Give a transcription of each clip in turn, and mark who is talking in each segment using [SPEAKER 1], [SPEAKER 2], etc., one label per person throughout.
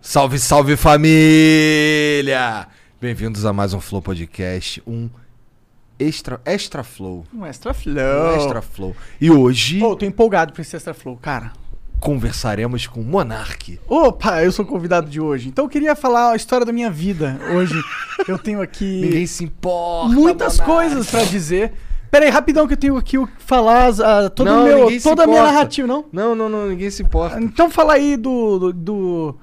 [SPEAKER 1] Salve, salve família! Bem-vindos a mais um Flow Podcast, um extra, extra flow.
[SPEAKER 2] Um extra
[SPEAKER 1] Um
[SPEAKER 2] flow.
[SPEAKER 1] extra flow. E hoje
[SPEAKER 2] Pô, eu tô empolgado pra esse extra flow, cara.
[SPEAKER 1] conversaremos com o Monark.
[SPEAKER 2] Opa, eu sou o convidado de hoje. Então eu queria falar a história da minha vida hoje. eu tenho
[SPEAKER 1] Ninguém
[SPEAKER 2] aqui
[SPEAKER 1] se importa.
[SPEAKER 2] muitas
[SPEAKER 1] Monark.
[SPEAKER 2] coisas pra dizer. Pera aí, rapidão que eu tenho aqui o que falar as- a- todo
[SPEAKER 1] Não,
[SPEAKER 2] o meu-
[SPEAKER 1] ninguém se
[SPEAKER 2] toda a minha
[SPEAKER 1] importa.
[SPEAKER 2] narrativa, não?
[SPEAKER 1] Não, não, não, ninguém se importa.
[SPEAKER 2] Então fala aí do... do, do-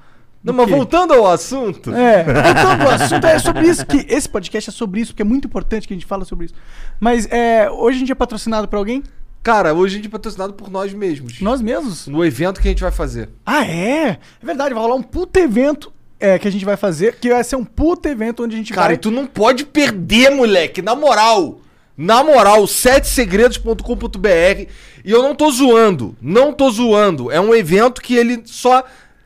[SPEAKER 1] Não,
[SPEAKER 2] do
[SPEAKER 1] mas
[SPEAKER 2] quê?
[SPEAKER 1] voltando ao assunto.
[SPEAKER 2] É, então o assunto é sobre isso, que esse podcast é sobre isso, porque é muito importante que a gente fala sobre isso. Mas é, hoje a gente é patrocinado por alguém?
[SPEAKER 1] Cara, hoje a gente é patrocinado por nós mesmos.
[SPEAKER 2] Nós mesmos?
[SPEAKER 1] No evento que a gente vai fazer.
[SPEAKER 2] Ah, é? É verdade, vai rolar um puta evento é, que a gente vai fazer, que vai ser um puta evento onde a gente
[SPEAKER 1] Cara,
[SPEAKER 2] vai...
[SPEAKER 1] e tu não pode perder, moleque, na moral. Na moral, 7segredos.com.br. E eu não tô zoando, não tô zoando. É um evento que ele só.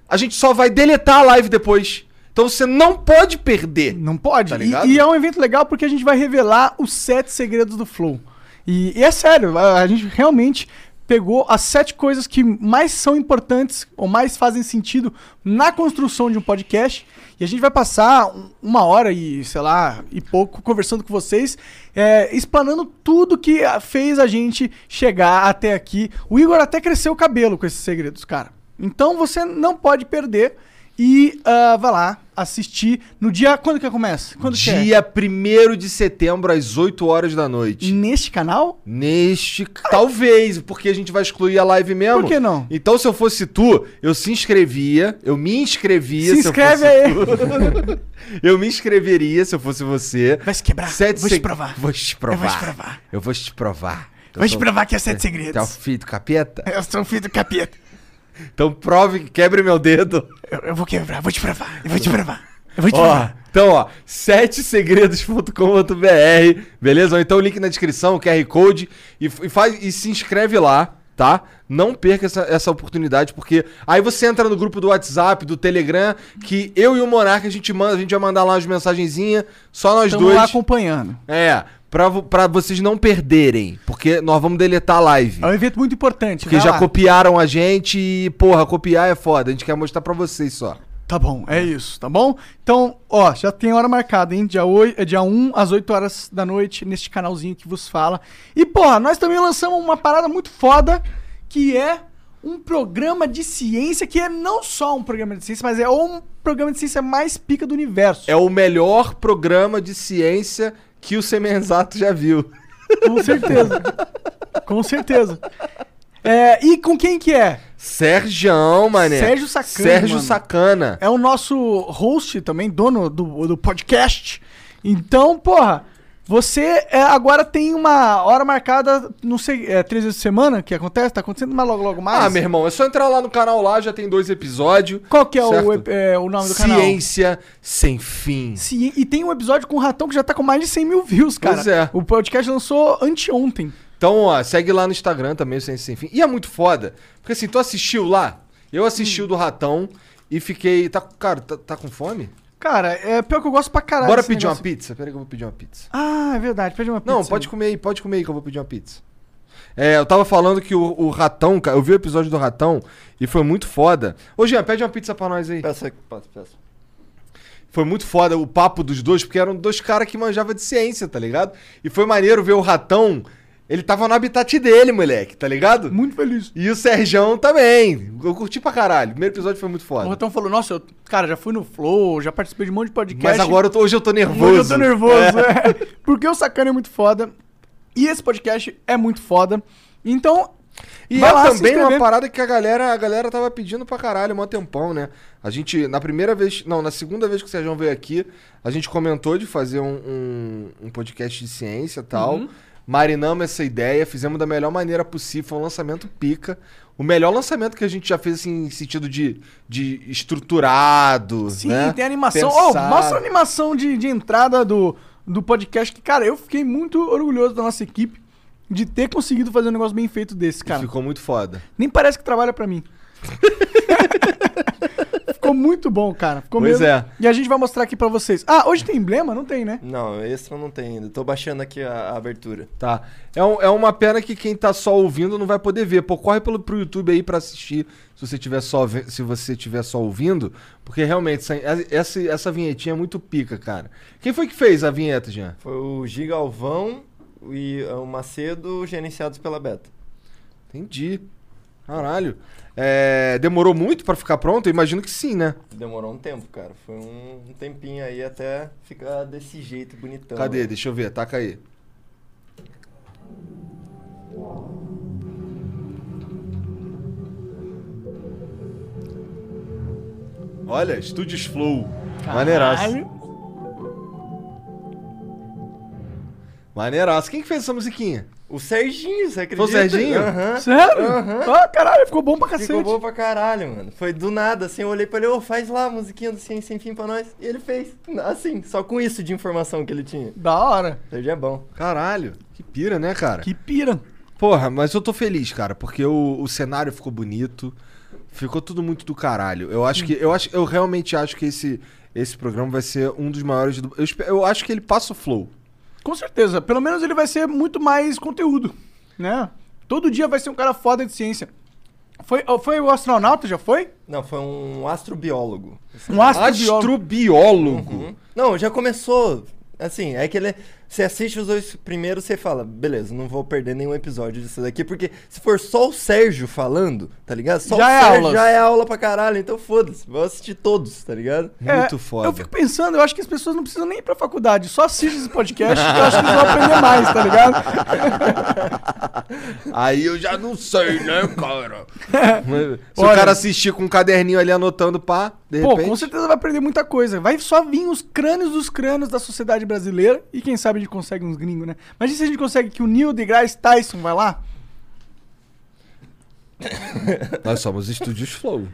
[SPEAKER 1] A gente só vai deletar a live depois. Então você não pode perder.
[SPEAKER 2] Não pode.
[SPEAKER 1] Tá
[SPEAKER 2] E-
[SPEAKER 1] ligado?
[SPEAKER 2] E, é um evento legal porque a gente vai revelar os sete segredos do Flow. E, e é sério, a, a gente realmente pegou as sete coisas que mais são importantes ou mais fazem sentido na construção de um podcast. E a gente vai passar um- uma hora e, sei lá, e pouco conversando com vocês, é, explanando tudo que a- fez a gente chegar até aqui. O Igor até cresceu o cabelo com esses segredos, cara. Então você não pode perder. E ah, vai lá assistir no dia. Quando que começa? Quando que
[SPEAKER 1] Dia 1 de setembro, às 8 horas da
[SPEAKER 2] é?
[SPEAKER 1] noite.
[SPEAKER 2] Neste canal?
[SPEAKER 1] Neste. Talvez, porque a gente vai excluir a live mesmo.
[SPEAKER 2] Por que não?
[SPEAKER 1] Então, se eu fosse tu, eu se inscrevia, eu me inscrevia.
[SPEAKER 2] Se
[SPEAKER 1] eu
[SPEAKER 2] inscreve
[SPEAKER 1] fosse
[SPEAKER 2] aí.
[SPEAKER 1] tu. Eu me inscreveria se eu fosse você.
[SPEAKER 2] Vai se quebrar.
[SPEAKER 1] Sete
[SPEAKER 2] vou te
[SPEAKER 1] seg-
[SPEAKER 2] provar.
[SPEAKER 1] Vou te provar.
[SPEAKER 2] Eu vou te provar.
[SPEAKER 1] Eu vou te provar. Eu
[SPEAKER 2] Vou te
[SPEAKER 1] sou-
[SPEAKER 2] provar que é sete
[SPEAKER 1] Tu Então é o
[SPEAKER 2] segredos. É,
[SPEAKER 1] filho do capeta?
[SPEAKER 2] Eu sou o filho do capeta.
[SPEAKER 1] Então prove, quebre meu dedo.
[SPEAKER 2] Eu, eu vou quebrar, vou te provar. Eu vou te provar. Eu vou te
[SPEAKER 1] Ó,
[SPEAKER 2] provar.
[SPEAKER 1] então, ó, 7segredos.com.br, beleza? Ou então o link na descrição, o QR Code, e, f- e faz, e se inscreve lá, tá? Não perca essa, essa oportunidade, porque aí você entra no grupo do WhatsApp, do Telegram, que eu e o Monarca a gente manda, a gente vai mandar lá as mensagenzinhas, só nós
[SPEAKER 2] Estamos
[SPEAKER 1] dois.
[SPEAKER 2] lá acompanhando.
[SPEAKER 1] É, pra, vo- pra vocês não perderem, porque nós vamos deletar a live.
[SPEAKER 2] É um evento muito importante.
[SPEAKER 1] Porque
[SPEAKER 2] vai
[SPEAKER 1] já
[SPEAKER 2] lá.
[SPEAKER 1] copiaram a gente e, porra, copiar é foda. A gente quer mostrar pra vocês só.
[SPEAKER 2] Tá bom, é isso, tá bom? Então, ó, já tem hora marcada, hein? Dia, 8, dia 1 às 8 horas da noite, neste canalzinho que vos fala. E, porra, nós também lançamos uma parada muito foda, que é um programa de ciência, que é não só um programa de ciência, mas é um programa de ciência mais pica do universo.
[SPEAKER 1] É o melhor programa de ciência que o Semenzato já viu.
[SPEAKER 2] Com certeza. Com certeza. É, e com quem que é?
[SPEAKER 1] Sérgio, mané.
[SPEAKER 2] Sérgio Sacana,
[SPEAKER 1] Sérgio
[SPEAKER 2] mano.
[SPEAKER 1] Sacana.
[SPEAKER 2] É o nosso host também, dono do, do podcast. Então, porra, você é, agora tem uma hora marcada, não sei, é três vezes por semana que acontece? Tá acontecendo, mas logo, logo mais.
[SPEAKER 1] Ah, meu irmão, é só entrar lá no canal lá, já tem dois episódios.
[SPEAKER 2] Qual que é o,
[SPEAKER 1] Certo.
[SPEAKER 2] ep- é, o nome do canal?
[SPEAKER 1] Ciência sem fim.
[SPEAKER 2] Ci- E tem um episódio com o Ratão que já tá com mais de 100 mil views, cara.
[SPEAKER 1] Pois é.
[SPEAKER 2] O podcast lançou anteontem.
[SPEAKER 1] Então, ó, segue lá no
[SPEAKER 2] Hum.
[SPEAKER 1] Instagram também, o Ciência Sem Fim. E é muito foda, porque assim, tu assistiu lá? Eu assisti o do Ratão e fiquei. Tá, cara, tá, tá com fome?
[SPEAKER 2] Cara, é pior que eu gosto pra caralho.
[SPEAKER 1] Bora
[SPEAKER 2] desse
[SPEAKER 1] pedir uma
[SPEAKER 2] negócio.
[SPEAKER 1] pizza? Pera aí que eu vou pedir uma pizza.
[SPEAKER 2] Ah, é verdade. Pede uma pizza.
[SPEAKER 1] Não, pode comer aí, pode comer aí que eu vou pedir uma pizza. É, eu tava falando que o, o ratão, cara, eu vi o episódio do ratão e foi muito foda. Ô, Jean, pede uma pizza pra nós aí.
[SPEAKER 3] Peça, peça, peça.
[SPEAKER 1] Foi muito foda o papo dos dois, porque eram dois caras que manjavam de ciência, tá ligado? E foi maneiro ver o ratão. Ele tava no habitat dele, moleque, tá ligado?
[SPEAKER 2] Muito feliz.
[SPEAKER 1] E o Serjão também. Eu curti pra caralho. O primeiro episódio foi muito
[SPEAKER 2] O
[SPEAKER 1] foda.
[SPEAKER 2] Ratão falou, nossa, eu, cara, já fui no Flow, já participei de um monte de podcast.
[SPEAKER 1] Mas agora eu tô- hoje eu tô nervoso.
[SPEAKER 2] Hoje eu tô nervoso, é. Porque o Sacana é muito foda. E esse podcast é muito foda. Então,
[SPEAKER 1] E
[SPEAKER 2] vai
[SPEAKER 1] é
[SPEAKER 2] lá se
[SPEAKER 1] também uma
[SPEAKER 2] inscrever.
[SPEAKER 1] parada que a galera, a galera tava pedindo pra caralho, mó tempão, né? A gente, na primeira vez, não, na segunda vez que o Sérgio veio aqui, a gente comentou de fazer um, um, um podcast de ciência e tal.
[SPEAKER 2] Uhum.
[SPEAKER 1] Marinamos essa ideia, fizemos da melhor maneira possível, foi um lançamento pica. O melhor lançamento que a gente já fez, assim, em sentido de, de estruturado,
[SPEAKER 2] Sim,
[SPEAKER 1] né?
[SPEAKER 2] tem animação. Oh,
[SPEAKER 1] Pensado.
[SPEAKER 2] mostra a animação de, de entrada do, do podcast. Que, cara, eu fiquei muito orgulhoso da nossa equipe de ter conseguido fazer um negócio bem feito desse, cara.
[SPEAKER 1] Ficou muito foda.
[SPEAKER 2] Nem parece que trabalha pra mim. Ficou muito bom, cara. Ficou
[SPEAKER 1] Pois
[SPEAKER 2] mesmo.
[SPEAKER 1] é.
[SPEAKER 2] E a gente vai mostrar aqui pra vocês. Ah, hoje tem emblema? Não tem, né?
[SPEAKER 3] Não, esse eu não tenho ainda. Tô baixando aqui a, a abertura.
[SPEAKER 1] Tá. É, um- é uma pena que quem tá só ouvindo não vai poder ver. Pô, corre pelo, pro YouTube aí pra assistir se você tiver só, ve- se você tiver só ouvindo. Porque realmente, essa, essa, essa vinhetinha é muito pica, cara. Quem foi que fez a vinheta, Jean?
[SPEAKER 3] Foi o Giga Alvão e eh, o Macedo gerenciados pela Beta.
[SPEAKER 1] Entendi. Caralho. É, demorou muito pra ficar pronto? Eu imagino que sim, né?
[SPEAKER 3] Demorou um tempo, cara. Foi um, um tempinho aí até ficar desse jeito bonitão.
[SPEAKER 1] Cadê?
[SPEAKER 3] né?
[SPEAKER 1] Deixa eu ver. Taca aí. Olha, Estúdios Flow. Maneiraço.
[SPEAKER 2] Caralho.
[SPEAKER 1] Maneiraço. Quem que fez essa musiquinha?
[SPEAKER 3] O Serginho, você
[SPEAKER 1] Foi o
[SPEAKER 3] acredita?
[SPEAKER 1] Serginho? é um
[SPEAKER 3] Aham.
[SPEAKER 2] Sério?
[SPEAKER 3] Aham.
[SPEAKER 2] Ah, caralho, ficou bom pra cacete.
[SPEAKER 3] Ficou bom pra caralho, mano. Foi do nada, assim, eu olhei pra ele, ô, faz lá a musiquinha do Ciência Sem Fim pra nós. E ele fez, assim, só com isso de informação que ele tinha.
[SPEAKER 2] Da hora.
[SPEAKER 3] Serginho é bom.
[SPEAKER 1] Caralho. Que pira, né, cara?
[SPEAKER 2] Que pira.
[SPEAKER 1] Porra, mas eu tô feliz, cara, porque o, o cenário ficou bonito. Ficou tudo muito do caralho. Eu acho que eu acho, eu realmente acho que esse esse programa vai ser um dos maiores do eu, espe- eu acho que ele passa o flow.
[SPEAKER 2] Com certeza. Pelo menos ele vai ser muito mais conteúdo, né? Todo dia vai ser um cara foda de ciência. Foi, oh, foi o astronauta, já foi?
[SPEAKER 3] Não, foi um astrobiólogo.
[SPEAKER 2] Um astrobiólogo.
[SPEAKER 1] Astrobiólogo.
[SPEAKER 3] Não, já começou. Assim, é que ele. Você assiste os dois primeiros, você fala, beleza, não vou perder nenhum episódio disso daqui, porque se for só o Sérgio falando, tá ligado? Só
[SPEAKER 2] Já
[SPEAKER 3] o
[SPEAKER 2] é
[SPEAKER 3] Sérgio
[SPEAKER 2] aulas.
[SPEAKER 3] já é aula pra caralho, então foda-se, vou assistir todos, tá ligado?
[SPEAKER 1] Muito
[SPEAKER 2] É,
[SPEAKER 1] foda.
[SPEAKER 2] Eu fico pensando, eu acho que as pessoas não precisam nem ir pra faculdade, só assiste esse podcast que eu acho que eles vão aprender mais, tá ligado?
[SPEAKER 1] Aí eu já não sei, né, cara? Mas Se o
[SPEAKER 2] Olha-
[SPEAKER 1] cara assistir com um caderninho ali anotando pá, de
[SPEAKER 2] Pô,
[SPEAKER 1] repente.
[SPEAKER 2] com certeza vai aprender muita coisa. Vai só vir os crânios dos crânios da sociedade brasileira e quem sabe a gente consegue uns gringos, né? Imagina se a gente consegue que o Neil deGrasse Tyson vai lá.
[SPEAKER 1] Nós somos Estúdios Flow.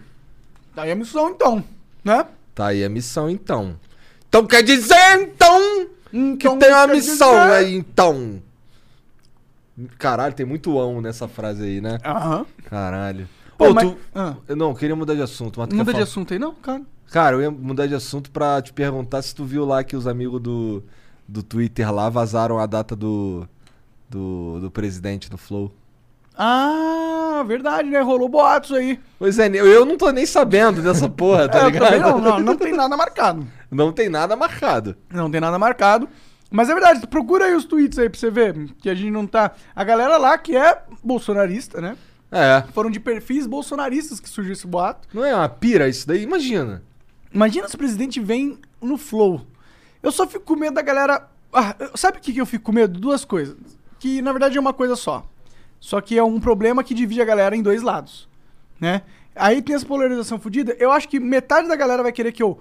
[SPEAKER 2] Daí é missão então, né?
[SPEAKER 1] Tá aí a missão, então. Então quer dizer, então, que
[SPEAKER 2] Então,
[SPEAKER 1] tem uma
[SPEAKER 2] quer
[SPEAKER 1] missão
[SPEAKER 2] dizer-
[SPEAKER 1] aí, então. Caralho, tem muito ão nessa frase aí, né?
[SPEAKER 2] Aham.
[SPEAKER 1] Caralho.
[SPEAKER 2] Pô,
[SPEAKER 1] Ô,
[SPEAKER 2] mas-
[SPEAKER 1] tu-
[SPEAKER 2] ah.
[SPEAKER 1] Eu Não, eu queria mudar de assunto, mas tu quer
[SPEAKER 2] Muda de
[SPEAKER 1] falar-
[SPEAKER 2] assunto aí, não, cara?
[SPEAKER 1] Cara, eu ia mudar de assunto pra te perguntar se tu viu lá que os amigos do, do Twitter lá vazaram a data do, do, do presidente do Flow.
[SPEAKER 2] Ah, verdade, né? Rolou boatos aí.
[SPEAKER 1] Pois é, eu- eu não tô nem sabendo dessa porra, tá
[SPEAKER 2] É, eu
[SPEAKER 1] ligado?
[SPEAKER 2] também não, não, não tem nada marcado.
[SPEAKER 1] Não tem nada marcado.
[SPEAKER 2] Não tem nada marcado. Mas é verdade, procura aí os tweets aí pra você ver que a gente não tá. A galera lá que é bolsonarista, né?
[SPEAKER 1] É.
[SPEAKER 2] Foram de perfis bolsonaristas que surgiu esse boato.
[SPEAKER 1] Não é uma pira isso daí? Imagina.
[SPEAKER 2] Imagina se o presidente vem no flow. Eu só fico com medo da galera. Ah, eu- sabe o que, que eu fico com medo? Duas coisas. Que na verdade é uma coisa só. Só que é um problema que divide a galera em dois lados. Né? Aí tem essa polarização fodida. Eu acho que metade da galera vai querer que eu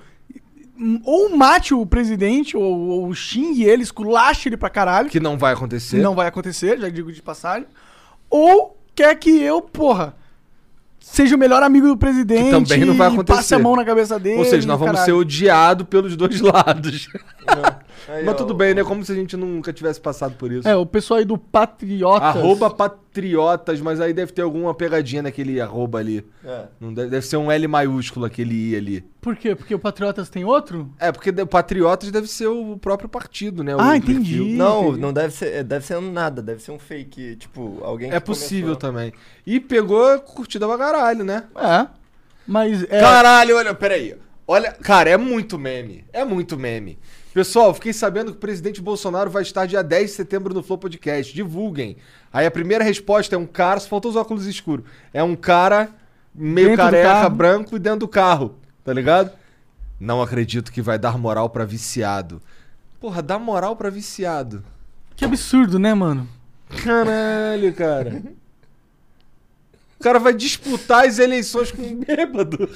[SPEAKER 2] ou mate o presidente, ou, ou xingue ele, esculache ele pra caralho.
[SPEAKER 1] Que não vai acontecer.
[SPEAKER 2] Não vai acontecer, já digo de passagem. Ou quer que eu, porra, seja o melhor amigo do presidente.
[SPEAKER 1] Que também não vai
[SPEAKER 2] e
[SPEAKER 1] acontecer.
[SPEAKER 2] Passe a mão na cabeça dele.
[SPEAKER 1] Ou seja, nós vamos ser
[SPEAKER 2] caralho.
[SPEAKER 1] odiados pelos dois lados.
[SPEAKER 3] Aí,
[SPEAKER 1] Mas
[SPEAKER 3] ó,
[SPEAKER 1] tudo bem, né? Como se a gente nunca tivesse passado por isso.
[SPEAKER 2] É, o pessoal aí do Patriotas.
[SPEAKER 1] Arroba patriotas, mas aí deve ter alguma pegadinha naquele arroba ali.
[SPEAKER 3] É.
[SPEAKER 1] Não deve, deve ser um L maiúsculo aquele I ali.
[SPEAKER 2] Por quê? Porque o Patriotas tem outro?
[SPEAKER 1] É, porque de- patriotas deve ser o próprio partido, né? o
[SPEAKER 2] Ah,
[SPEAKER 1] perfil.
[SPEAKER 2] entendi.
[SPEAKER 3] Não,
[SPEAKER 2] entendi.
[SPEAKER 3] não deve ser, é, deve ser nada, deve ser um fake, tipo, alguém
[SPEAKER 1] É
[SPEAKER 3] que
[SPEAKER 1] possível
[SPEAKER 3] começou.
[SPEAKER 1] também. E pegou curtida pra caralho, né?
[SPEAKER 2] É. Mas é.
[SPEAKER 1] Caralho, olha, peraí. Olha, cara, é muito meme. É muito meme. Pessoal, fiquei sabendo que o presidente Bolsonaro vai estar dia 10 de setembro no Flow Podcast. Divulguem. Aí a primeira resposta é um cara, só faltou os óculos escuros. É um cara meio
[SPEAKER 2] Dentro do
[SPEAKER 1] careca,
[SPEAKER 2] carro.
[SPEAKER 1] branco e dentro do carro. Tá ligado? Não acredito que vai dar moral pra viciado. Porra, dá moral pra viciado.
[SPEAKER 2] Que absurdo, né, mano?
[SPEAKER 1] Caralho, cara. O cara vai disputar as eleições com um bêbado.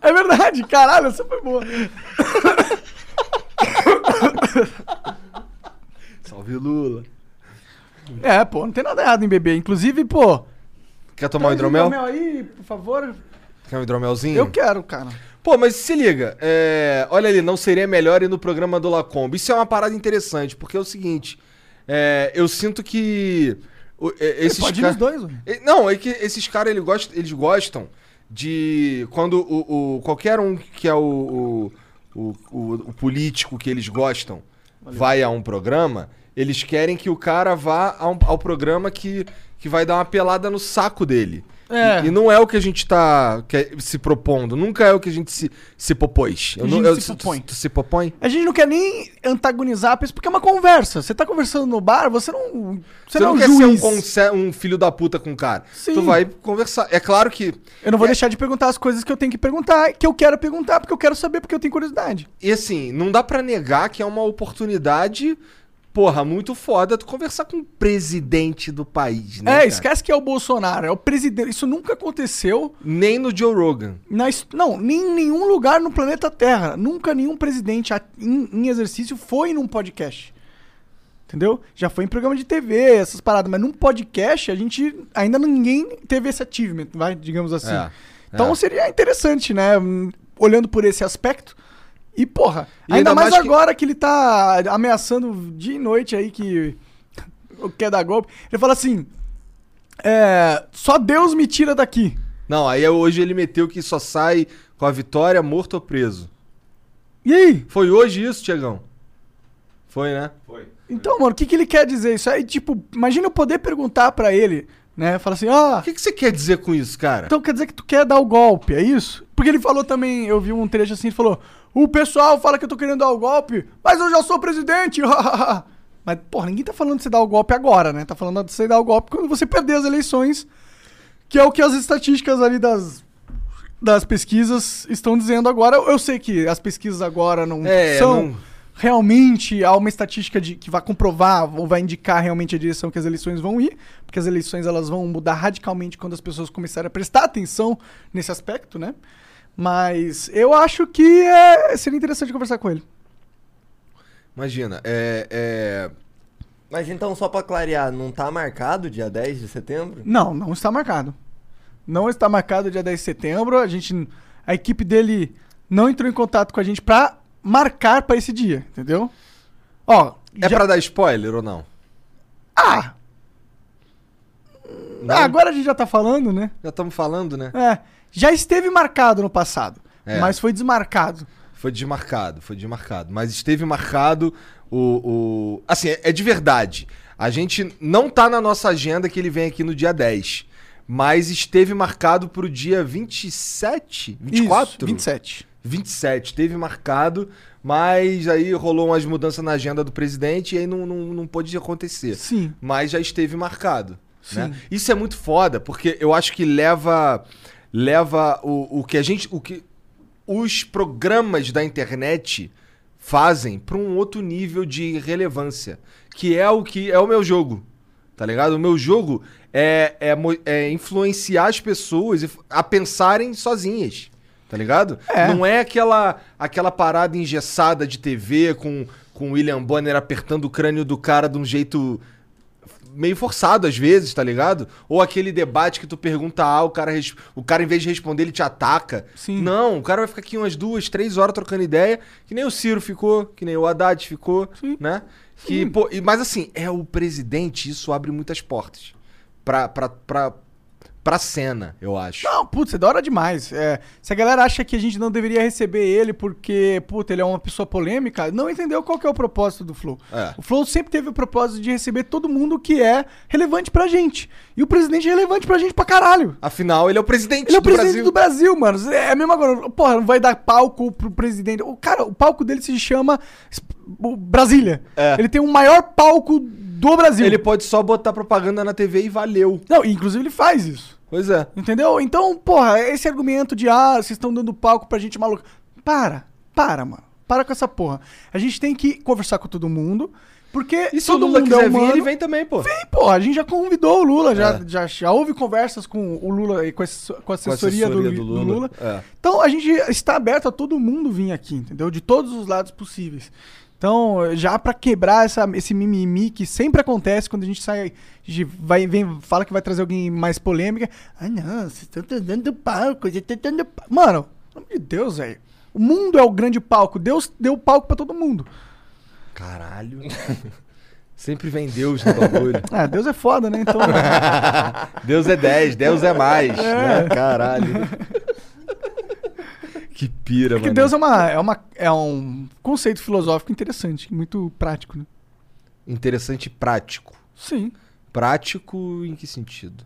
[SPEAKER 2] É verdade, caralho, essa foi boa.
[SPEAKER 1] Salve Lula.
[SPEAKER 2] É, pô, não tem nada errado em beber. Inclusive, pô.
[SPEAKER 1] Quer tomar um
[SPEAKER 2] traz
[SPEAKER 1] hidromel?
[SPEAKER 2] aí, por favor.
[SPEAKER 1] Quer um hidromelzinho?
[SPEAKER 2] Eu quero, cara.
[SPEAKER 1] Pô, mas se liga, é, olha ali, não seria melhor ir no programa do Lacombe. Isso é uma parada interessante, porque é o seguinte, é, eu sinto que o- é, esses
[SPEAKER 2] Pode ir
[SPEAKER 1] caras...
[SPEAKER 2] nos dois, ué.
[SPEAKER 1] E- Não, é que esses caras ele gosta, eles gostam de. Quando o, o- qualquer um que é o, o, o- o- o político que eles gostam vai a um programa, eles querem que o cara vá a um- ao programa que, que vai dar uma pelada no saco dele.
[SPEAKER 2] É.
[SPEAKER 1] E, e não é o que a gente tá que- se propondo, nunca é o que a gente se, se propôs.
[SPEAKER 2] A
[SPEAKER 1] não-
[SPEAKER 2] gente se
[SPEAKER 1] tu-
[SPEAKER 2] propõe.
[SPEAKER 1] Tu, se propõe?
[SPEAKER 2] A gente não quer nem antagonizar a pessoa, porque é uma conversa. Você tá conversando no bar, você não.
[SPEAKER 1] Você
[SPEAKER 2] Você,
[SPEAKER 1] não,
[SPEAKER 2] não, é um
[SPEAKER 1] quer
[SPEAKER 2] juiz.
[SPEAKER 1] ser um, conce- um filho da puta com o cara.
[SPEAKER 2] Sim.
[SPEAKER 1] Tu vai conversar. É claro que
[SPEAKER 2] Eu não vou
[SPEAKER 1] É.
[SPEAKER 2] deixar de perguntar as coisas que eu tenho que perguntar, que eu quero perguntar, porque eu quero saber, porque eu tenho curiosidade.
[SPEAKER 1] E assim, não dá pra negar que é uma oportunidade, porra, muito foda tu conversar com o presidente do país, né?
[SPEAKER 2] é,
[SPEAKER 1] cara?
[SPEAKER 2] esquece que é o Bolsonaro, é o presidente. Isso nunca aconteceu.
[SPEAKER 1] Nem no Joe Rogan.
[SPEAKER 2] Na, his- não, nem em nenhum lugar no planeta Terra. Nunca nenhum presidente a- em, em exercício foi num podcast. Entendeu? Já foi em programa de TV, essas paradas, mas num podcast a gente. Ainda ninguém teve esse achievement, vai, digamos assim.
[SPEAKER 1] É,
[SPEAKER 2] Então
[SPEAKER 1] é.
[SPEAKER 2] seria interessante, né? hum, Olhando por esse aspecto. E, porra,
[SPEAKER 1] E
[SPEAKER 2] ainda,
[SPEAKER 1] ainda
[SPEAKER 2] mais,
[SPEAKER 1] mais que-
[SPEAKER 2] agora que... ele tá ameaçando dia e noite aí que quer dar golpe. Ele fala assim: é, só Deus me tira daqui.
[SPEAKER 1] Não, aí é hoje ele meteu que só sai com a vitória morto ou preso.
[SPEAKER 2] E aí?
[SPEAKER 1] Foi hoje isso, Tiagão? Foi, né?
[SPEAKER 2] Então, mano, o que, que ele quer dizer? Isso aí, tipo, imagina eu poder perguntar pra ele, né? Fala assim, ah,
[SPEAKER 1] O que, que você quer dizer com isso, cara?
[SPEAKER 2] então quer dizer que tu quer dar o golpe, é isso? Porque ele falou também, eu vi um trecho assim, ele falou, o pessoal fala que eu tô querendo dar o golpe, mas eu já sou presidente, Mas, porra, ninguém tá falando de você dar o golpe agora, né? Tá falando de você dar o golpe quando você perder as eleições, que é o que as estatísticas ali das... Das pesquisas estão dizendo agora. Eu sei que as pesquisas agora não
[SPEAKER 1] É,
[SPEAKER 2] são
[SPEAKER 1] não-
[SPEAKER 2] realmente há uma estatística de, que vai comprovar ou vai indicar realmente a direção que as eleições vão ir, porque as eleições elas vão mudar radicalmente quando as pessoas começarem a prestar atenção nesse aspecto, né? Mas eu acho que é, seria interessante conversar com ele.
[SPEAKER 1] Imagina, é, é.
[SPEAKER 3] Mas então, só pra clarear, não tá marcado dia 10 de setembro?
[SPEAKER 2] Não, não está marcado. Não está marcado dia 10 de setembro. A gente, a equipe dele não entrou em contato com a gente pra marcar pra esse dia, entendeu? Ó,
[SPEAKER 1] É
[SPEAKER 2] já-
[SPEAKER 1] pra dar spoiler ou não?
[SPEAKER 2] ah,
[SPEAKER 1] Não?
[SPEAKER 2] agora a gente já tá falando, né?
[SPEAKER 1] Já estamos falando, né?
[SPEAKER 2] É, já esteve marcado no passado,
[SPEAKER 1] É.
[SPEAKER 2] mas foi desmarcado.
[SPEAKER 1] Foi desmarcado, foi desmarcado. Mas esteve marcado o. o... Assim, é, é de verdade. A gente não tá na nossa agenda que ele vem aqui no dia 10. Mas esteve marcado pro dia 27? 24?
[SPEAKER 2] Isso, 27.
[SPEAKER 1] 27, esteve marcado, mas aí rolou umas mudanças na agenda do presidente e aí não, não, não pôde acontecer
[SPEAKER 2] Sim.
[SPEAKER 1] mas já esteve marcado. né?
[SPEAKER 2] Sim.
[SPEAKER 1] Isso é muito foda, porque eu acho que leva leva o, o que a gente. o que os programas da internet fazem para um outro nível de relevância. Que é o que é o meu jogo. Tá ligado? O meu jogo é, é, mo- é influenciar as pessoas e f- a pensarem sozinhas. Tá ligado?
[SPEAKER 2] É.
[SPEAKER 1] Não é aquela aquela parada engessada de TV com, com o William Bonner apertando o crânio do cara de um jeito meio forçado às vezes, tá ligado? Ou aquele debate que tu pergunta A, o cara, res- o cara em vez de responder, ele te ataca.
[SPEAKER 2] Sim.
[SPEAKER 1] Não, o cara vai ficar aqui umas duas, três horas trocando ideia, que nem o Ciro ficou, que nem o Haddad ficou, né? Que, pô, e- mas assim, é o presidente, isso abre muitas portas pra, pra, pra, pra cena, eu acho.
[SPEAKER 2] Não, putz, é da hora demais. É, se a galera acha que a gente não deveria receber ele porque, puta, ele é uma pessoa polêmica, não entendeu qual que é o propósito do Flow.
[SPEAKER 1] É.
[SPEAKER 2] O Flow sempre teve o propósito de receber todo mundo que é relevante pra gente. E o presidente é relevante pra gente pra caralho.
[SPEAKER 1] Afinal, ele é o presidente
[SPEAKER 2] Ele é o
[SPEAKER 1] do
[SPEAKER 2] presidente
[SPEAKER 1] Brasil.
[SPEAKER 2] do Brasil, mano. É a mesma coisa. Porra, não vai dar palco pro presidente. O cara, o palco dele se chama Brasília.
[SPEAKER 1] É.
[SPEAKER 2] Ele tem o maior palco do Brasil.
[SPEAKER 1] Ele pode só botar propaganda na TV e valeu.
[SPEAKER 2] Não, inclusive ele faz isso.
[SPEAKER 1] Pois é.
[SPEAKER 2] Entendeu? Então, porra, esse argumento de ah, vocês estão dando palco pra gente maluca. Para, para, mano. Para com essa porra. A gente tem que conversar com todo mundo, porque
[SPEAKER 1] E se
[SPEAKER 2] todo
[SPEAKER 1] o Lula
[SPEAKER 2] mundo
[SPEAKER 1] quiser
[SPEAKER 2] é humano.
[SPEAKER 1] vir, ele vem também, pô.
[SPEAKER 2] Vem, porra, a gente já convidou o Lula, já, já, já houve conversas com o Lula e com a, assessor- com a assessoria, do, Lu- do Lula.
[SPEAKER 1] É.
[SPEAKER 2] Então a gente está aberto a todo mundo vir aqui, entendeu? De todos os lados possíveis. Então, já pra quebrar essa, esse mimimi que sempre acontece quando a gente sai, a gente vai, vem, fala que vai trazer alguém mais polêmica. Ah, não, vocês estão dando palco, vocês estão dando palco. Mano, pelo amor de Deus, velho. O mundo é o grande palco. Deus deu palco pra todo mundo.
[SPEAKER 1] Caralho. Sempre vem Deus no bagulho.
[SPEAKER 2] Ah, Deus é foda, né? Então.
[SPEAKER 1] Deus é 10, Deus é mais. né? Caralho. Que pira,
[SPEAKER 2] Porque
[SPEAKER 1] mano.
[SPEAKER 2] Deus é, uma, é, uma, é um conceito filosófico interessante, muito prático, né?
[SPEAKER 1] Interessante e prático.
[SPEAKER 2] Sim.
[SPEAKER 1] Prático em que sentido?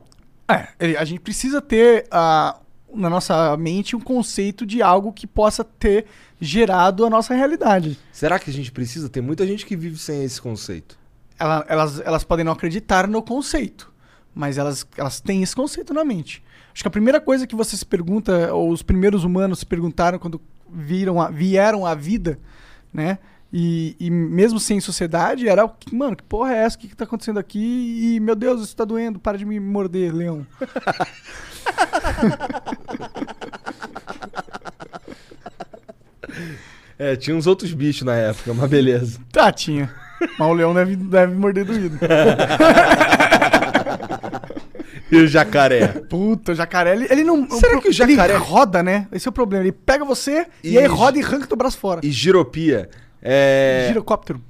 [SPEAKER 2] É, ele- a gente precisa ter ah, na nossa mente um conceito de algo que possa ter gerado a nossa realidade.
[SPEAKER 1] Será que a gente precisa? Tem muita gente que vive sem esse conceito.
[SPEAKER 2] Ela- elas, elas podem não acreditar no conceito, mas elas, elas têm esse conceito na mente. Acho que a primeira coisa que você se pergunta, ou os primeiros humanos se perguntaram quando viram a- vieram à vida, né? E, e mesmo sem sociedade, era o que, mano, que porra é essa? O que, que tá acontecendo aqui? E, meu Deus, isso tá doendo, para de me morder, leão.
[SPEAKER 1] É, tinha uns outros bichos na época, mas beleza.
[SPEAKER 2] Tá, tinha. Mas o leão deve, deve morder doído.
[SPEAKER 1] E o jacaré?
[SPEAKER 2] Puta, o jacaré, ele, ele não.
[SPEAKER 1] Será
[SPEAKER 2] pro-
[SPEAKER 1] que o jacaré-
[SPEAKER 2] Ele roda, né? Esse é o problema. Ele pega você e,
[SPEAKER 1] E-
[SPEAKER 2] aí roda e arranca teu braço fora.
[SPEAKER 1] E giropia. É...
[SPEAKER 2] Girocóptero.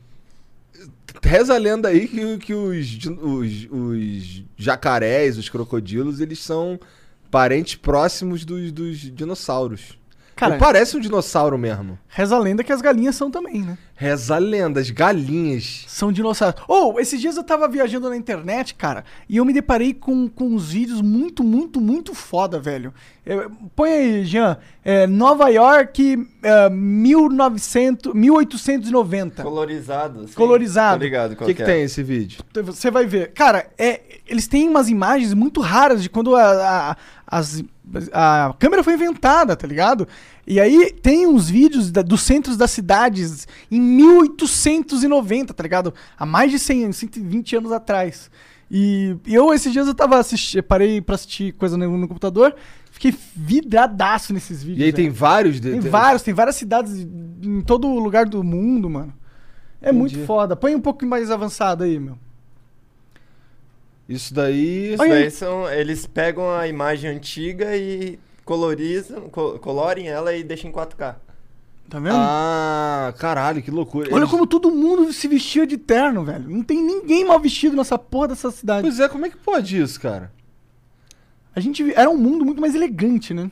[SPEAKER 1] Reza a lenda aí que, que os, din- os, os jacarés, os crocodilos, eles são parentes próximos dos, dos dinossauros.
[SPEAKER 2] Cara,
[SPEAKER 1] Ele parece um dinossauro mesmo.
[SPEAKER 2] reza a lenda que as galinhas são também, né?
[SPEAKER 1] Reza a lenda, as galinhas.
[SPEAKER 2] São dinossauros. Ou, esses dias eu tava viajando na internet, cara, e eu me deparei com, com uns vídeos muito, muito, muito foda, velho. É, põe aí, Jean. É, Nova York, é, 1900, 1890.
[SPEAKER 3] Colorizado. assim.
[SPEAKER 2] Colorizado.
[SPEAKER 3] Tô ligado
[SPEAKER 1] O
[SPEAKER 3] qual
[SPEAKER 1] que,
[SPEAKER 3] que,
[SPEAKER 1] que
[SPEAKER 3] é.
[SPEAKER 1] tem esse vídeo?
[SPEAKER 2] Então, Você vai ver. Cara, é, eles têm umas imagens muito raras de quando a, a- as- a câmera foi inventada, tá ligado? E aí tem uns vídeos da- dos centros das cidades em 1890, tá ligado? Há mais de 100 anos, 120 anos atrás. E eu, esses dias, eu tava assistindo, parei pra assistir coisa no, no computador, fiquei vidradaço nesses vídeos.
[SPEAKER 1] E aí
[SPEAKER 2] velho.
[SPEAKER 1] tem vários... de-
[SPEAKER 2] Tem
[SPEAKER 1] de-
[SPEAKER 2] vários, tem várias cidades em todo lugar do mundo, mano. É muito foda. Põe um pouco mais avançado aí, meu.
[SPEAKER 1] Isso daí...
[SPEAKER 3] Isso daí são. Eles pegam a imagem antiga e colorizam, co- colorem ela e deixam em 4K.
[SPEAKER 2] Tá vendo?
[SPEAKER 1] Ah, caralho, que loucura.
[SPEAKER 2] Olha
[SPEAKER 1] Eles-
[SPEAKER 2] como todo mundo se vestia de terno, velho. Não tem ninguém mal vestido nessa porra dessa cidade.
[SPEAKER 1] Pois é, como é que pode isso, cara?
[SPEAKER 2] A gente vi- era um mundo muito mais elegante, né?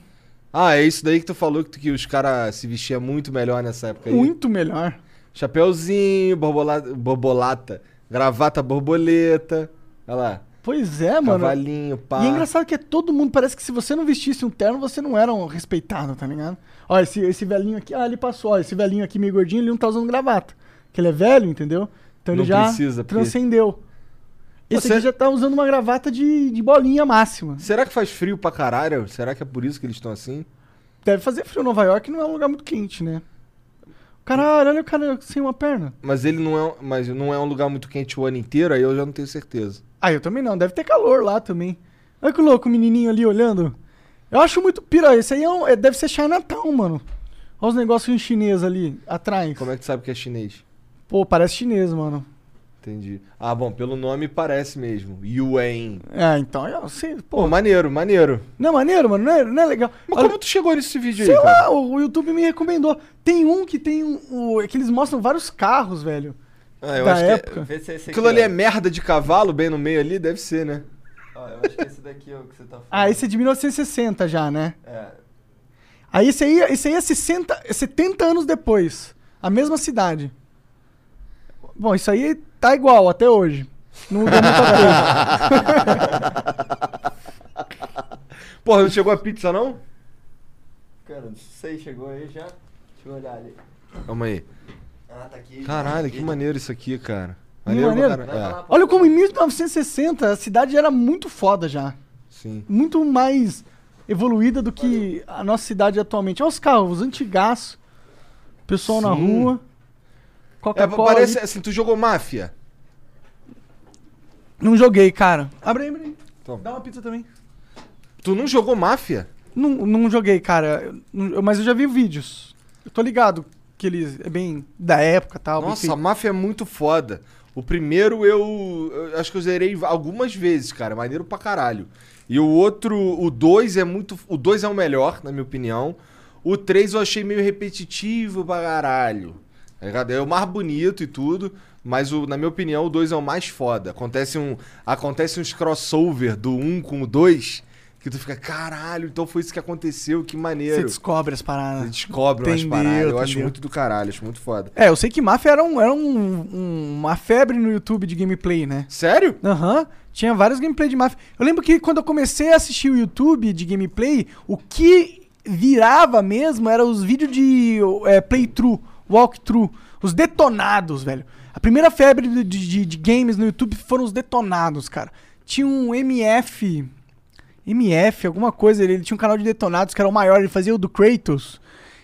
[SPEAKER 1] Ah, é isso daí que tu falou que, tu- que os caras se vestiam muito melhor nessa época aí.
[SPEAKER 2] Muito melhor.
[SPEAKER 1] Chapeuzinho, borbolata, borbolata, gravata borboleta. Olha lá.
[SPEAKER 2] Pois é, mano.
[SPEAKER 1] Cavalinho, pá.
[SPEAKER 2] E é engraçado que é todo mundo. Parece que se você não vestisse um terno, você não era um respeitado, tá ligado? Ó, esse, esse velhinho aqui, ah, ele passou. Ó, esse velhinho aqui meio gordinho, ele não tá usando gravata. Porque ele é velho, entendeu? Então ele
[SPEAKER 1] Não
[SPEAKER 2] já
[SPEAKER 1] precisa, porque-
[SPEAKER 2] transcendeu. Esse
[SPEAKER 1] Você-
[SPEAKER 2] aqui já tá usando uma gravata de, de bolinha máxima.
[SPEAKER 1] Será que faz frio pra caralho? Será que é por isso que eles estão assim?
[SPEAKER 2] Deve fazer frio. Nova York não é um lugar muito quente, né? Caralho, olha o cara sem uma perna.
[SPEAKER 1] Mas ele não é, um- mas não é um lugar muito quente o ano inteiro, aí eu já não tenho certeza.
[SPEAKER 2] Ah, eu também não. Deve ter calor lá também. Olha que louco o menininho ali olhando. Eu acho muito pira. Esse aí é um- é- deve ser Chinatown, mano. Olha os negócios em chinês ali atrás.
[SPEAKER 1] é? Como é que tu sabe que é chinês?
[SPEAKER 2] Pô, parece chinês, mano.
[SPEAKER 1] Entendi. Ah, bom, pelo nome parece mesmo. Yuen.
[SPEAKER 2] É, então, eu sei, pô.
[SPEAKER 1] Pô, maneiro, maneiro.
[SPEAKER 2] Não é maneiro, mano, não é, não é legal.
[SPEAKER 1] Mas
[SPEAKER 2] Olha-
[SPEAKER 1] como tu chegou nesse vídeo
[SPEAKER 2] Sei
[SPEAKER 1] aí, cara?
[SPEAKER 2] lá, o o YouTube me recomendou. Tem um que tem um, o- é que eles mostram vários carros, velho.
[SPEAKER 3] Ah, eu
[SPEAKER 2] Da
[SPEAKER 3] acho que.
[SPEAKER 2] época.
[SPEAKER 3] Vê se é esse
[SPEAKER 1] Aquilo
[SPEAKER 3] aqui,
[SPEAKER 1] ali é
[SPEAKER 3] ó.
[SPEAKER 1] merda de cavalo, bem no meio ali, deve ser, né?
[SPEAKER 3] Ó, eu acho que é esse daqui ó, que você tá falando.
[SPEAKER 2] Ah, esse é de 1960 já, né?
[SPEAKER 3] É.
[SPEAKER 2] Aí esse aí, esse aí é 60, é 70 anos depois. A mesma cidade. Bom, isso aí tá igual até hoje. Não mudou muita coisa.
[SPEAKER 1] Porra, não chegou a pizza, não?
[SPEAKER 3] Cara, não sei, chegou aí já. Deixa eu olhar ali.
[SPEAKER 1] Calma aí.
[SPEAKER 3] Ah, tá aqui.
[SPEAKER 1] Caralho, que
[SPEAKER 3] Aqui.
[SPEAKER 1] maneiro isso aqui, cara.
[SPEAKER 2] Que
[SPEAKER 1] Maneiro,
[SPEAKER 2] maneiro.
[SPEAKER 1] pra
[SPEAKER 3] Vai
[SPEAKER 1] caralho.
[SPEAKER 3] lá,
[SPEAKER 1] É,
[SPEAKER 3] pô.
[SPEAKER 2] Olha como em 1960 a cidade era muito foda já.
[SPEAKER 1] É, sim.
[SPEAKER 2] Muito mais evoluída do que a nossa cidade atualmente. Olha os carros, antigaço. Pessoal na
[SPEAKER 1] Sim.
[SPEAKER 2] rua.
[SPEAKER 1] É,
[SPEAKER 2] Coca-Cola.
[SPEAKER 1] parece assim, tu jogou máfia.
[SPEAKER 2] Não joguei, cara. Abre aí, abre aí.
[SPEAKER 1] Toma.
[SPEAKER 2] Dá uma pizza também.
[SPEAKER 1] Tu não jogou máfia?
[SPEAKER 2] Não, não joguei, cara. Eu- eu- mas eu já vi vídeos. Eu tô ligado que eles é bem da época e tal. bem
[SPEAKER 1] Nossa, a
[SPEAKER 2] feito.
[SPEAKER 1] máfia é muito foda. O primeiro eu, eu acho que eu zerei algumas vezes, cara. Maneiro pra caralho. E o outro, o 2 é muito. O 2 é o melhor, na minha opinião. O 3 eu achei meio repetitivo pra caralho. Tá ligado? É o mais bonito e tudo. Mas, o- na minha opinião, o 2 é o mais foda. Acontece, um, acontece uns crossover do 1 com o 2 que tu fica, caralho, então foi isso que aconteceu, que
[SPEAKER 2] você
[SPEAKER 1] maneiro.
[SPEAKER 2] descobre as
[SPEAKER 1] Você
[SPEAKER 2] paradas.
[SPEAKER 1] descobre umas
[SPEAKER 2] Entendeu,
[SPEAKER 1] paradas. Eu acho
[SPEAKER 2] entendeu.
[SPEAKER 1] muito do caralho, acho muito foda.
[SPEAKER 2] É, eu sei que Mafia era, um, era um- um- uma febre no YouTube de gameplay, né?
[SPEAKER 1] Sério?
[SPEAKER 2] Aham, tinha vários gameplay de Mafia. Eu lembro que quando eu comecei a assistir o YouTube de gameplay, o que virava mesmo era os vídeos de é, playthrough, walkthrough, os detonados, velho. A primeira febre de, de- de games no YouTube foram os detonados, cara. Tinha um MF, MF, alguma coisa, ele, ele tinha um canal de detonados que era o maior, ele fazia o do Kratos.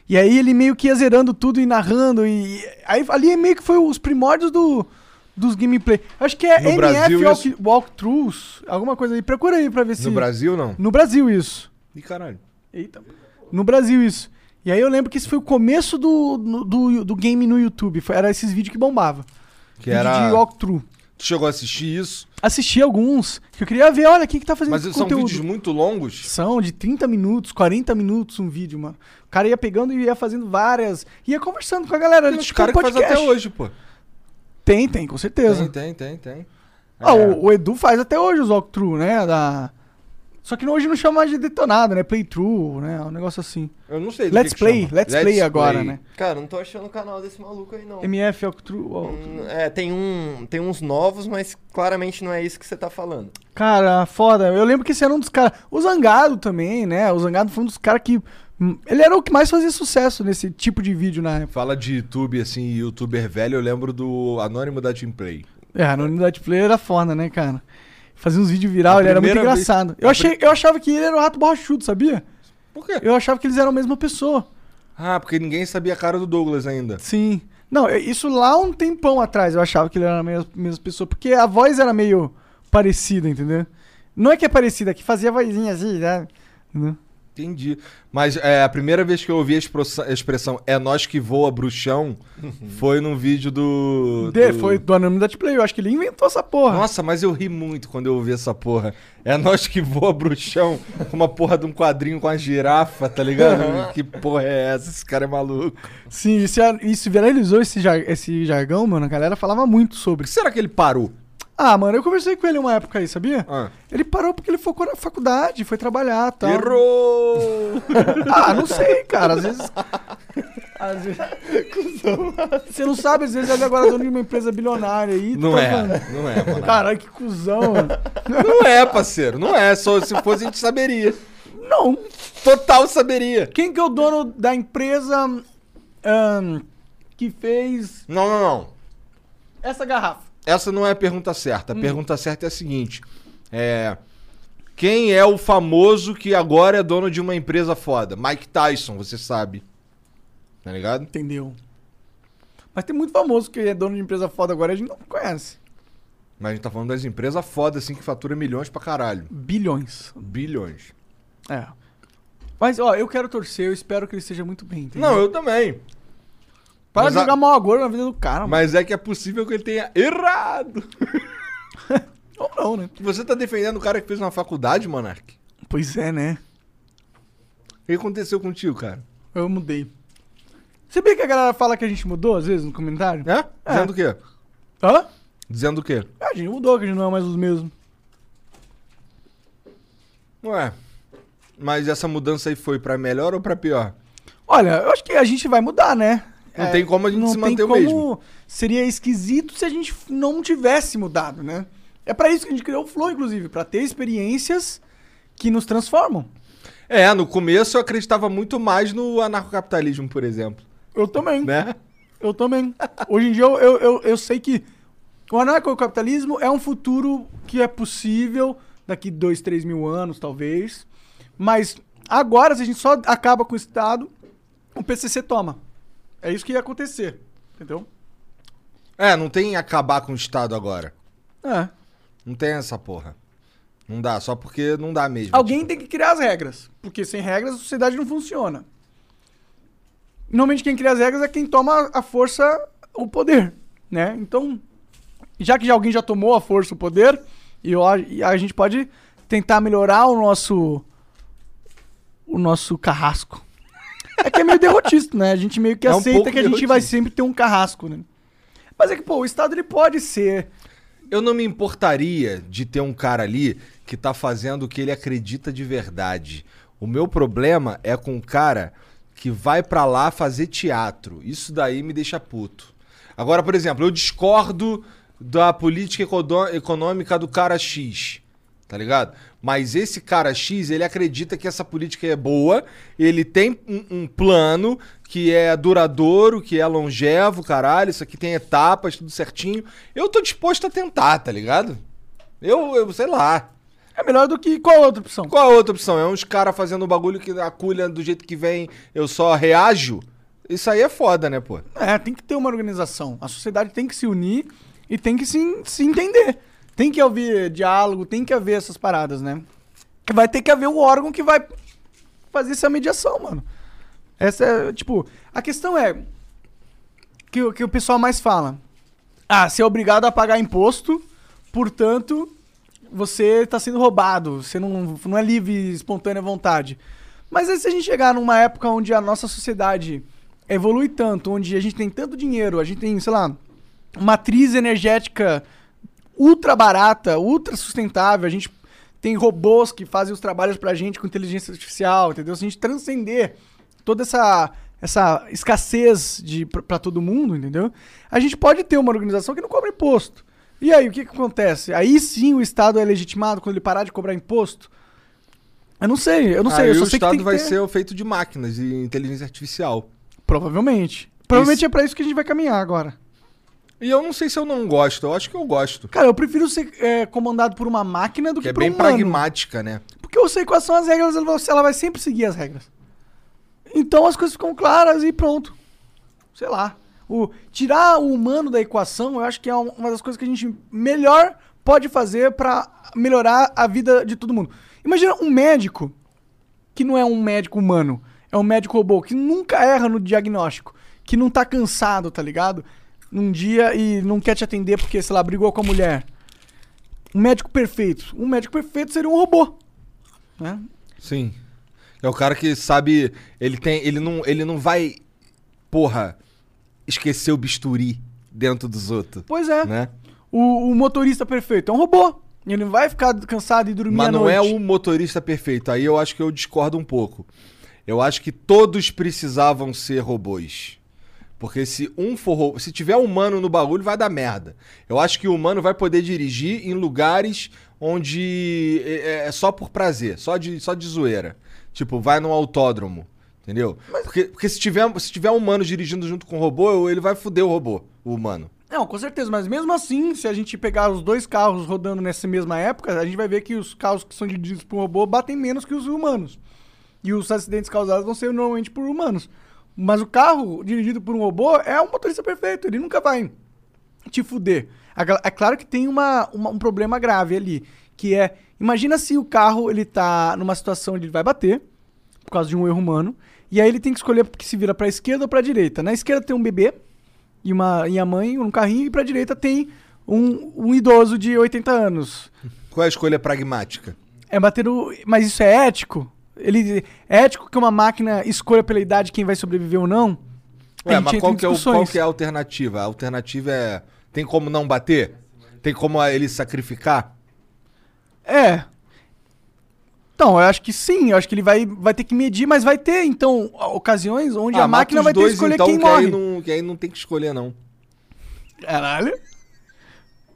[SPEAKER 2] E aí ele meio que ia zerando tudo e narrando, e aí ali meio que foi os primórdios do, dos gameplay. Acho que é
[SPEAKER 1] No
[SPEAKER 2] MF
[SPEAKER 1] Brasil,
[SPEAKER 2] walk- Walkthroughs, alguma coisa aí. Procura aí pra ver se.
[SPEAKER 1] No Brasil, não?
[SPEAKER 2] No Brasil, isso.
[SPEAKER 1] Ih, caralho.
[SPEAKER 2] Eita. No Brasil, isso. E aí eu lembro que esse foi o começo do, no- do, do game no YouTube. Foi- era esses vídeos que bombava.
[SPEAKER 1] Que
[SPEAKER 2] Vídeo
[SPEAKER 1] era...
[SPEAKER 2] de walkthrough.
[SPEAKER 1] Tu chegou a assistir isso?
[SPEAKER 2] Assisti alguns, que eu queria ver, olha, quem que tá fazendo
[SPEAKER 1] Mas
[SPEAKER 2] esse
[SPEAKER 1] são
[SPEAKER 2] conteúdo.
[SPEAKER 1] vídeos muito longos?
[SPEAKER 2] São de 30 minutos, 40 minutos um vídeo, mano. O cara ia pegando e ia fazendo várias. Ia conversando com a galera.
[SPEAKER 1] Tem uns
[SPEAKER 2] tipo
[SPEAKER 1] caras
[SPEAKER 2] um
[SPEAKER 1] que fazem até
[SPEAKER 2] podcast.
[SPEAKER 1] hoje, pô.
[SPEAKER 2] Tem, tem, com certeza.
[SPEAKER 1] Tem, tem, tem, tem.
[SPEAKER 2] Ah,
[SPEAKER 1] É.
[SPEAKER 2] o, o Edu faz até hoje os walkthrough, né? Da... Só que hoje não chama mais de detonado, né? Playthrough, né? Um negócio assim.
[SPEAKER 1] Eu não sei do
[SPEAKER 2] Let's
[SPEAKER 1] que que
[SPEAKER 2] play,
[SPEAKER 1] chama.
[SPEAKER 2] let's play agora, né?
[SPEAKER 3] Cara, não tô achando o canal desse maluco aí, não.
[SPEAKER 2] MF walkthrough. walkthrough.
[SPEAKER 3] Hum, É, tem, um, tem uns novos, mas claramente não é isso que você tá falando.
[SPEAKER 2] Cara, foda. Eu lembro que esse era um dos caras. O Zangado também, né? O Zangado foi um dos caras que. hum, Ele era o que mais fazia sucesso nesse tipo de vídeo na época.
[SPEAKER 1] Fala de YouTube, assim, youtuber velho, eu lembro do Anônimo da Team Play.
[SPEAKER 2] É, a unidade player era foda, né, cara? Fazia uns vídeos viral,
[SPEAKER 1] A
[SPEAKER 2] ele era muito
[SPEAKER 1] primeira vez-
[SPEAKER 2] engraçado. Eu, achei, eu achava que ele era o rato borrachudo, sabia?
[SPEAKER 1] Por quê?
[SPEAKER 2] Eu achava que eles eram a mesma pessoa.
[SPEAKER 1] Ah, porque ninguém sabia a cara do Douglas ainda.
[SPEAKER 2] Sim. Não, eu- isso lá um tempão atrás eu achava que ele era a mesma, mesma pessoa, porque a voz era meio parecida, entendeu? Não é que é parecida, é que fazia vozinha assim, né? Entendeu?
[SPEAKER 1] Entendi. Mas é, a primeira vez que eu ouvi a expressão, a expressão é nós que voa bruxão foi num vídeo do...
[SPEAKER 2] De,
[SPEAKER 1] do-
[SPEAKER 2] Uhum. foi do Anonymous Play, eu acho que ele inventou essa porra.
[SPEAKER 1] Nossa, mas eu ri muito quando eu ouvi essa porra. É nós que voa bruxão com uma porra de um quadrinho com a girafa, tá ligado? que porra é essa? Esse cara é maluco.
[SPEAKER 2] Sim, isso, é- isso viralizou esse, jar- esse jargão, mano. A galera falava muito
[SPEAKER 1] Por
[SPEAKER 2] sobre.
[SPEAKER 1] que será que ele parou?
[SPEAKER 2] Ah, mano, eu conversei com ele uma época aí, sabia?
[SPEAKER 1] Ah.
[SPEAKER 2] Ele parou porque ele focou na faculdade, foi trabalhar e tal.
[SPEAKER 1] Errou!
[SPEAKER 2] Ah, não sei, cara. Às vezes. Às vezes. Você não sabe, às vezes ele agora é dono de uma empresa bilionária aí. tu
[SPEAKER 1] não
[SPEAKER 2] tá falando. Tá.
[SPEAKER 1] é, não é, mano.
[SPEAKER 2] Caralho, que cuzão, mano.
[SPEAKER 1] Não é, parceiro, não é. Só se fosse a gente saberia.
[SPEAKER 2] Não.
[SPEAKER 1] Total saberia.
[SPEAKER 2] Quem que é o dono da empresa ahn, que fez
[SPEAKER 1] Não, não, não.
[SPEAKER 2] essa garrafa?
[SPEAKER 1] Essa não é a pergunta certa. A pergunta certa é a seguinte: é. Quem é o famoso que agora é dono de uma empresa foda? Mike Tyson, você sabe. Tá ligado?
[SPEAKER 2] Entendeu? Mas tem muito famoso que é dono de empresa foda agora e a gente não conhece.
[SPEAKER 1] Mas a gente tá falando das empresas foda, assim, que fatura milhões pra caralho.
[SPEAKER 2] Bilhões.
[SPEAKER 1] Bilhões.
[SPEAKER 2] É. Mas, ó, eu quero torcer, eu espero que ele esteja muito bem. entendeu?
[SPEAKER 1] Não, eu também.
[SPEAKER 2] Para
[SPEAKER 1] Mas
[SPEAKER 2] de
[SPEAKER 1] a-
[SPEAKER 2] jogar mal agora na vida do cara, mano.
[SPEAKER 1] Mas é que é possível que ele tenha errado.
[SPEAKER 2] Ou não, né?
[SPEAKER 1] Você tá defendendo o cara que fez uma faculdade, Monark?
[SPEAKER 2] Pois é, né?
[SPEAKER 1] O que aconteceu contigo, cara?
[SPEAKER 2] Eu mudei. Sabia que a galera fala que a gente mudou, às vezes, no comentário?
[SPEAKER 1] É? Dizendo o quê?
[SPEAKER 2] Hã?
[SPEAKER 1] Dizendo o quê?
[SPEAKER 2] A gente mudou, que a gente não é mais os mesmos.
[SPEAKER 1] Ué. Mas essa mudança aí foi pra melhor ou pra pior?
[SPEAKER 2] Olha, eu acho que a gente vai mudar, né?
[SPEAKER 1] Não tem como a gente se manter o mesmo.
[SPEAKER 2] Seria esquisito se a gente não tivesse mudado, né? É pra isso que a gente criou o Flow, inclusive, pra ter experiências que nos transformam.
[SPEAKER 1] É, no começo eu acreditava muito mais no anarcocapitalismo, por exemplo.
[SPEAKER 2] Eu também.
[SPEAKER 1] Né?
[SPEAKER 2] Eu também. Hoje em dia eu, eu, eu, eu sei que o anarcocapitalismo é um futuro que é possível daqui dois, três mil anos, talvez. Mas agora, se a gente só acaba com o Estado, o PCC toma. É isso que ia acontecer. Entendeu?
[SPEAKER 1] É, não tem acabar com o Estado agora.
[SPEAKER 2] É.
[SPEAKER 1] Não tem essa porra. Não dá, só porque não dá mesmo.
[SPEAKER 2] Alguém
[SPEAKER 1] tipo.
[SPEAKER 2] tem que criar as regras. Porque sem regras a sociedade não funciona. Normalmente quem cria as regras é quem toma a força, o poder, né? Então, já que já alguém já tomou a força, o poder, e, eu a- e a gente pode tentar melhorar o nosso o nosso carrasco. É que é meio derrotista, né? A gente meio que
[SPEAKER 1] É um
[SPEAKER 2] aceita
[SPEAKER 1] pouco
[SPEAKER 2] que a gente vai
[SPEAKER 1] derrotista.
[SPEAKER 2] sempre ter um carrasco, né? Mas é que, pô, o Estado ele pode ser
[SPEAKER 1] Eu não me importaria de ter um cara ali que tá fazendo o que ele acredita de verdade. O meu problema é com o cara que vai pra lá fazer teatro. Isso daí me deixa puto. Agora, por exemplo, eu discordo da política econo- econômica do cara X. Tá ligado? Mas esse cara X, ele acredita que essa política é boa, ele tem um, um plano que é duradouro, que é longevo, caralho, isso aqui tem etapas, tudo certinho. Eu tô disposto a tentar, tá ligado? Eu, eu sei lá.
[SPEAKER 2] é melhor do que qual outra opção?
[SPEAKER 1] Qual a outra opção? É uns caras fazendo um bagulho que aculha do jeito que vem, eu só reajo? Isso aí é foda, né, pô?
[SPEAKER 2] É, tem que ter uma organização. A sociedade tem que se unir e tem que se, se entender. Tem que haver diálogo, tem que haver essas paradas, né? Vai ter que haver um órgão que vai fazer essa mediação, mano. Essa é, tipo, a questão é que, o- que o pessoal mais fala. Ah, você é obrigado a pagar imposto, portanto, você tá sendo roubado, você não, não é livre, espontânea vontade. Mas aí se a gente chegar numa época onde a nossa sociedade evolui tanto, onde a gente tem tanto dinheiro, a gente tem, sei lá, matriz energética ultra barata, ultra sustentável, a gente tem robôs que fazem os trabalhos pra gente com inteligência artificial, entendeu? Se a gente transcender toda essa essa escassez de para todo mundo, entendeu? A gente pode ter uma organização que não cobra imposto. E aí, o que, que acontece? Aí sim o Estado é legitimado quando ele parar de cobrar imposto? Eu não sei, eu não sei.
[SPEAKER 1] aí
[SPEAKER 2] eu só
[SPEAKER 1] o
[SPEAKER 2] sei que
[SPEAKER 1] Estado
[SPEAKER 2] tem que
[SPEAKER 1] vai
[SPEAKER 2] ter-
[SPEAKER 1] ser feito de máquinas e inteligência artificial.
[SPEAKER 2] Provavelmente. Provavelmente é pra isso que a gente vai caminhar agora.
[SPEAKER 1] E eu não sei se eu não gosto, eu acho que eu gosto.
[SPEAKER 2] Cara, eu prefiro ser é, comandado por uma máquina do que,
[SPEAKER 1] Que é
[SPEAKER 2] por
[SPEAKER 1] bem
[SPEAKER 2] um humano.
[SPEAKER 1] pragmática, né?
[SPEAKER 2] Porque eu sei quais são as regras, ela vai, ela vai sempre seguir as regras. Então as coisas ficam claras e pronto. Sei lá. O, tirar o humano da equação, eu acho que é um- uma das coisas que a gente melhor pode fazer pra melhorar a vida de todo mundo. Imagina um médico que não é um médico humano, é um médico robô, que nunca erra no diagnóstico, que não tá cansado, tá ligado? Num dia e não quer te atender porque, sei lá, brigou com a mulher. Um médico perfeito. Um médico perfeito seria um robô. Né?
[SPEAKER 1] Sim. É o cara que sabe, ele tem, ele não, ele não vai porra esquecer o bisturi dentro dos outros,
[SPEAKER 2] Pois é.
[SPEAKER 1] né?
[SPEAKER 2] O, o motorista perfeito é um robô. Ele não vai ficar cansado e dormir à
[SPEAKER 1] Mas não
[SPEAKER 2] noite.
[SPEAKER 1] é o motorista perfeito. Aí eu acho que eu discordo um pouco. Eu acho que todos precisavam ser robôs. Porque se um for ro- se tiver humano no bagulho, vai dar merda. Eu acho que o humano vai poder dirigir em lugares onde é, é só por prazer, só de, só de zoeira. Tipo, vai num autódromo, entendeu? Porque, porque se tiver se tiver um humano dirigindo junto com o robô, ele vai foder o robô, o humano.
[SPEAKER 2] Não, com certeza, mas mesmo assim, se a gente pegar os dois carros rodando nessa mesma época, a gente vai ver que os carros que são dirigidos por um robô batem menos que os humanos. E os acidentes causados vão ser normalmente por humanos. Mas o carro dirigido por um robô é um motorista perfeito, ele nunca vai te fuder. A gal- É claro que tem uma, uma- um problema grave ali, que é, imagina se o carro ele tá numa situação onde ele vai bater, por causa de um erro humano. E aí ele tem que escolher porque se vira pra esquerda ou pra direita. Na esquerda tem um bebê e, uma, e a mãe, um carrinho, e pra direita tem um, um idoso de 80 anos.
[SPEAKER 1] Qual é a escolha pragmática?
[SPEAKER 2] É bater o. Mas isso é ético? Ele, é ético que uma máquina escolha pela idade quem vai sobreviver ou não? A
[SPEAKER 1] Ué,
[SPEAKER 2] gente
[SPEAKER 1] mas
[SPEAKER 2] entra
[SPEAKER 1] qual
[SPEAKER 2] em
[SPEAKER 1] que, é o, qual
[SPEAKER 2] discussões.
[SPEAKER 1] que é a alternativa? A alternativa é. Tem como não bater? Tem como ah, ele sacrificar?
[SPEAKER 2] É. Então, eu acho que sim, eu acho que ele vai, vai ter que medir, mas vai ter, então, ocasiões onde
[SPEAKER 1] Ah,
[SPEAKER 2] a máquina
[SPEAKER 1] mata
[SPEAKER 2] vai
[SPEAKER 1] os
[SPEAKER 2] ter que escolher quem
[SPEAKER 1] que
[SPEAKER 2] morre.
[SPEAKER 1] Aí não, que aí não tem que escolher, não.
[SPEAKER 2] Caralho.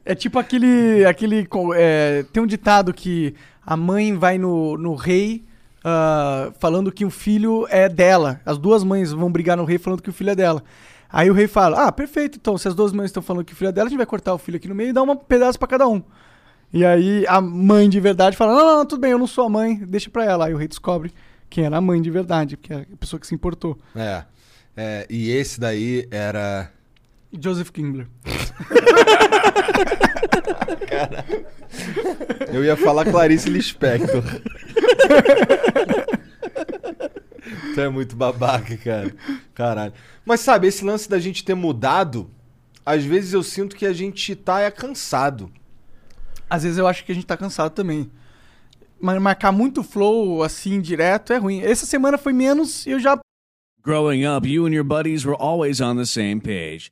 [SPEAKER 2] É tipo aquele. aquele co- é, tem um ditado que a mãe vai no, no rei ah, falando que o filho é dela. As duas mães vão brigar no rei falando que o filho é dela. Aí o rei fala: Ah, perfeito, então, se as duas mães estão falando que o filho é dela, a gente vai cortar o filho aqui no meio e dar um pedaço pra cada um. E aí a mãe de verdade fala: Não, não, não, tudo bem, eu não sou a mãe, deixa pra ela. Aí o rei descobre quem era a mãe de verdade, porque é a pessoa que se importou.
[SPEAKER 1] É. É, e esse daí era.
[SPEAKER 2] Joseph Kimbler.
[SPEAKER 1] Eu ia falar Clarice Lispector. tu é muito babaca, cara. Caralho. Mas sabe, esse lance da gente ter mudado, às vezes eu sinto que a gente tá é cansado.
[SPEAKER 2] Às vezes eu acho que a gente tá cansado também. Mas marcar muito flow, assim, direto, é ruim. Essa semana foi menos e eu já.
[SPEAKER 4] Growing up, you and your buddies were always on the same page.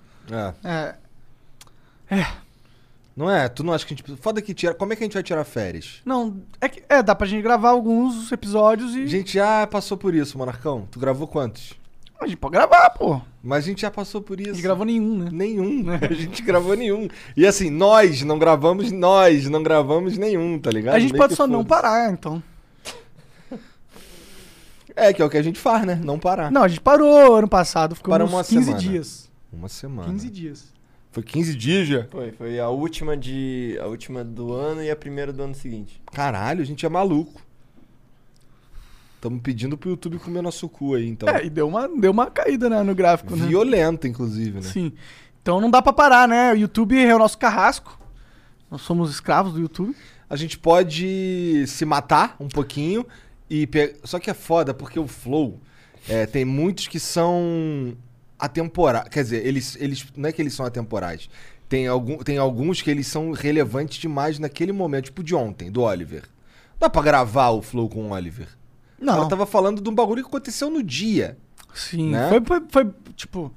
[SPEAKER 1] É.
[SPEAKER 2] É,
[SPEAKER 1] Não é? Tu não acha que a gente. Foda que tira. Como é que a gente vai tirar férias?
[SPEAKER 2] não, é que. É, dá pra gente gravar alguns episódios e.
[SPEAKER 1] A gente já passou por isso, Monarcão. Tu gravou quantos?
[SPEAKER 2] A gente pode gravar, pô.
[SPEAKER 1] Mas a gente já passou por
[SPEAKER 2] A
[SPEAKER 1] isso.
[SPEAKER 2] gente gravou nenhum, né?
[SPEAKER 1] Nenhum. A gente gravou nenhum. E assim, nós não gravamos, nós não gravamos nenhum, tá ligado?
[SPEAKER 2] A gente
[SPEAKER 1] Meio
[SPEAKER 2] pode
[SPEAKER 1] que
[SPEAKER 2] só não
[SPEAKER 1] foda-se.
[SPEAKER 2] parar, então.
[SPEAKER 1] É, que é o que a gente faz, né? Não parar.
[SPEAKER 2] Não, a gente parou ano passado, ficou
[SPEAKER 1] Parou uma
[SPEAKER 2] uns 15
[SPEAKER 1] semana. Ah, né?
[SPEAKER 2] dias.
[SPEAKER 1] Uma semana.
[SPEAKER 2] 15 dias.
[SPEAKER 1] Foi 15 dias já?
[SPEAKER 3] Foi, foi a última de. a última do ano e a primeira do ano seguinte.
[SPEAKER 1] Caralho, a gente é maluco. Tamo pedindo pro YouTube comer nosso cu aí, então.
[SPEAKER 2] É, e deu uma, deu uma caída né, no gráfico, né?
[SPEAKER 1] Violento, inclusive, né?
[SPEAKER 2] Sim. Então não dá pra parar, né? O YouTube é o nosso carrasco. Nós somos escravos do YouTube.
[SPEAKER 1] A gente pode se matar um pouquinho e pe- Só que é foda, porque o Flow é, tem muitos que são atemporais. Quer dizer, eles, eles. Não é que eles são atemporais. Tem, algum, tem alguns que eles são relevantes demais naquele momento, tipo de ontem, do Oliver. Dá pra gravar o Flow com o Oliver. Ela
[SPEAKER 2] Não.
[SPEAKER 1] tava falando de um bagulho que aconteceu no dia.
[SPEAKER 2] Sim,
[SPEAKER 1] né?
[SPEAKER 2] foi, foi, foi, tipo.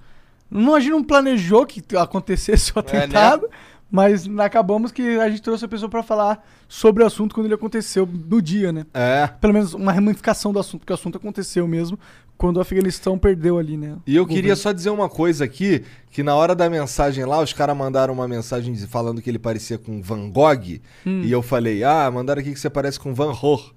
[SPEAKER 2] Não, a gente não planejou que acontecesse o
[SPEAKER 1] né?
[SPEAKER 2] atentado, mas acabamos que a gente trouxe a pessoa pra falar sobre o assunto quando ele aconteceu no dia, né?
[SPEAKER 1] É.
[SPEAKER 2] Pelo menos uma ramificação do assunto, porque o assunto aconteceu mesmo quando o Afeganistão perdeu ali, né?
[SPEAKER 1] E eu
[SPEAKER 2] O
[SPEAKER 1] queria só dizer uma coisa aqui, que na hora da mensagem lá, os caras mandaram uma mensagem diz- falando que ele parecia com Van Gogh,
[SPEAKER 2] Hum.
[SPEAKER 1] e eu falei, ah, mandaram aqui que você parece com Van Gogh,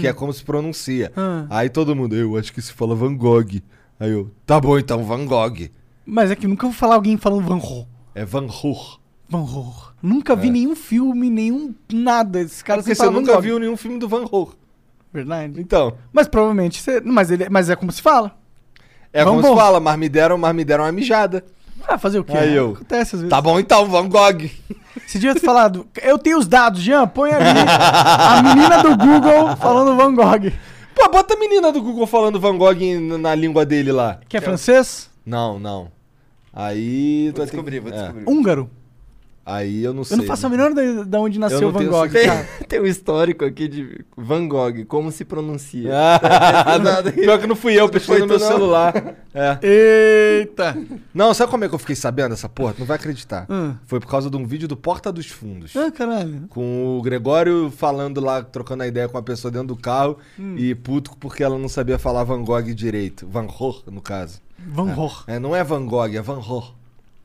[SPEAKER 1] que é como se pronuncia.
[SPEAKER 2] Hum. Ah.
[SPEAKER 1] Aí todo mundo, eu acho que se fala Van Gogh. Aí eu, tá bom então, Van Gogh.
[SPEAKER 2] Mas é que nunca vou falar alguém falando Van Gogh.
[SPEAKER 1] É Van Gogh.
[SPEAKER 2] Van Gogh. Nunca vi nenhum filme, nenhum nada. Esse cara
[SPEAKER 1] É. Porque
[SPEAKER 2] sempre
[SPEAKER 1] você
[SPEAKER 2] fala Van
[SPEAKER 1] nunca
[SPEAKER 2] Gogh.
[SPEAKER 1] viu nenhum filme do Van Gogh.
[SPEAKER 2] Verdade.
[SPEAKER 1] Então,
[SPEAKER 2] Mas provavelmente você. Mas, ele, mas é como se fala.
[SPEAKER 1] é
[SPEAKER 2] Van
[SPEAKER 1] como
[SPEAKER 2] Gogh.
[SPEAKER 1] se fala, mas me deram, mas me deram uma mijada.
[SPEAKER 2] Ah, fazer o quê?
[SPEAKER 1] Aí eu.
[SPEAKER 2] Acontece às vezes.
[SPEAKER 1] Tá bom então, Van Gogh.
[SPEAKER 2] Você devia ter falado, eu tenho os dados, Jean, põe ali. A menina do Google falando Van Gogh.
[SPEAKER 1] Pô, bota a menina do Google falando Van Gogh na- na língua dele lá.
[SPEAKER 2] Que é francês?
[SPEAKER 1] Não, não. Aí. tu vai
[SPEAKER 3] Vou
[SPEAKER 1] ter
[SPEAKER 3] descobrir,
[SPEAKER 1] que-
[SPEAKER 3] vou
[SPEAKER 1] é.
[SPEAKER 2] Um
[SPEAKER 3] descobrir.
[SPEAKER 2] Húngaro.
[SPEAKER 1] Aí eu não sei. né?
[SPEAKER 2] Eu não faço a menor ideia da onde nasceu
[SPEAKER 1] não
[SPEAKER 2] Van
[SPEAKER 1] tenho
[SPEAKER 2] Gogh,
[SPEAKER 3] Tem,
[SPEAKER 2] cara.
[SPEAKER 3] tem um histórico aqui de Van Gogh, como se pronuncia.
[SPEAKER 1] Ah,
[SPEAKER 3] Do nada.
[SPEAKER 1] Pior que não fui eu, pesquisei no meu
[SPEAKER 3] Não foi tu, não.
[SPEAKER 1] celular. É.
[SPEAKER 2] Eita!
[SPEAKER 1] Não, sabe como é que eu fiquei sabendo dessa porra? Tu não vai acreditar.
[SPEAKER 2] Hum.
[SPEAKER 1] Foi por causa de um vídeo do Porta dos Fundos.
[SPEAKER 2] Ah, caralho.
[SPEAKER 1] Com o Gregório falando lá, trocando a ideia com uma pessoa dentro do carro
[SPEAKER 2] Hum.
[SPEAKER 1] e puto porque ela não sabia falar Van Gogh direito. Van Gogh, no caso.
[SPEAKER 2] Van Gogh.
[SPEAKER 1] É, não é Van Gogh, é Van Gogh.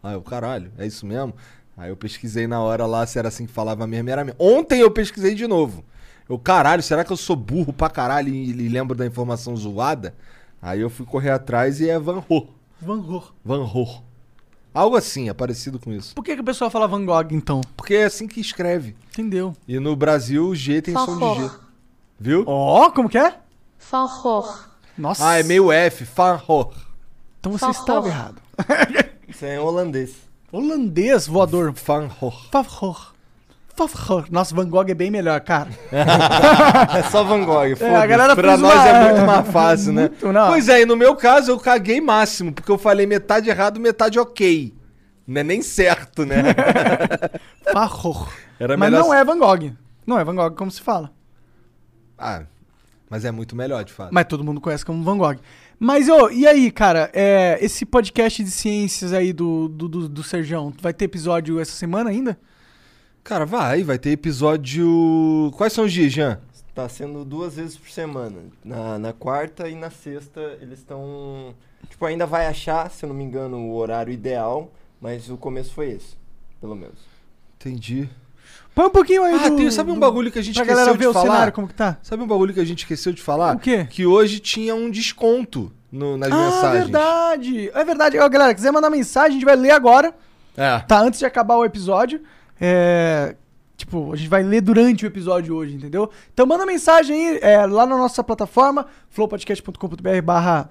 [SPEAKER 1] Aí eu, caralho, é isso mesmo? Aí eu pesquisei na hora lá se era assim que falava mesmo. Era mesmo. Ontem eu pesquisei de novo. Eu, caralho, será que eu sou burro pra caralho e, e lembro da informação zoada? Aí eu fui correr atrás e é Van Gogh.
[SPEAKER 2] Van Gogh.
[SPEAKER 1] Van Gogh. Algo assim, é parecido com isso.
[SPEAKER 2] Por que, que o pessoal fala Van Gogh, então?
[SPEAKER 1] Porque é assim que escreve.
[SPEAKER 2] Entendeu?
[SPEAKER 1] E no Brasil o G tem som de G. Viu?
[SPEAKER 2] Ó, como que é?
[SPEAKER 5] Farror.
[SPEAKER 2] Nossa.
[SPEAKER 1] Ah, é meio F, Van Gogh.
[SPEAKER 2] Então você
[SPEAKER 5] Favor.
[SPEAKER 2] estava errado.
[SPEAKER 3] Isso é em holandês.
[SPEAKER 2] Holandês voador.
[SPEAKER 1] Van Gogh.
[SPEAKER 2] Favor. Favor. Nossa, Van Gogh é bem melhor, cara.
[SPEAKER 3] É só Van Gogh,
[SPEAKER 2] É, a
[SPEAKER 3] foda-se.
[SPEAKER 2] galera
[SPEAKER 1] Pra
[SPEAKER 2] fez
[SPEAKER 1] nós
[SPEAKER 2] uma-
[SPEAKER 1] é muito mais fácil, né?
[SPEAKER 2] Muito, não.
[SPEAKER 1] Pois é, e no meu caso eu caguei máximo, porque eu falei metade errado, metade ok. Não é nem certo, né?
[SPEAKER 2] Favor.
[SPEAKER 1] Era
[SPEAKER 2] Mas
[SPEAKER 1] melhor
[SPEAKER 2] não
[SPEAKER 1] se-
[SPEAKER 2] é Van Gogh. Não é Van Gogh como se fala.
[SPEAKER 1] Ah, mas é muito melhor, de fato.
[SPEAKER 2] Mas todo mundo conhece como Van Gogh. Mas, ô, e aí, cara, é, esse podcast de ciências aí do, do, do, do Serjão, vai ter episódio essa semana ainda?
[SPEAKER 1] Cara, vai, vai ter episódio. Quais são os dias, Jean?
[SPEAKER 3] Tá sendo duas vezes por semana. Na, na quarta e na sexta eles estão. Tipo, ainda vai achar, se eu não me engano, o horário ideal, mas o começo foi esse, pelo menos.
[SPEAKER 1] Entendi.
[SPEAKER 2] Põe um pouquinho aí
[SPEAKER 1] Ah,
[SPEAKER 2] do...
[SPEAKER 1] tem, sabe um
[SPEAKER 2] do-
[SPEAKER 1] bagulho que a gente
[SPEAKER 2] Pra
[SPEAKER 1] esqueceu
[SPEAKER 2] galera
[SPEAKER 1] de
[SPEAKER 2] ver o
[SPEAKER 1] falar?
[SPEAKER 2] cenário, como que tá?
[SPEAKER 1] Sabe um bagulho que a gente esqueceu de falar?
[SPEAKER 2] O quê?
[SPEAKER 1] Que hoje tinha um desconto no- nas
[SPEAKER 2] Ah,
[SPEAKER 1] mensagens.
[SPEAKER 2] verdade! É verdade. Ó, galera, quiser mandar mensagem, a gente vai ler agora.
[SPEAKER 1] É.
[SPEAKER 2] Tá, antes de acabar o episódio, é... Tipo, a gente vai ler durante o episódio hoje, entendeu? Então manda mensagem aí, é, lá na nossa plataforma, flowpodcast.com.br barra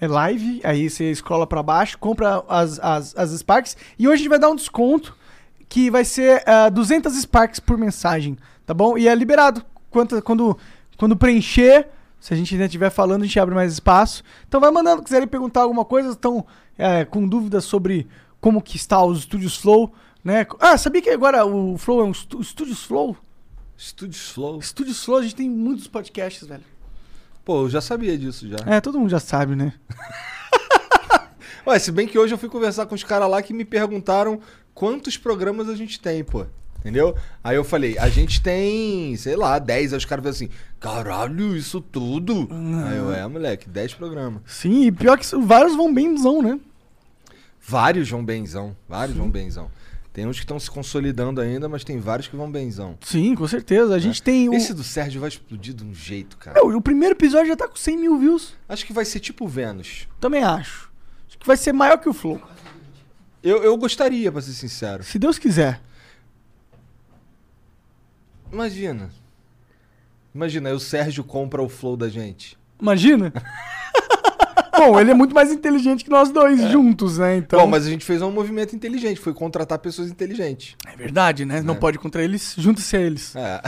[SPEAKER 2] é, live, aí você escola pra baixo, compra as, as, as Sparks, e hoje a gente vai dar um desconto, que vai ser ah, 200 Sparks por mensagem, tá bom? E é liberado, quando, quando, quando preencher, se a gente ainda estiver falando, a gente abre mais espaço. Então vai mandando, quiserem perguntar alguma coisa, estão é, com dúvidas sobre como que está os estúdios Flow, né? Ah, sabia que agora o Flow é um estu- estúdios Flow?
[SPEAKER 1] Studios Flow.
[SPEAKER 2] Estúdios Flow, a gente tem muitos podcasts, velho.
[SPEAKER 1] Pô, eu já sabia disso já.
[SPEAKER 2] É, todo mundo já sabe, né?
[SPEAKER 1] Ué, se bem que hoje eu fui conversar com os caras lá que me perguntaram quantos programas a gente tem, pô. Entendeu? Aí eu falei, a gente tem, sei lá, 10. Aí os caras falaram assim, caralho, isso tudo? Aí eu, é, moleque, 10 programas.
[SPEAKER 2] Sim, e pior que isso, vários vão bemzão, né?
[SPEAKER 1] Vários vão benzão, vários vão benzão. Tem uns que estão se consolidando ainda, mas tem vários que vão benzão.
[SPEAKER 2] Sim, com certeza. A gente tem o...
[SPEAKER 1] É. Esse do Sérgio vai explodir de um jeito, cara.
[SPEAKER 2] Meu, o primeiro episódio já tá com 100 mil views.
[SPEAKER 1] Acho que vai ser tipo Vênus.
[SPEAKER 2] Também acho. Acho que vai ser maior que o Flow.
[SPEAKER 1] Eu, eu gostaria, pra ser sincero.
[SPEAKER 2] Se Deus quiser.
[SPEAKER 1] Imagina. Imagina, aí o Sérgio compra o flow da gente.
[SPEAKER 2] Imagina? Bom, ele é muito mais inteligente que nós dois juntos, né? Então.
[SPEAKER 1] É. Bom, mas a gente fez um movimento inteligente, foi contratar pessoas inteligentes.
[SPEAKER 2] É verdade, né? Não pode contra eles, junta-se a eles.
[SPEAKER 1] É.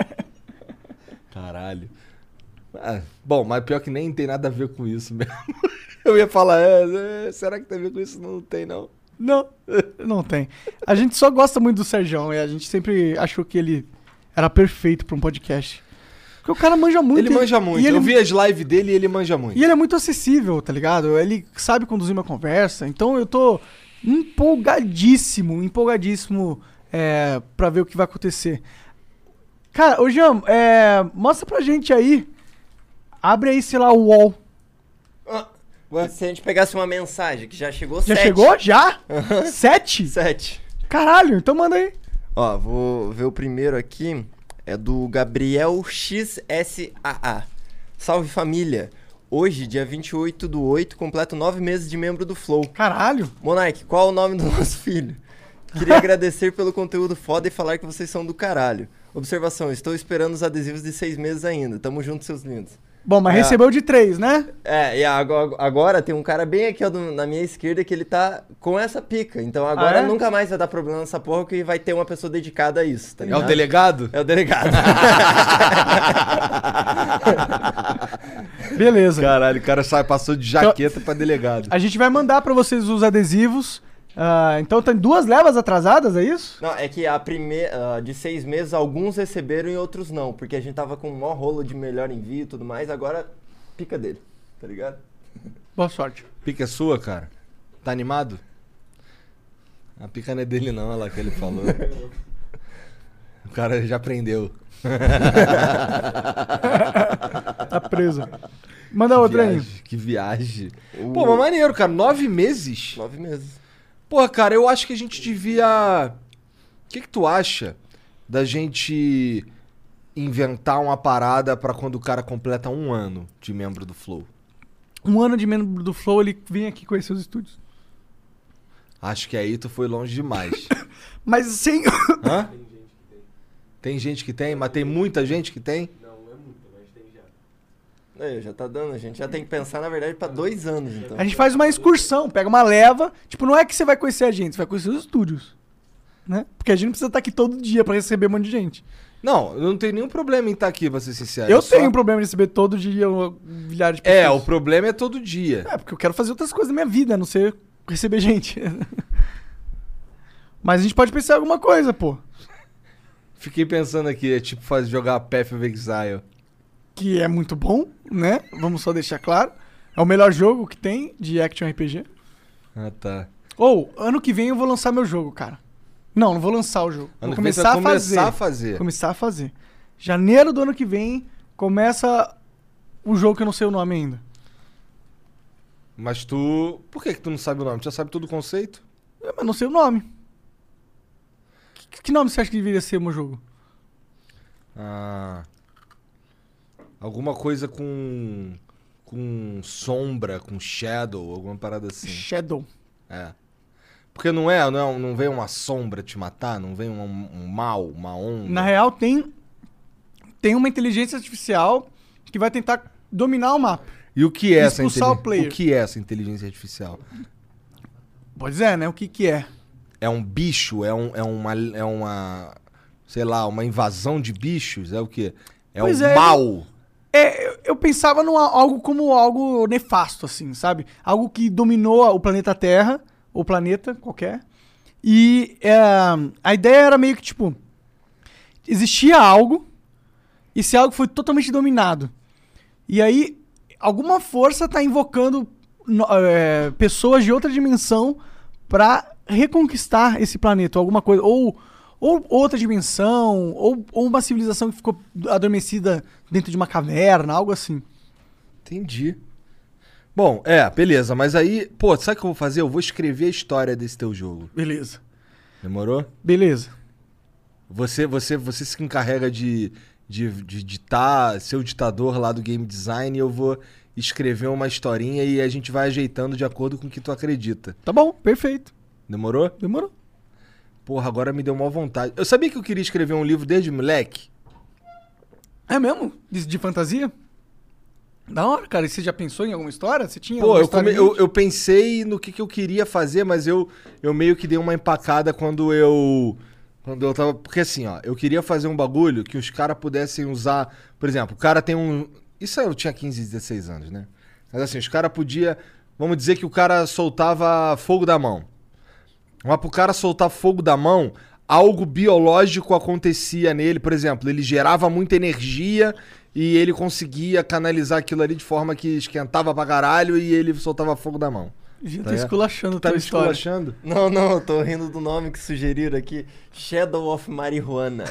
[SPEAKER 1] Caralho. Ah, bom, mas pior que nem tem nada a ver com isso mesmo. Eu ia falar, é, é, será que tem a ver com isso? Não tem, não.
[SPEAKER 2] Não, não tem. A gente só gosta muito do Serjão e a gente sempre achou que ele era perfeito pra um podcast. Porque o cara manja muito.
[SPEAKER 1] Ele
[SPEAKER 2] e-
[SPEAKER 1] manja muito.
[SPEAKER 2] E ele, é
[SPEAKER 1] Eu vi as lives dele e ele manja muito.
[SPEAKER 2] e ele é muito acessível, tá ligado? Ele sabe conduzir uma conversa. Então eu tô empolgadíssimo, empolgadíssimo é, pra ver o que vai acontecer. Cara, ô Jean, é, mostra pra gente aí. Abre aí, sei lá, o wall.
[SPEAKER 3] Ah,
[SPEAKER 1] Ué?
[SPEAKER 3] e se a gente pegasse uma mensagem que já chegou
[SPEAKER 2] Já
[SPEAKER 3] sete.
[SPEAKER 2] chegou? Já? Sete?
[SPEAKER 3] Sete.
[SPEAKER 2] Caralho, então manda aí.
[SPEAKER 3] Ó, vou ver o primeiro aqui. É do Gabriel XSAA. Salve família! Hoje, dia 28 do 8, completo nove meses de membro do Flow.
[SPEAKER 2] Caralho.
[SPEAKER 3] Monark, qual o nome do nosso filho? Queria agradecer pelo conteúdo foda e falar que vocês são do caralho. Observação, estou esperando os adesivos de seis meses ainda. Tamo junto, seus lindos.
[SPEAKER 2] Bom, mas
[SPEAKER 3] É.
[SPEAKER 2] recebeu de três, né?
[SPEAKER 3] É, e ago- agora tem um cara bem aqui ó, do- na minha esquerda que ele tá com essa pica. Então agora
[SPEAKER 2] Ah, é?
[SPEAKER 3] nunca mais vai dar problema nessa porra que vai ter uma pessoa dedicada a isso, tá
[SPEAKER 1] É o
[SPEAKER 2] Ah.
[SPEAKER 3] ligado?
[SPEAKER 1] delegado?
[SPEAKER 3] É o delegado.
[SPEAKER 2] Beleza. um
[SPEAKER 1] Caralho, o cara sai, passou de jaqueta pra delegado.
[SPEAKER 2] Então- A gente vai mandar pra vocês os adesivos. Ah, então tem duas levas atrasadas, é isso?
[SPEAKER 3] Não, é que a primeira, ah, de seis meses, alguns receberam e outros não, porque a gente tava com o maior rolo de melhor envio e tudo mais, agora pica dele, tá ligado?
[SPEAKER 2] Boa sorte.
[SPEAKER 1] Pica é sua, cara? Tá animado? A pica não é dele, não, olha lá que ele falou. o cara já aprendeu.
[SPEAKER 2] Tá preso. Manda outra aí.
[SPEAKER 1] Viagem, que viagem.
[SPEAKER 3] O-
[SPEAKER 1] Pô, mas maneiro, cara. Nove meses?
[SPEAKER 3] Nove meses.
[SPEAKER 1] Porra, cara, eu acho que a gente devia. O que, que tu acha da gente inventar uma parada pra quando o cara completa um ano de membro do Flow?
[SPEAKER 2] Um ano de membro do Flow, ele vem aqui conhecer os estúdios.
[SPEAKER 1] Acho que aí tu foi longe demais.
[SPEAKER 2] Mas sem.
[SPEAKER 1] Hã? Tem gente que tem, mas tem muita gente que tem.
[SPEAKER 3] É, já tá dando, a gente já tem que pensar, na verdade, pra dois anos, então.
[SPEAKER 2] A gente faz uma excursão, pega uma leva. Tipo, não é que você vai conhecer a gente, você vai conhecer os estúdios. Né? Porque a gente não precisa estar aqui todo dia pra receber um monte de gente.
[SPEAKER 1] Não, eu não tenho nenhum problema em estar aqui, pra ser sincero.
[SPEAKER 2] eu
[SPEAKER 1] É, só-
[SPEAKER 2] tenho um problema de receber todo dia um milhares de pessoas.
[SPEAKER 1] É, o problema é todo dia.
[SPEAKER 2] É, porque eu quero fazer outras coisas na minha vida, a não ser receber gente. Mas a gente pode pensar em alguma coisa, pô.
[SPEAKER 1] Fiquei pensando aqui, é tipo fazer jogar Path of Exile.
[SPEAKER 2] Que é muito bom, né? Vamos só deixar claro. É o melhor jogo que tem de action RPG.
[SPEAKER 1] Ah, tá.
[SPEAKER 2] Ou, ano que vem eu vou lançar meu jogo, cara. Não, não vou lançar o jogo.
[SPEAKER 1] Ano
[SPEAKER 2] vou
[SPEAKER 1] que vem você
[SPEAKER 2] começar
[SPEAKER 1] vai
[SPEAKER 2] a fazer.
[SPEAKER 1] começar a fazer.
[SPEAKER 2] Começar a fazer. Janeiro do ano que vem começa o jogo que eu não sei o nome ainda.
[SPEAKER 1] Mas tu. Por que, que tu não sabe o nome? Tu já sabe todo o conceito?
[SPEAKER 2] Eu É, mas não sei o nome. Que, que nome você acha que deveria ser o meu jogo?
[SPEAKER 1] Ah. Alguma coisa com. Com sombra, com shadow, alguma parada assim.
[SPEAKER 2] Shadow.
[SPEAKER 1] É. Porque não é, não, é- não vem uma sombra te matar, não vem um, um mal, uma onda.
[SPEAKER 2] Na real, tem, tem uma inteligência artificial que vai tentar dominar o mapa.
[SPEAKER 1] E o que é essa
[SPEAKER 2] Expulsar o
[SPEAKER 1] inteligência?
[SPEAKER 2] player.
[SPEAKER 1] O que é essa inteligência artificial?
[SPEAKER 2] Pois é, né? O que que é?
[SPEAKER 1] É um bicho? É, um, é, uma, é uma. Sei lá, uma invasão de bichos? É o quê? É
[SPEAKER 2] Pois
[SPEAKER 1] um
[SPEAKER 2] é,
[SPEAKER 1] mal.
[SPEAKER 2] É, eu, eu pensava num a- algo como algo nefasto, assim, sabe? Algo que dominou o planeta Terra, ou planeta qualquer. E é, a ideia era meio que tipo: existia algo, e esse algo foi totalmente dominado. E aí, alguma força tá invocando no- é, pessoas de outra dimensão pra reconquistar esse planeta, ou alguma coisa, ou, ou outra dimensão, ou, ou uma civilização que ficou adormecida dentro de uma caverna, algo assim.
[SPEAKER 1] Entendi. Bom, é, beleza, mas aí, pô, sabe o que eu vou fazer? Eu vou escrever a história desse teu jogo.
[SPEAKER 2] Beleza.
[SPEAKER 1] Demorou?
[SPEAKER 2] Beleza.
[SPEAKER 1] Você você, você se encarrega de, de, de ditar, ser o ditador lá do game design, e eu vou escrever uma historinha e a gente vai ajeitando de acordo com o que tu acredita.
[SPEAKER 2] Tá bom, perfeito.
[SPEAKER 1] Demorou?
[SPEAKER 2] Demorou.
[SPEAKER 1] Porra, agora me deu maior vontade. Eu sabia que eu queria escrever um livro desde moleque?
[SPEAKER 2] É mesmo? De, de fantasia? Da hora, cara. E você já pensou em alguma história? Você tinha
[SPEAKER 1] Pô,
[SPEAKER 2] alguma
[SPEAKER 1] eu,
[SPEAKER 2] história
[SPEAKER 1] come-
[SPEAKER 2] em
[SPEAKER 1] eu,
[SPEAKER 2] mente?
[SPEAKER 1] eu pensei no que, que eu queria fazer, mas eu, eu meio que dei uma empacada quando eu. Quando eu tava. Porque assim, ó, eu queria fazer um bagulho que os caras pudessem usar. Por exemplo, o cara tem um. Isso eu tinha 15, 16 anos, né? Mas assim, os caras podia. Vamos dizer que o cara soltava fogo da mão. Mas pro cara soltar fogo da mão, algo biológico acontecia nele, por exemplo, ele gerava muita energia e ele conseguia canalizar aquilo ali de forma que esquentava pra caralho e ele soltava fogo da mão.
[SPEAKER 2] Já
[SPEAKER 1] Tá,
[SPEAKER 2] tô
[SPEAKER 1] é. Tu
[SPEAKER 2] esculachando a
[SPEAKER 1] tá
[SPEAKER 2] tua
[SPEAKER 1] me
[SPEAKER 2] história.
[SPEAKER 1] esculachando?
[SPEAKER 3] Não, não, eu tô rindo do nome que sugeriram aqui. Shadow of Marijuana.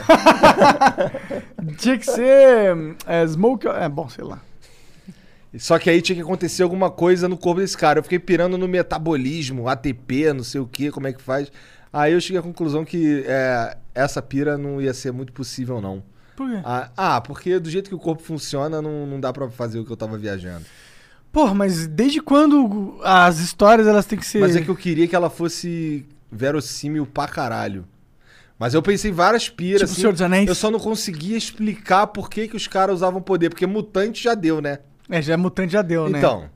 [SPEAKER 2] Tinha que ser é, Smoke. É bom, sei lá.
[SPEAKER 1] Só que aí tinha que acontecer alguma coisa no corpo desse cara. Eu fiquei pirando no metabolismo, ATP, não sei o que, como é que faz. Aí eu cheguei à conclusão que é, essa pira não ia ser muito possível, não.
[SPEAKER 2] Por quê?
[SPEAKER 1] Ah, ah, porque do jeito que o corpo funciona, não, não dá pra fazer o que eu tava viajando.
[SPEAKER 2] Porra, mas desde quando as histórias elas têm que ser.
[SPEAKER 1] Mas é que eu queria que ela fosse verossímil pra caralho. Mas eu pensei em várias piras.
[SPEAKER 2] Tipo o
[SPEAKER 1] assim,
[SPEAKER 2] Senhor dos Anéis.
[SPEAKER 1] eu só não conseguia explicar por que, que os caras usavam poder, porque mutante já deu, né?
[SPEAKER 2] É, já é mutante já deu, né?
[SPEAKER 1] Então,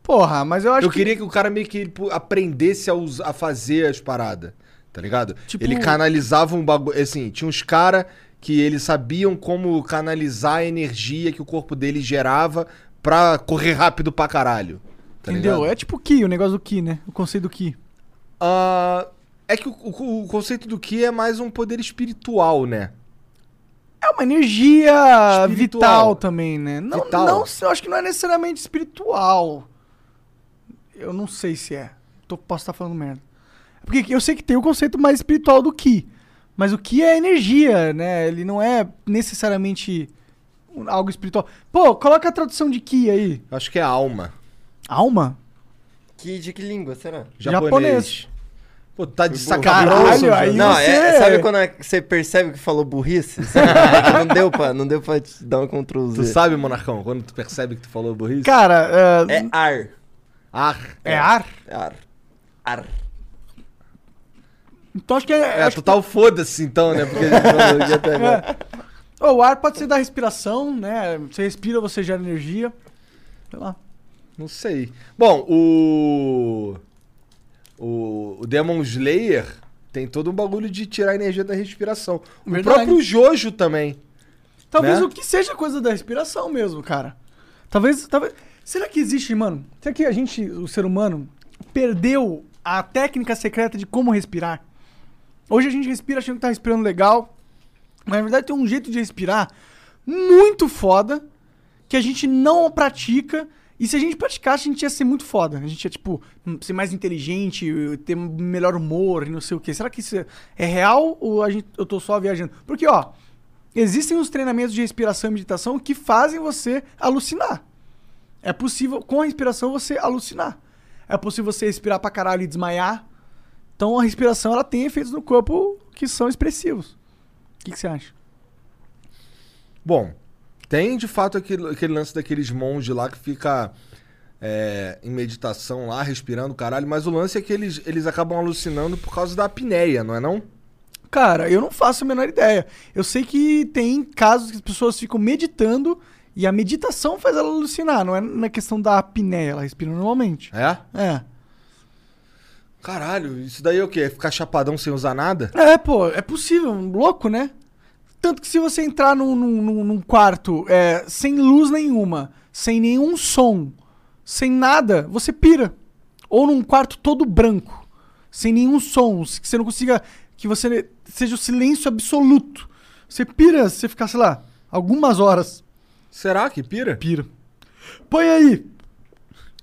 [SPEAKER 2] Porra, mas eu acho
[SPEAKER 1] eu queria que... o cara meio que ele pu- aprendesse a, us- a fazer as paradas, tá ligado?
[SPEAKER 2] Tipo-
[SPEAKER 1] Ele canalizava um bagulho. Assim, tinha uns caras que eles sabiam como canalizar a energia que o corpo dele gerava pra correr rápido pra caralho.
[SPEAKER 2] que.
[SPEAKER 1] tá
[SPEAKER 2] Entendeu?
[SPEAKER 1] ligado?
[SPEAKER 2] É tipo Ki, o negócio do Ki, né? O conceito do Ki.
[SPEAKER 1] Ah, é que o, o- o conceito do Ki é mais um poder espiritual, né?
[SPEAKER 2] É uma energia
[SPEAKER 1] Espiritual.
[SPEAKER 2] vital também, né? Não,
[SPEAKER 1] Vital.
[SPEAKER 2] não, eu acho que não é necessariamente espiritual. Eu não sei se é. Tô, posso estar falando merda. Porque eu sei que tem o conceito mais espiritual do Ki. Mas o Ki é energia, né? Ele não é necessariamente um- algo espiritual. Pô, coloca a tradução de Ki aí.
[SPEAKER 1] Eu acho que é alma.
[SPEAKER 2] Alma?
[SPEAKER 3] Que, de que língua será?
[SPEAKER 1] Japonês. Pô, tá de
[SPEAKER 3] Burro.
[SPEAKER 1] sacanagem.
[SPEAKER 2] Caralho, aí- E
[SPEAKER 1] Não,
[SPEAKER 3] não,
[SPEAKER 2] você-
[SPEAKER 3] é, sabe quando é que você percebe que falou burrice? Sabe? É que não, deu pra, não deu pra te dar um Ctrl
[SPEAKER 1] Tu
[SPEAKER 3] Z.
[SPEAKER 1] sabe, Monarcão, quando tu percebe que tu falou burrice?
[SPEAKER 2] Cara,
[SPEAKER 3] É ar.
[SPEAKER 1] Ah,
[SPEAKER 2] é, é ar?
[SPEAKER 3] Ar. Ar.
[SPEAKER 2] Então acho que é.
[SPEAKER 1] é,
[SPEAKER 2] acho
[SPEAKER 1] total foda-se então, né? Porque a gente falou aqui até agora.
[SPEAKER 2] que- Ô, o ar pode ser da respiração, né? Você respira, você gera energia. Sei lá.
[SPEAKER 1] Não sei. Bom, o. O, o Demon Slayer tem todo um bagulho de tirar a energia da respiração. O
[SPEAKER 2] Verdade.
[SPEAKER 1] próprio Jojo também.
[SPEAKER 2] Talvez
[SPEAKER 1] né?
[SPEAKER 2] o que seja coisa da respiração mesmo, cara. Talvez, talvez. Será que existe, mano? Será que a gente, o ser humano, perdeu a técnica secreta de como respirar? Hoje a gente respira achando que tá respirando legal. Mas na verdade tem um jeito de respirar muito foda que a gente não pratica. E se a gente praticasse, a gente ia ser muito foda. A gente ia, tipo, ser mais inteligente, ter melhor humor e não sei o quê. Será que isso é- é real ou a gente, eu tô só viajando? Porque, ó, existem os treinamentos de respiração e meditação que fazem você alucinar. É possível, com a respiração, você alucinar. É possível você respirar pra caralho e desmaiar. Então a respiração ela tem efeitos no corpo que são expressivos. O que, que você acha?
[SPEAKER 1] Bom, tem de fato aquele, aquele lance daqueles monges lá que fica é, em meditação lá, respirando caralho, mas o lance é que eles, eles acabam alucinando por causa da apneia, não é não?
[SPEAKER 2] Cara, eu não faço a menor ideia. Eu sei que tem casos que as pessoas ficam meditando e a meditação faz ela alucinar, não é na questão da apneia, ela respira normalmente.
[SPEAKER 1] É?
[SPEAKER 2] É.
[SPEAKER 1] Caralho, isso daí é o quê? É Ficar chapadão sem usar nada?
[SPEAKER 2] É, pô, é possível, louco, né? Tanto que se você entrar num, num- num- num quarto é, sem luz nenhuma, sem nenhum som, sem nada, você pira. Ou num quarto todo branco, sem nenhum som, que você não consiga. que você seja o silêncio absoluto. Você pira se você ficar, sei lá, algumas horas.
[SPEAKER 1] Será que pira?
[SPEAKER 2] Pira. Põe aí.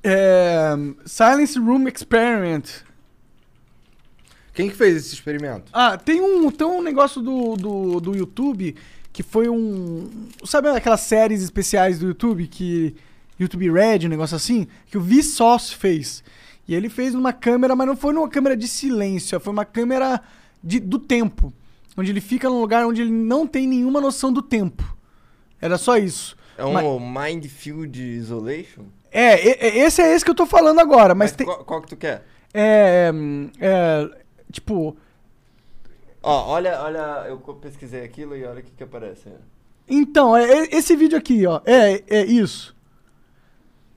[SPEAKER 2] É, Silence Room Experiment.
[SPEAKER 1] Quem que fez esse experimento?
[SPEAKER 2] Ah, tem um, tem um negócio do, do, do YouTube que foi um. Sabe aquelas séries especiais do YouTube que. YouTube Red, um negócio assim? Que o Vsauce fez. E ele fez numa câmera, mas não foi numa câmera de silêncio, foi uma câmera de, do tempo. Onde ele fica num lugar onde ele não tem nenhuma noção do tempo. Era só isso.
[SPEAKER 3] É um
[SPEAKER 2] Mas-
[SPEAKER 3] Mind Field Isolation?
[SPEAKER 2] é, e- e- esse é esse que eu tô falando agora, mas, tem.
[SPEAKER 3] Qual, qual que tu quer?
[SPEAKER 2] É, hum, é. Tipo.
[SPEAKER 3] Ó, olha, olha, eu co- pesquisei aquilo e olha o que que aparece.
[SPEAKER 2] Então, é, é- esse vídeo aqui, ó. É, é isso.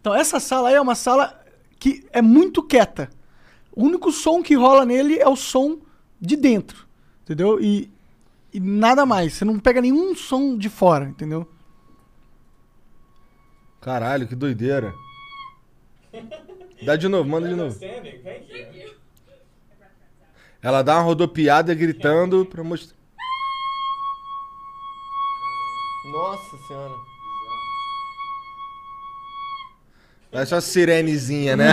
[SPEAKER 2] Então, essa sala aí é uma sala que é muito quieta. O único som que rola nele é o som de dentro. Entendeu? E, e nada mais. Você não pega nenhum som de fora, entendeu?
[SPEAKER 1] Caralho, que doideira. Dá de novo, manda de novo. Ela dá uma rodopiada gritando pra mostrar.
[SPEAKER 3] Nossa senhora.
[SPEAKER 1] Parece uma sirenezinha, né?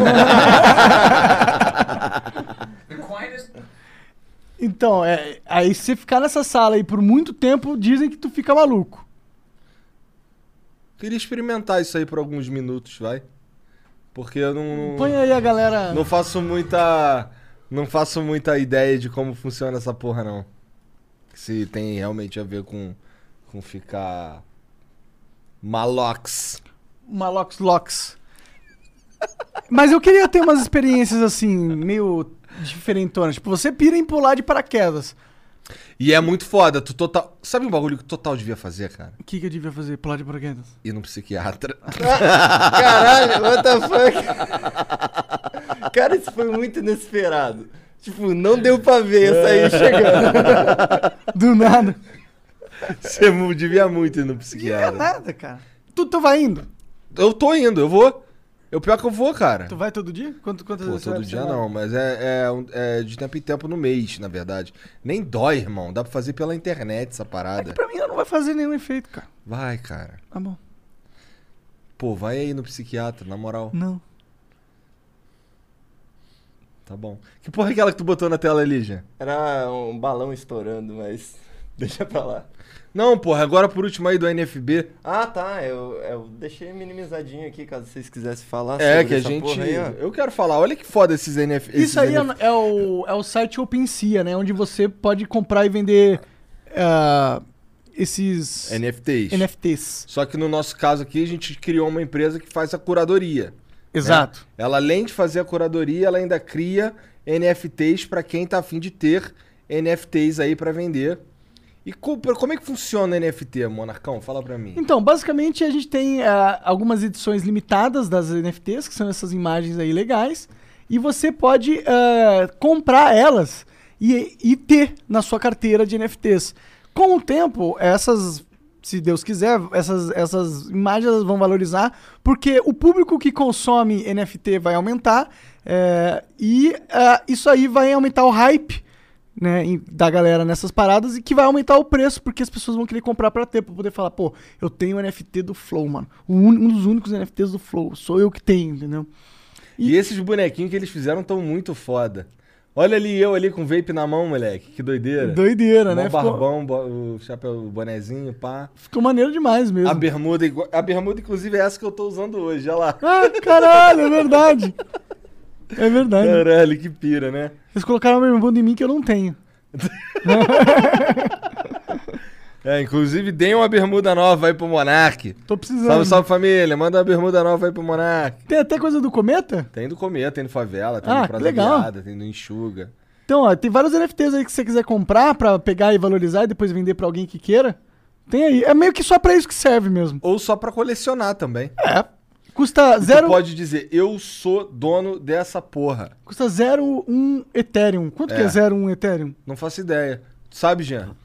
[SPEAKER 2] Então, é, aí se você ficar nessa sala aí por muito tempo, dizem que tu fica maluco.
[SPEAKER 1] Queria experimentar isso aí por alguns minutos, vai. Porque eu não.
[SPEAKER 2] Põe aí a galera.
[SPEAKER 1] Não faço muita. Não faço muita ideia de como funciona essa porra, não. Se tem realmente a ver com. Com ficar. Malox.
[SPEAKER 2] Malox Locks. Mas eu queria ter umas experiências assim, meio diferentonas. Tipo, você pira em pular de paraquedas.
[SPEAKER 1] E é muito foda. Tu total. Sabe um bagulho que total devia fazer, cara?
[SPEAKER 2] O que, que eu devia fazer? Pular de paraquedas?
[SPEAKER 1] Ir num psiquiatra.
[SPEAKER 3] Caralho, what the fuck? Cara, isso foi muito inesperado. Tipo, não deu pra ver essa aí chegando.
[SPEAKER 2] Do nada.
[SPEAKER 1] Você mu- devia muito ir no
[SPEAKER 2] Não é
[SPEAKER 1] psiquiatra.
[SPEAKER 2] nada, cara. Tu, tu vai indo.
[SPEAKER 1] Eu tô indo, eu vou. Eu pior que eu vou, cara.
[SPEAKER 2] Tu vai todo dia? Quanto, quantas
[SPEAKER 1] Pô,
[SPEAKER 2] vezes você vai
[SPEAKER 1] todo
[SPEAKER 2] pro
[SPEAKER 1] dia
[SPEAKER 2] cenário?
[SPEAKER 1] não, mas é, é um- é de tempo em tempo no mês, na verdade. Nem dói, irmão. Dá pra fazer pela internet essa
[SPEAKER 2] É que
[SPEAKER 1] parada.
[SPEAKER 2] pra mim ela não vai fazer nenhum efeito, cara.
[SPEAKER 1] Vai, cara.
[SPEAKER 2] Tá bom.
[SPEAKER 1] Pô, vai aí no psiquiatra, na moral.
[SPEAKER 2] Não.
[SPEAKER 1] Tá bom. Que porra é aquela que tu botou na tela ali, Jean?
[SPEAKER 3] Era um balão estourando, mas deixa pra lá.
[SPEAKER 1] Não, porra, agora por último aí do NFB.
[SPEAKER 3] Ah, tá, eu, eu deixei minimizadinho aqui, caso vocês quisessem falar
[SPEAKER 1] é,
[SPEAKER 3] sobre
[SPEAKER 1] que a
[SPEAKER 3] essa
[SPEAKER 1] gente.
[SPEAKER 3] porra aí, ó.
[SPEAKER 1] eu quero falar, olha que foda esses NF. esses
[SPEAKER 2] Isso aí é,
[SPEAKER 1] NF.
[SPEAKER 2] é o, é o site OpenSea, né? Onde você pode comprar e vender ah, esses
[SPEAKER 1] NFTs.
[SPEAKER 2] NFTs.
[SPEAKER 1] Só que no nosso caso aqui, a gente criou uma empresa que faz a curadoria.
[SPEAKER 2] Exato.
[SPEAKER 1] Ela, além de fazer a curadoria, ela ainda cria NFTs pra quem tá afim de ter NFTs aí pra vender. E co- como é que funciona NFT, Monarcão? Fala pra mim.
[SPEAKER 2] Então, basicamente a gente tem ah, algumas edições limitadas das NFTs, que são essas imagens aí legais, e você pode ah, comprar elas e, e ter na sua carteira de NFTs. Com o tempo, essas, se Deus quiser, essas, essas imagens elas vão valorizar, porque o público que consome NFT vai aumentar, eh, e ah, isso aí vai aumentar o hype né, em- da galera nessas paradas e que vai aumentar o preço, porque as pessoas vão querer comprar pra ter, pra poder falar, pô, eu tenho o NFT do Flow, mano. O ún- um dos únicos NFTs do Flow, sou eu que tenho, entendeu?
[SPEAKER 1] E esses bonequinhos que eles fizeram tão muito foda. Olha ali eu ali com vape na mão, moleque. Que doideira.
[SPEAKER 2] Doideira,
[SPEAKER 1] Mó
[SPEAKER 2] né? Ficou,
[SPEAKER 1] barbão, bo- o chapéu, o bonezinho, pá.
[SPEAKER 2] ficou maneiro demais mesmo.
[SPEAKER 1] A bermuda, igua- a bermuda, inclusive, é essa que eu tô usando hoje, olha lá.
[SPEAKER 2] Ah, caralho, é verdade. É verdade.
[SPEAKER 1] Caralho, que pira, né?
[SPEAKER 2] Eles colocaram uma bermuda em mim que eu não tenho.
[SPEAKER 1] É, inclusive, deem uma bermuda nova aí pro Monark.
[SPEAKER 2] Tô precisando.
[SPEAKER 1] Salve, salve família, manda uma bermuda nova aí pro Monark. Tá
[SPEAKER 2] Tem até coisa do Cometa?
[SPEAKER 1] Tem do Cometa, tem do Favela, tá tem
[SPEAKER 2] Ah,
[SPEAKER 1] do
[SPEAKER 2] que
[SPEAKER 1] Praza
[SPEAKER 2] legal.
[SPEAKER 1] Viada, tem do Enxuga.
[SPEAKER 2] Então, ó, tem vários NFTs aí que você quiser comprar pra pegar e valorizar e depois vender pra alguém que queira. Tem aí. É meio que só pra isso que serve mesmo.
[SPEAKER 1] Ou só pra colecionar também.
[SPEAKER 2] É. Custa
[SPEAKER 1] Você
[SPEAKER 2] zero.
[SPEAKER 1] pode dizer, eu sou dono dessa porra.
[SPEAKER 2] Custa 0,1 Ethereum. Quanto que é
[SPEAKER 1] É.
[SPEAKER 2] 0,1 Ethereum?
[SPEAKER 1] Não faço ideia. Tu sabe, Jean? Não.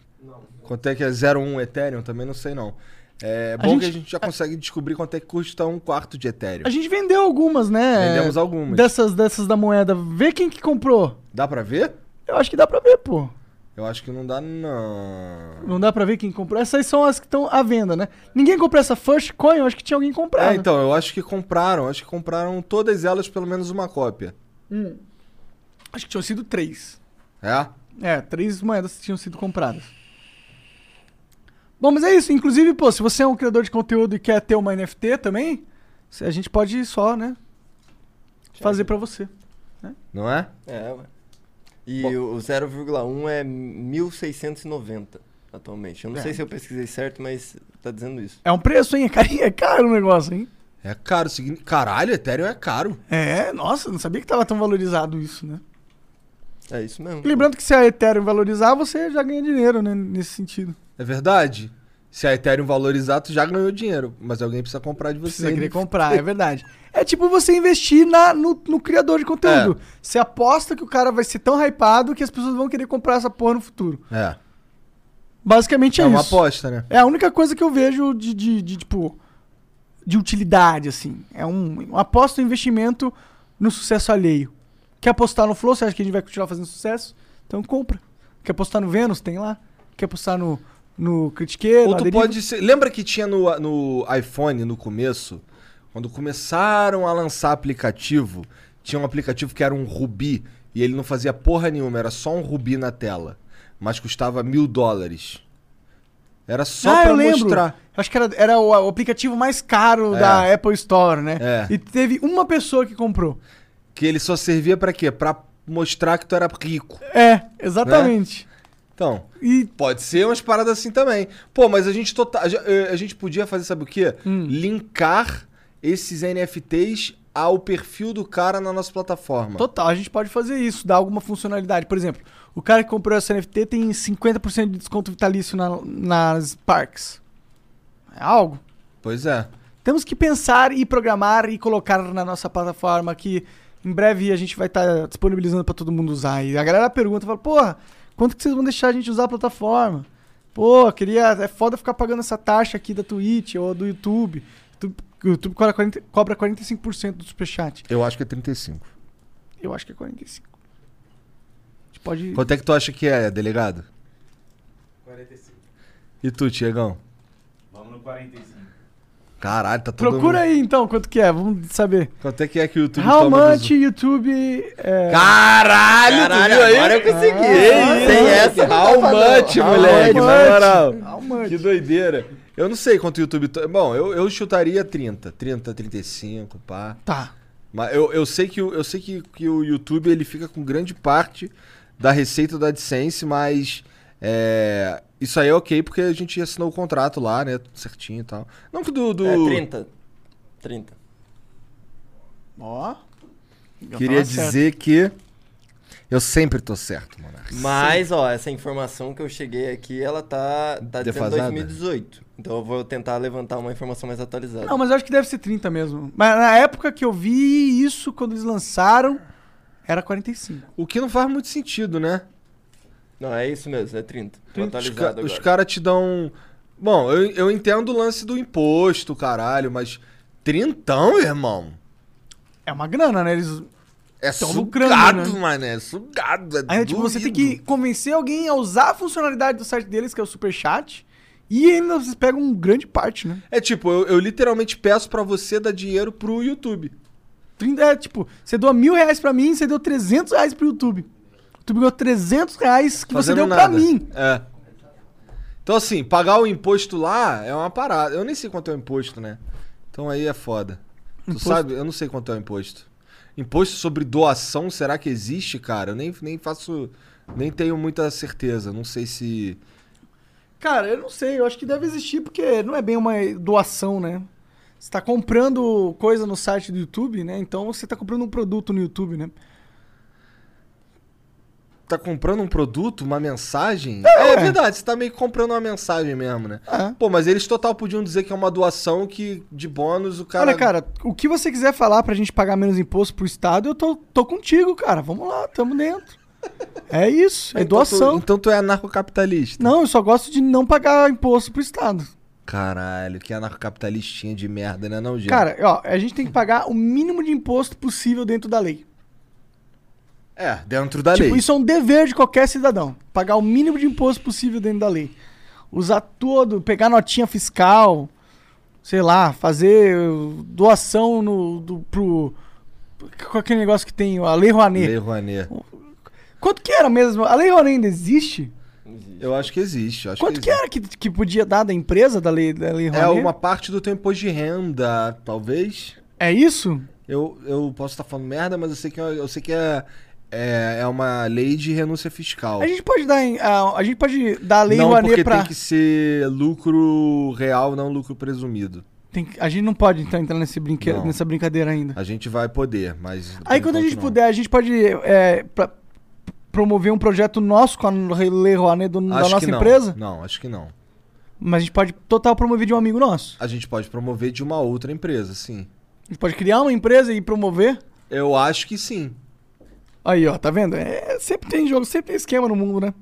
[SPEAKER 1] Quanto é que é 01 Ethereum? Também não sei, não. É bom que a
[SPEAKER 2] gente-
[SPEAKER 1] gente já consegue descobrir quanto é que custa um quarto de Ethereum.
[SPEAKER 2] A gente vendeu algumas, né?
[SPEAKER 1] Vendemos algumas.
[SPEAKER 2] Dessas, dessas da moeda. Vê quem que comprou.
[SPEAKER 1] Dá pra ver?
[SPEAKER 2] Eu acho que dá pra ver, pô.
[SPEAKER 1] Eu acho que não dá, não.
[SPEAKER 2] Não dá pra ver quem comprou. Essas são as que estão à venda, né? Ninguém comprou essa First Coin, eu acho que tinha alguém comprado.
[SPEAKER 1] É, então, eu acho que compraram. Acho que compraram todas elas, pelo menos uma cópia.
[SPEAKER 2] Acho que tinham sido três.
[SPEAKER 1] É?
[SPEAKER 2] É, três moedas tinham sido compradas. Bom, mas é isso. Inclusive, pô, se você é um criador de conteúdo e quer ter uma NFT também, a gente pode só, né? Fazer pra você.
[SPEAKER 1] Não é?
[SPEAKER 3] É, ué. E o 0,1 é 1690 atualmente. Eu
[SPEAKER 1] É.
[SPEAKER 3] não sei se eu pesquisei certo, mas tá dizendo isso.
[SPEAKER 2] É um preço, hein? É caro, é caro o negócio, hein?
[SPEAKER 1] É caro. signi- Caralho, Ethereum é caro.
[SPEAKER 2] É, nossa, não sabia que tava tão valorizado isso, né?
[SPEAKER 3] É isso mesmo.
[SPEAKER 2] Lembrando que se a Ethereum valorizar, você já ganha dinheiro, né? Nesse sentido.
[SPEAKER 1] É verdade? Se a Ethereum valorizar, tu já ganhou dinheiro. Mas alguém precisa comprar de você. né?
[SPEAKER 2] Precisa querer comprar, é verdade. É tipo você investir na, no, no criador de conteúdo. Você aposta que o cara vai ser tão hypado que as pessoas vão querer comprar essa porra no futuro.
[SPEAKER 1] É.
[SPEAKER 2] Basicamente é,
[SPEAKER 1] É uma
[SPEAKER 2] isso.
[SPEAKER 1] aposta, né?
[SPEAKER 2] É a única coisa que eu vejo de, de, de, tipo, de utilidade, assim. É um, um aposta um investimento no sucesso alheio. Quer apostar no Flow? Você acha que a gente vai continuar fazendo sucesso? Então compra. Quer apostar no Vênus? Tem lá. Quer apostar no, no Critiqueiro?
[SPEAKER 1] Ou
[SPEAKER 2] na
[SPEAKER 1] tu
[SPEAKER 2] Deriva?
[SPEAKER 1] pode ser. Lembra que tinha no, no iPhone no começo? Quando começaram a lançar aplicativo, tinha um aplicativo que era um Rubi e ele não fazia porra nenhuma, era só um Rubi na tela. Mas custava mil dólares. Era só
[SPEAKER 2] ah,
[SPEAKER 1] pra
[SPEAKER 2] eu lembro.
[SPEAKER 1] mostrar.
[SPEAKER 2] Acho que era, era o, o aplicativo mais caro
[SPEAKER 1] É.
[SPEAKER 2] da Apple Store, né?
[SPEAKER 1] É.
[SPEAKER 2] E teve uma pessoa que comprou.
[SPEAKER 1] Que ele só servia pra quê? Pra mostrar que tu era rico.
[SPEAKER 2] É, exatamente.
[SPEAKER 1] Então,
[SPEAKER 2] E
[SPEAKER 1] Pode ser umas paradas assim também. Pô, mas a gente total, a ge- eh, a gente podia fazer, sabe o quê?
[SPEAKER 2] Hum.
[SPEAKER 1] Linkar esses NFTs ao perfil do cara na nossa plataforma.
[SPEAKER 2] Total, a gente pode fazer isso, dar alguma funcionalidade. Por exemplo, o cara que comprou essa NFT tem 50% de desconto vitalício na- nas parques. É algo.
[SPEAKER 1] Pois é.
[SPEAKER 2] Temos que pensar e programar e colocar na nossa plataforma que em breve a gente vai estar disponibilizando para todo mundo usar. E a galera pergunta, fala, porra, quanto que vocês vão deixar a gente usar a plataforma? Pô, queria. É foda ficar pagando essa taxa aqui da Twitch ou do YouTube. Tu- O YouTube cobra, 40, cobra 45% do superchat.
[SPEAKER 1] Eu acho que é 35.
[SPEAKER 2] Eu acho que é 45. A gente pode.
[SPEAKER 1] Quanto é que tu acha que é, delegado?
[SPEAKER 5] 45.
[SPEAKER 1] E tu, Tiagão?
[SPEAKER 5] Vamos no 45.
[SPEAKER 1] Caralho, tá todo
[SPEAKER 2] Procura
[SPEAKER 1] mundo-
[SPEAKER 2] aí então quanto que é, vamos saber.
[SPEAKER 1] Quanto é que é que o YouTube
[SPEAKER 2] How
[SPEAKER 1] toma dos-
[SPEAKER 2] much YouTube. É...
[SPEAKER 1] Caralho,
[SPEAKER 3] Caralho,
[SPEAKER 1] tu viu aí?
[SPEAKER 3] agora eu consegui.
[SPEAKER 1] Que
[SPEAKER 3] Sem
[SPEAKER 1] isso?
[SPEAKER 3] essa,
[SPEAKER 1] How
[SPEAKER 3] não tá
[SPEAKER 1] much,
[SPEAKER 3] falando. How
[SPEAKER 1] moleque,
[SPEAKER 2] much?
[SPEAKER 1] na moral.
[SPEAKER 2] How much?
[SPEAKER 1] Que doideira. Eu não sei quanto o YouTube... to- Bom, eu, eu chutaria 30, 30, 35, pá.
[SPEAKER 2] Tá.
[SPEAKER 1] Mas eu, eu sei, que, o- eu sei que, que o YouTube ele fica com grande parte da receita da AdSense, mas é, isso aí é ok porque a gente assinou o contrato lá, né? Tudo certinho e tal. Não que do. do-
[SPEAKER 3] É 30. 30.
[SPEAKER 2] Ó. Eu
[SPEAKER 1] Queria
[SPEAKER 2] tava certo.
[SPEAKER 1] dizer que eu sempre tô certo, mano.
[SPEAKER 3] Mas, ó, essa informação que eu cheguei aqui, ela tá, tá dizendo
[SPEAKER 1] Defasada?
[SPEAKER 3] 2018. Então eu vou tentar levantar uma informação mais atualizada.
[SPEAKER 2] Não, mas eu acho que deve ser 30 mesmo. Mas na época que eu vi isso, quando eles lançaram, era 45.
[SPEAKER 1] O que não faz muito sentido, né?
[SPEAKER 3] Não, é isso mesmo, é 30. Tô
[SPEAKER 1] Os,
[SPEAKER 3] atualizado
[SPEAKER 1] ca- os
[SPEAKER 3] agora.
[SPEAKER 1] caras te dão. um, Bom, eu, eu entendo o lance do imposto, caralho, mas trintão, irmão.
[SPEAKER 2] É uma grana, né? Eles.
[SPEAKER 1] É
[SPEAKER 2] Tão lucrando,
[SPEAKER 1] sugado, mano. É sugado. É
[SPEAKER 2] Ainda, tipo, você tem
[SPEAKER 1] doído.
[SPEAKER 2] que convencer alguém a usar a funcionalidade do site deles, que é o Superchat. E ainda vocês pegam um grande parte, né?
[SPEAKER 1] É tipo, eu, eu literalmente peço pra você dar dinheiro pro YouTube.
[SPEAKER 2] 30, é tipo, você doa mil reais pra mim, você deu 300 reais pro YouTube. O YouTube ganhou 300 reais que você
[SPEAKER 1] Fazendo
[SPEAKER 2] deu
[SPEAKER 1] nada.
[SPEAKER 2] pra mim.
[SPEAKER 1] É. Então, assim, pagar o imposto lá é uma parada. Eu nem sei quanto é o imposto, né? Então aí é foda. Tu
[SPEAKER 2] Imposto?
[SPEAKER 1] sabe? Eu não sei quanto é o imposto. Imposto sobre doação, será que existe, cara? Eu nem, nem faço. Nem tenho muita certeza. Não sei se.
[SPEAKER 2] Cara, eu não sei, eu acho que deve existir, porque não é bem uma doação, né? Você tá comprando coisa no site do YouTube, né? Então você tá comprando um produto no YouTube, né?
[SPEAKER 1] Tá comprando um produto, uma mensagem? É, verdade, você tá meio que comprando uma mensagem mesmo, né?
[SPEAKER 2] É.
[SPEAKER 1] Pô, mas eles total podiam dizer que é uma doação que de bônus o cara.
[SPEAKER 2] Olha, cara, o que você quiser falar pra gente pagar menos imposto pro Estado, eu tô, tô contigo, cara. Vamos lá, tamo dentro. É isso, é
[SPEAKER 1] Então tu-
[SPEAKER 2] doação.
[SPEAKER 1] Então tu é anarcocapitalista.
[SPEAKER 2] Não, eu só gosto de não pagar imposto pro Estado.
[SPEAKER 1] Caralho, que anarcocapitalistinha de merda, né, não, gente?
[SPEAKER 2] Cara, ó, a gente tem que pagar o mínimo de imposto possível dentro da lei.
[SPEAKER 1] É, dentro da
[SPEAKER 2] tipo,
[SPEAKER 1] lei.
[SPEAKER 2] isso é um dever de qualquer cidadão. Pagar o mínimo de imposto possível dentro da lei. Usar todo, pegar notinha fiscal, sei lá, fazer uh, doação no, do, pro. Qual é aquele negócio que tem? A Lei Rouanet.
[SPEAKER 1] Lei Rouanet.
[SPEAKER 2] Quanto que era mesmo? A Lei Rouanet ainda existe?
[SPEAKER 1] Eu acho que existe. eu Acho
[SPEAKER 2] Quanto que,
[SPEAKER 1] que existe.
[SPEAKER 2] era que, que podia dar da empresa da Lei, da lei
[SPEAKER 1] É
[SPEAKER 2] Rouanet?
[SPEAKER 1] uma parte do teu imposto de renda, talvez.
[SPEAKER 2] É isso?
[SPEAKER 1] Eu, eu posso estar falando merda, mas eu sei que, é- eu sei que é, é, é uma lei de renúncia fiscal.
[SPEAKER 2] A gente pode dar, em- a, a gente pode dar a Lei
[SPEAKER 1] não
[SPEAKER 2] Rouanet
[SPEAKER 1] porque
[SPEAKER 2] pra...
[SPEAKER 1] tem que ser lucro real, não lucro presumido.
[SPEAKER 2] Tem que- A gente não pode então entrar nesse brinque...
[SPEAKER 1] Não.
[SPEAKER 2] nessa brincadeira ainda.
[SPEAKER 1] A gente vai poder, mas.
[SPEAKER 2] Aí
[SPEAKER 1] por
[SPEAKER 2] quando a
[SPEAKER 1] enquanto,
[SPEAKER 2] gente
[SPEAKER 1] não.
[SPEAKER 2] puder, a gente pode é, pra- promover um projeto nosso com a Lei Rouanet do- da
[SPEAKER 1] Acho que
[SPEAKER 2] nossa
[SPEAKER 1] não.
[SPEAKER 2] empresa,
[SPEAKER 1] Não, acho que não.
[SPEAKER 2] mas a gente pode total promover de um amigo nosso.
[SPEAKER 1] A gente pode promover de uma outra empresa, sim.
[SPEAKER 2] A gente pode criar uma empresa e promover.
[SPEAKER 1] Eu acho que sim.
[SPEAKER 2] Aí, ó, tá vendo? É, sempre tem jogo, sempre tem esquema no mundo, né?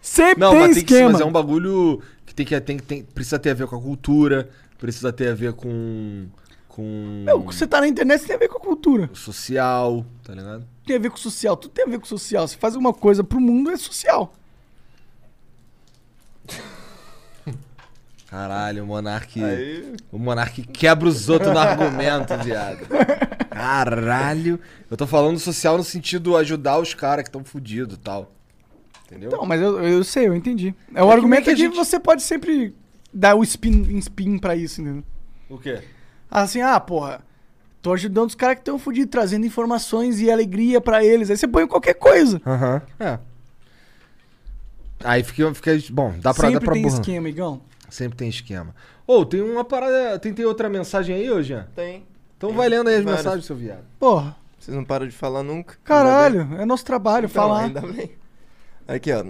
[SPEAKER 2] Sempre
[SPEAKER 1] Não,
[SPEAKER 2] tem
[SPEAKER 1] mas tem que ser,
[SPEAKER 2] esquema.
[SPEAKER 1] mas é um bagulho que tem que tem, tem- precisa ter a ver com a cultura, precisa ter a ver com com
[SPEAKER 2] Meu, você tá na internet, isso tem a ver com a cultura.
[SPEAKER 1] o social, tá ligado?
[SPEAKER 2] Tem a ver com o social, tudo tem a ver com o social. Se faz alguma coisa pro mundo, é social.
[SPEAKER 1] Caralho, o Monark,
[SPEAKER 3] Aí-
[SPEAKER 1] o Monark quebra os outros no argumento, viado. Caralho. Eu tô falando social no sentido ajudar os caras que estão fudidos e tal. Entendeu?
[SPEAKER 2] Não, Então, mas eu, eu sei, eu entendi. É
[SPEAKER 1] É
[SPEAKER 2] o
[SPEAKER 1] que meio
[SPEAKER 2] argumento
[SPEAKER 1] que
[SPEAKER 2] que,
[SPEAKER 1] a gente-
[SPEAKER 2] você pode sempre dar o spin, um spin pra isso, entendeu?
[SPEAKER 1] o quê?
[SPEAKER 2] Assim, ah, porra, tô ajudando os caras que estão fudidos, trazendo informações e alegria pra eles. Aí você põe qualquer coisa.
[SPEAKER 1] Aham. É. Aí fica, fica bom, dá pra
[SPEAKER 2] Sempre
[SPEAKER 1] dá pra
[SPEAKER 2] tem
[SPEAKER 1] burra.
[SPEAKER 2] esquema, Igão.
[SPEAKER 1] Sempre tem esquema. Ô, tem uma parada, tem, tem outra mensagem aí, ô Jean?
[SPEAKER 3] Tem.
[SPEAKER 1] Então vai lendo aí as
[SPEAKER 3] Várias.
[SPEAKER 1] mensagens, seu viado.
[SPEAKER 2] Porra,
[SPEAKER 3] Vocês não param de falar nunca. Ainda
[SPEAKER 2] caralho, é nosso trabalho
[SPEAKER 3] bem. Então,
[SPEAKER 2] falar.
[SPEAKER 3] Ainda bem. Aqui, ó.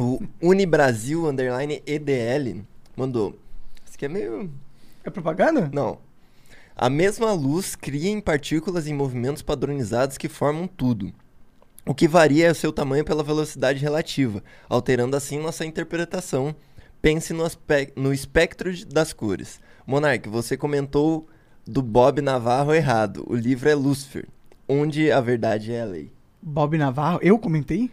[SPEAKER 3] O Unibrasil underline EDL mandou. Isso aqui é meio.
[SPEAKER 2] É propaganda?
[SPEAKER 3] Não. A mesma luz cria em partículas em movimentos padronizados que formam tudo. O que varia é o seu tamanho pela velocidade relativa, alterando assim nossa interpretação. Pense no, aspe- no espectro de- das cores. Monark, você comentou do Bob Navarro errado. O livro é Lúcifer, onde a verdade é a lei.
[SPEAKER 2] Bob Navarro, eu comentei?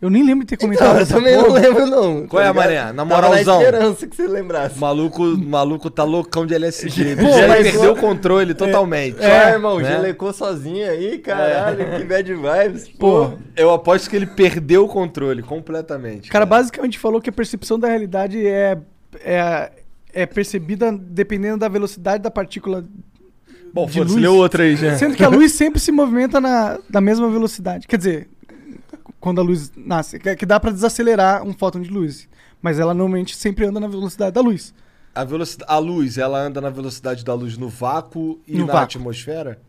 [SPEAKER 2] Eu nem lembro de ter comentado.
[SPEAKER 3] Não, Então, eu
[SPEAKER 2] essa
[SPEAKER 3] também
[SPEAKER 2] porra.
[SPEAKER 3] não lembro, não. tá
[SPEAKER 1] Qual é,
[SPEAKER 3] ligado?
[SPEAKER 1] mané? Na
[SPEAKER 3] Tava
[SPEAKER 1] moralzão.
[SPEAKER 3] na esperança que você lembrasse.
[SPEAKER 1] O maluco, o maluco tá loucão de LSD.
[SPEAKER 3] Pô,
[SPEAKER 1] já
[SPEAKER 3] mas-
[SPEAKER 2] é-
[SPEAKER 1] perdeu o controle totalmente.
[SPEAKER 3] É, irmão,
[SPEAKER 1] né? É.
[SPEAKER 3] gelecou sozinho aí, caralho, que bad vibes.
[SPEAKER 1] Pô,
[SPEAKER 3] Pô,
[SPEAKER 1] eu aposto que ele perdeu o controle completamente.
[SPEAKER 2] O cara basicamente falou que a percepção da realidade é, é, é percebida dependendo da velocidade da partícula.
[SPEAKER 1] Bom,
[SPEAKER 2] de
[SPEAKER 1] foda-se,
[SPEAKER 2] luz.
[SPEAKER 1] leu outra aí já.
[SPEAKER 2] Sendo que a luz sempre se movimenta na, na mesma velocidade. Quer dizer, quando a luz nasce. Que, que dá pra desacelerar um fóton de luz. Mas ela normalmente sempre anda na velocidade da luz.
[SPEAKER 1] A, velocidade, a luz, ela anda na velocidade da luz no vácuo e
[SPEAKER 2] No
[SPEAKER 1] na
[SPEAKER 2] vácuo.
[SPEAKER 1] atmosfera?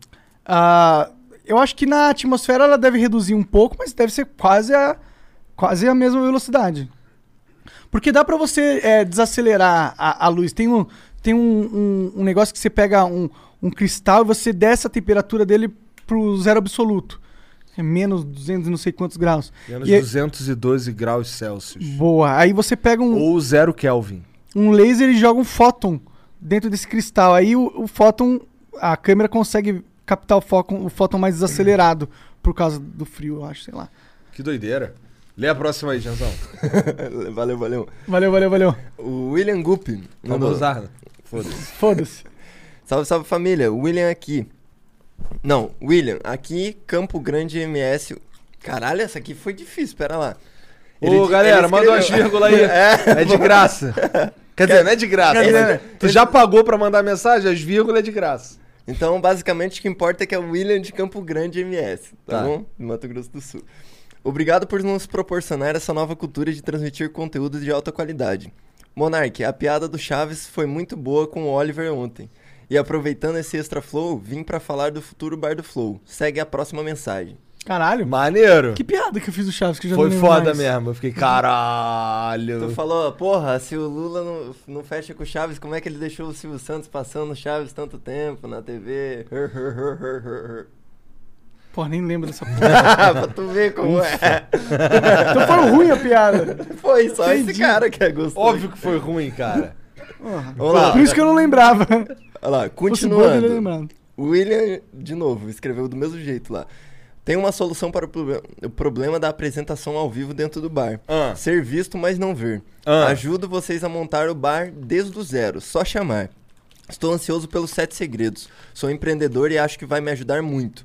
[SPEAKER 2] Ah, eu acho que na atmosfera ela deve reduzir um pouco, mas deve ser quase a, quase a mesma velocidade. Porque dá pra você é, desacelerar a, a luz. Tem, um, tem um, um, um negócio que você pega um, um cristal e você desce a temperatura dele pro zero absoluto. É menos 200 e não sei quantos graus.
[SPEAKER 1] Menos
[SPEAKER 2] E-
[SPEAKER 1] 212 graus Celsius.
[SPEAKER 2] Boa. Aí você pega um,
[SPEAKER 1] Ou zero Kelvin.
[SPEAKER 2] um laser e joga um fóton dentro desse cristal. Aí o, o fóton, a câmera consegue captar o, fóton, o fóton mais desacelerado por causa do frio, eu acho, sei lá.
[SPEAKER 1] Que doideira. Lê a próxima aí, Janzão.
[SPEAKER 3] valeu, valeu.
[SPEAKER 2] Valeu, valeu, valeu.
[SPEAKER 3] O William Gupp mandou.
[SPEAKER 1] Vamos usar. Foda-se.
[SPEAKER 2] Foda-se.
[SPEAKER 3] Salve, salve família, William aqui. Não, William, aqui Campo Grande MS. Caralho, essa aqui foi difícil, pera lá.
[SPEAKER 1] Ô,
[SPEAKER 3] di-
[SPEAKER 1] galera, manda umas
[SPEAKER 3] escreveu-
[SPEAKER 1] vírgulas aí.
[SPEAKER 3] É,
[SPEAKER 1] É de graça. Quer dizer, não é de graça.
[SPEAKER 3] Quer dizer,
[SPEAKER 1] né? Tu já pagou pra mandar mensagem? As vírgulas é de graça.
[SPEAKER 3] Então, basicamente, o que importa é que é o William de Campo Grande MS, tá,
[SPEAKER 1] Tá.
[SPEAKER 3] bom? Do Mato Grosso do Sul. Obrigado por nos proporcionar essa nova cultura de transmitir conteúdo de alta qualidade. Monark, a piada do Chaves foi muito boa com o Oliver ontem. E aproveitando esse extra flow, vim pra falar do futuro Bar do Flow. Segue a próxima mensagem.
[SPEAKER 2] Caralho.
[SPEAKER 1] Maneiro.
[SPEAKER 2] Que piada que eu fiz do Chaves que eu já
[SPEAKER 1] Foi
[SPEAKER 2] não lembro
[SPEAKER 1] foda
[SPEAKER 2] mais.
[SPEAKER 1] mesmo. Eu fiquei, caralho.
[SPEAKER 3] Tu falou, porra, se o Lula não, não fecha com o Chaves, como é que ele deixou o Silvio Santos passando o Chaves tanto tempo na TV?
[SPEAKER 2] Porra, nem lembro dessa porra.
[SPEAKER 3] pra tu ver como é.
[SPEAKER 2] então foi ruim a piada.
[SPEAKER 3] Foi só esse
[SPEAKER 2] Entendi.
[SPEAKER 3] cara que é gostoso.
[SPEAKER 1] Óbvio que foi ruim, cara.
[SPEAKER 2] Porra.
[SPEAKER 3] Vamos lá.
[SPEAKER 2] Por isso que eu não lembrava.
[SPEAKER 3] Olha lá,
[SPEAKER 2] Fosse boa, eu não
[SPEAKER 3] continuando.
[SPEAKER 2] lembrava.
[SPEAKER 3] William, de novo, escreveu do mesmo jeito lá. Tem uma solução para o, proble- o problema da apresentação ao vivo dentro do bar.
[SPEAKER 1] Ah.
[SPEAKER 3] Ser visto, mas não ver.
[SPEAKER 1] Ah.
[SPEAKER 3] Ajudo vocês a montar o bar desde o zero, só chamar. Estou ansioso pelos sete segredos. Sou empreendedor e acho que vai me ajudar muito.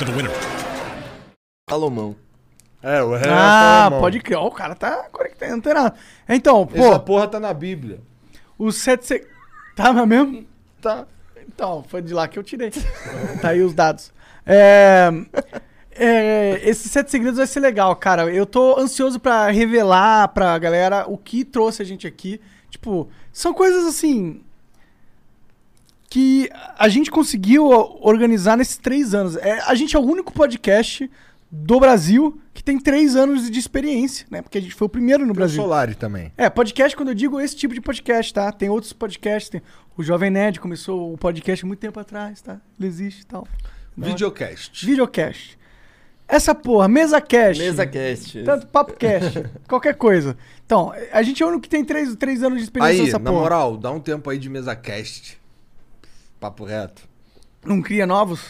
[SPEAKER 6] of the winner.
[SPEAKER 3] Salomão.
[SPEAKER 1] É, o resto,
[SPEAKER 2] Ah,
[SPEAKER 1] irmão.
[SPEAKER 2] pode crer. Ó, o cara tá conectando, não tem nada. Então,
[SPEAKER 1] Essa
[SPEAKER 2] pô,
[SPEAKER 1] porra tá na Bíblia.
[SPEAKER 2] os sete... Se... Tava mesmo?
[SPEAKER 1] Tá.
[SPEAKER 2] Então, foi de lá que eu tirei. tá aí os dados. É, é, esses sete segredos vai ser legal, cara. Eu tô ansioso pra revelar pra galera o que trouxe a gente aqui. Tipo, são coisas assim. Que a gente conseguiu organizar nesses três anos. É, a gente é o único podcast do Brasil que tem três anos de experiência, né? Porque a gente foi o primeiro no
[SPEAKER 1] O
[SPEAKER 2] Brasil.
[SPEAKER 1] Solari também.
[SPEAKER 2] É, podcast, quando eu digo esse tipo de podcast, tá? Tem outros podcasts, tem... o Jovem Nerd começou o podcast muito tempo atrás, tá? Ele existe e tal. Então,
[SPEAKER 1] Videocast.
[SPEAKER 2] Videocast. Essa porra, mesa cast.
[SPEAKER 3] Mesa cast.
[SPEAKER 2] Tanto papo cast, qualquer coisa. Então, a gente é o único que tem três, três anos de experiência
[SPEAKER 1] Aí,
[SPEAKER 2] nessa
[SPEAKER 1] na
[SPEAKER 2] porra.
[SPEAKER 1] moral, dá um tempo aí de mesa cast. Papo reto.
[SPEAKER 2] Não cria novos?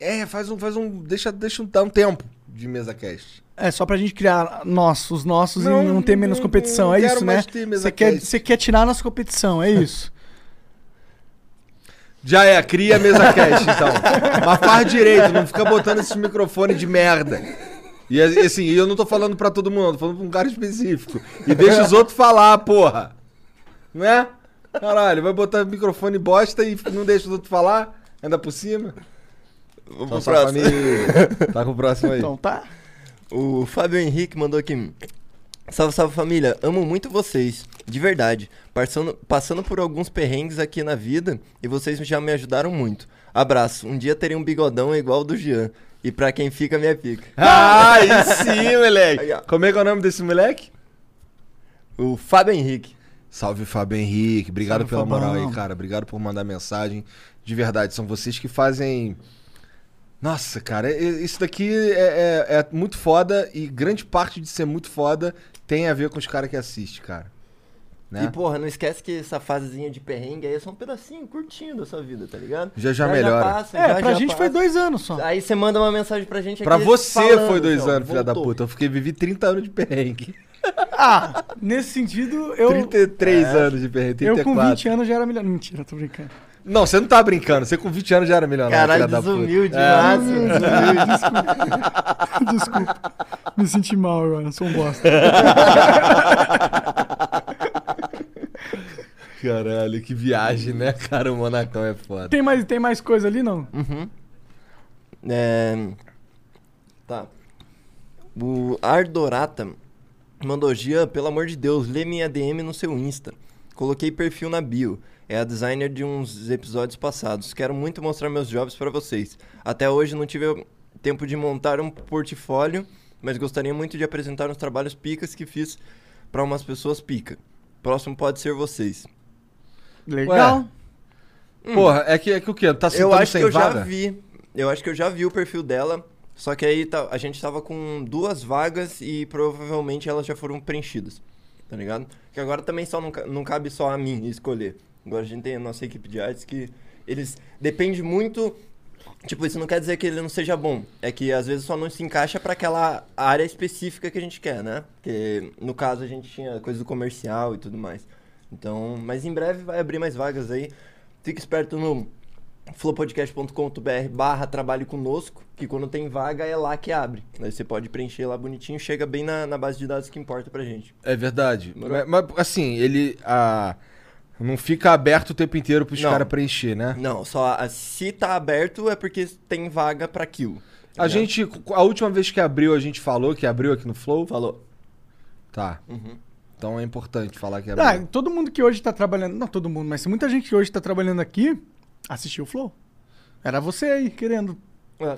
[SPEAKER 1] É, faz um. Faz um deixa, deixa um, dá um tempo de mesa cast.
[SPEAKER 2] É só pra gente criar nós, os nossos
[SPEAKER 1] Não,
[SPEAKER 2] e não ter menos
[SPEAKER 1] não-
[SPEAKER 2] competição,
[SPEAKER 1] não
[SPEAKER 2] é
[SPEAKER 1] quero
[SPEAKER 2] isso, né?
[SPEAKER 1] mais ter mesa
[SPEAKER 2] Você quer,
[SPEAKER 1] cast.
[SPEAKER 2] você quer tirar a nossa competição, é isso.
[SPEAKER 1] Já é, cria mesa cast, então. Mas faz direito, não fica botando esses microfones de merda. E assim, eu não tô falando pra todo mundo, tô falando pra um cara específico. E deixa os outros falar, porra. Né? Caralho, vai botar microfone bosta e não deixa os outros falar? Ainda por cima?
[SPEAKER 3] Vamos
[SPEAKER 1] Então,
[SPEAKER 3] pro
[SPEAKER 1] só
[SPEAKER 3] próximo. Então.
[SPEAKER 1] pra mim- Tá com o próximo aí.
[SPEAKER 2] Então, tá?
[SPEAKER 3] O Fábio Henrique mandou aqui. Salve, salve família. Amo muito vocês, de verdade. Passando, passando por alguns perrengues aqui na vida e vocês já me ajudaram muito. Abraço. Um dia terei um bigodão igual o do Jean. E pra quem fica, minha pica.
[SPEAKER 1] Ah, aí sim, moleque.
[SPEAKER 3] Aí, ó.
[SPEAKER 1] Como é que é o nome desse moleque?
[SPEAKER 3] O Fábio Henrique.
[SPEAKER 1] Salve, Fábio Henrique. Obrigado
[SPEAKER 2] Salve,
[SPEAKER 1] pela moral
[SPEAKER 2] Fabão.
[SPEAKER 1] aí, cara. Obrigado por mandar mensagem. De verdade, são vocês que fazem. Nossa, cara, e- isso daqui é, é- é muito foda e grande parte de ser muito foda tem a ver com os caras que assistem, cara. Né?
[SPEAKER 3] E porra, não esquece que essa fasezinha de perrengue aí é só um pedacinho curtinho da sua vida, tá ligado?
[SPEAKER 1] Já já melhora.
[SPEAKER 3] passa,
[SPEAKER 2] É,
[SPEAKER 3] já-
[SPEAKER 2] pra
[SPEAKER 3] já
[SPEAKER 2] gente foi
[SPEAKER 3] passa.
[SPEAKER 2] dois anos só.
[SPEAKER 3] Aí você manda uma mensagem pra gente
[SPEAKER 1] pra
[SPEAKER 3] aqui
[SPEAKER 1] você
[SPEAKER 3] falando,
[SPEAKER 1] foi dois
[SPEAKER 3] assim, ó,
[SPEAKER 1] anos, filha da
[SPEAKER 3] voltou.
[SPEAKER 1] puta. Eu fiquei, vivi 30 anos de perrengue.
[SPEAKER 2] Ah, nesse sentido, eu,
[SPEAKER 1] 33
[SPEAKER 3] É.
[SPEAKER 1] anos de perrengue,
[SPEAKER 2] eu
[SPEAKER 1] 34.
[SPEAKER 2] com 20 anos já era melhor. Mentira, tô brincando.
[SPEAKER 1] Não, você não tá brincando. Você com 20 anos já era milionário,
[SPEAKER 3] Caralho,
[SPEAKER 1] filha da puta. É.
[SPEAKER 3] desumilde, né? máximo. desumilde.
[SPEAKER 2] Desculpa. Me senti mal agora, sou um bosta.
[SPEAKER 1] Caralho, que viagem, né, cara? O Monacão é foda.
[SPEAKER 2] Tem mais, tem mais coisa ali, não?
[SPEAKER 3] É... Tá. O Ardorata mandou Gia, pelo amor de Deus, lê minha DM no seu Insta. Coloquei perfil na bio. É a designer de uns episódios passados. Quero muito mostrar meus jobs pra vocês. Até hoje não tive tempo de montar um portfólio, mas gostaria muito de apresentar uns trabalhos picas que fiz pra umas pessoas pica. Próximo pode ser vocês.
[SPEAKER 2] Legal.
[SPEAKER 1] Porra, é que, é que o quê? Tá
[SPEAKER 3] Hum. Eu
[SPEAKER 1] sentando
[SPEAKER 3] acho que
[SPEAKER 1] sem
[SPEAKER 3] eu
[SPEAKER 1] vaga?
[SPEAKER 3] já vi. Eu acho que eu já vi o perfil dela. Só que aí tá- a gente tava com duas vagas e provavelmente elas já foram preenchidas. Tá ligado? Que agora também só não, ca- não cabe só a mim escolher. Agora a gente tem a nossa equipe de artes que eles depende muito. Tipo, isso não quer dizer que ele não seja bom. É que às vezes só não se encaixa pra aquela área específica que a gente quer, né? Porque no caso a gente tinha coisa do comercial e tudo mais. Então, mas em breve vai abrir mais vagas aí. Fique esperto no flowpodcast.com.br barra trabalho conosco, que quando tem vaga é lá que abre. Aí você pode preencher lá bonitinho, chega bem na, na base de dados que importa pra gente.
[SPEAKER 1] É verdade. Mas, mas, assim, ele ah, não fica aberto o tempo inteiro pros
[SPEAKER 3] Não.
[SPEAKER 1] caras preencher, né?
[SPEAKER 3] Não, só a- se tá aberto é porque tem vaga pra aquilo.
[SPEAKER 1] A gente, a última vez que abriu, a gente falou que abriu aqui no Flow?
[SPEAKER 3] Falou. Uhum.
[SPEAKER 1] Tá. Então é importante falar que
[SPEAKER 2] Ah,
[SPEAKER 1] abriu.
[SPEAKER 2] todo mundo que hoje tá trabalhando. Não todo mundo, mas se muita gente que hoje tá trabalhando aqui assistiu o Flow. Era você aí, querendo.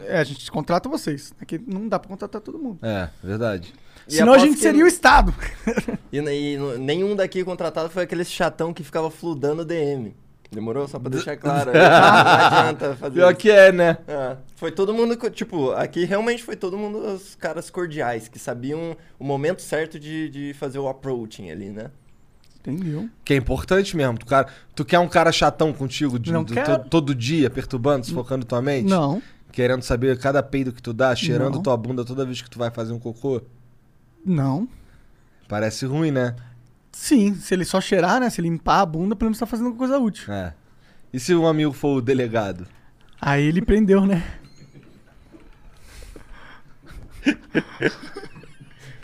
[SPEAKER 2] É, a gente contrata vocês. É que não dá pra contratar todo mundo.
[SPEAKER 1] É, verdade.
[SPEAKER 3] E
[SPEAKER 2] Senão a
[SPEAKER 3] aposto
[SPEAKER 2] gente
[SPEAKER 3] que-
[SPEAKER 2] seria o Estado.
[SPEAKER 3] E, e n- nenhum daqui contratado foi aquele chatão que ficava fludando DM. Demorou? Só pra deixar claro. aí. Não adianta fazer
[SPEAKER 1] Pior
[SPEAKER 3] isso.
[SPEAKER 1] que é, né?
[SPEAKER 3] Ah, foi todo mundo, co- tipo, aqui realmente foi todo mundo os caras cordiais, que sabiam o momento certo de, de fazer o approaching ali, né?
[SPEAKER 2] Entendeu?
[SPEAKER 1] Que é importante mesmo. Tu, cara, tu quer um cara chatão contigo de-
[SPEAKER 2] Não
[SPEAKER 1] do-
[SPEAKER 2] quero.
[SPEAKER 1] to- todo dia, perturbando, sufocando tua mente?
[SPEAKER 2] Não.
[SPEAKER 1] Querendo saber cada peido que tu dá, cheirando
[SPEAKER 2] Não.
[SPEAKER 1] tua bunda toda vez que tu vai fazer um cocô?
[SPEAKER 2] Não.
[SPEAKER 1] Parece ruim, né?
[SPEAKER 2] Sim, se ele só cheirar, né? Se ele limpar a bunda, pelo menos tá fazendo coisa útil.
[SPEAKER 1] É. E se um amigo for o delegado?
[SPEAKER 2] Aí ele prendeu, né?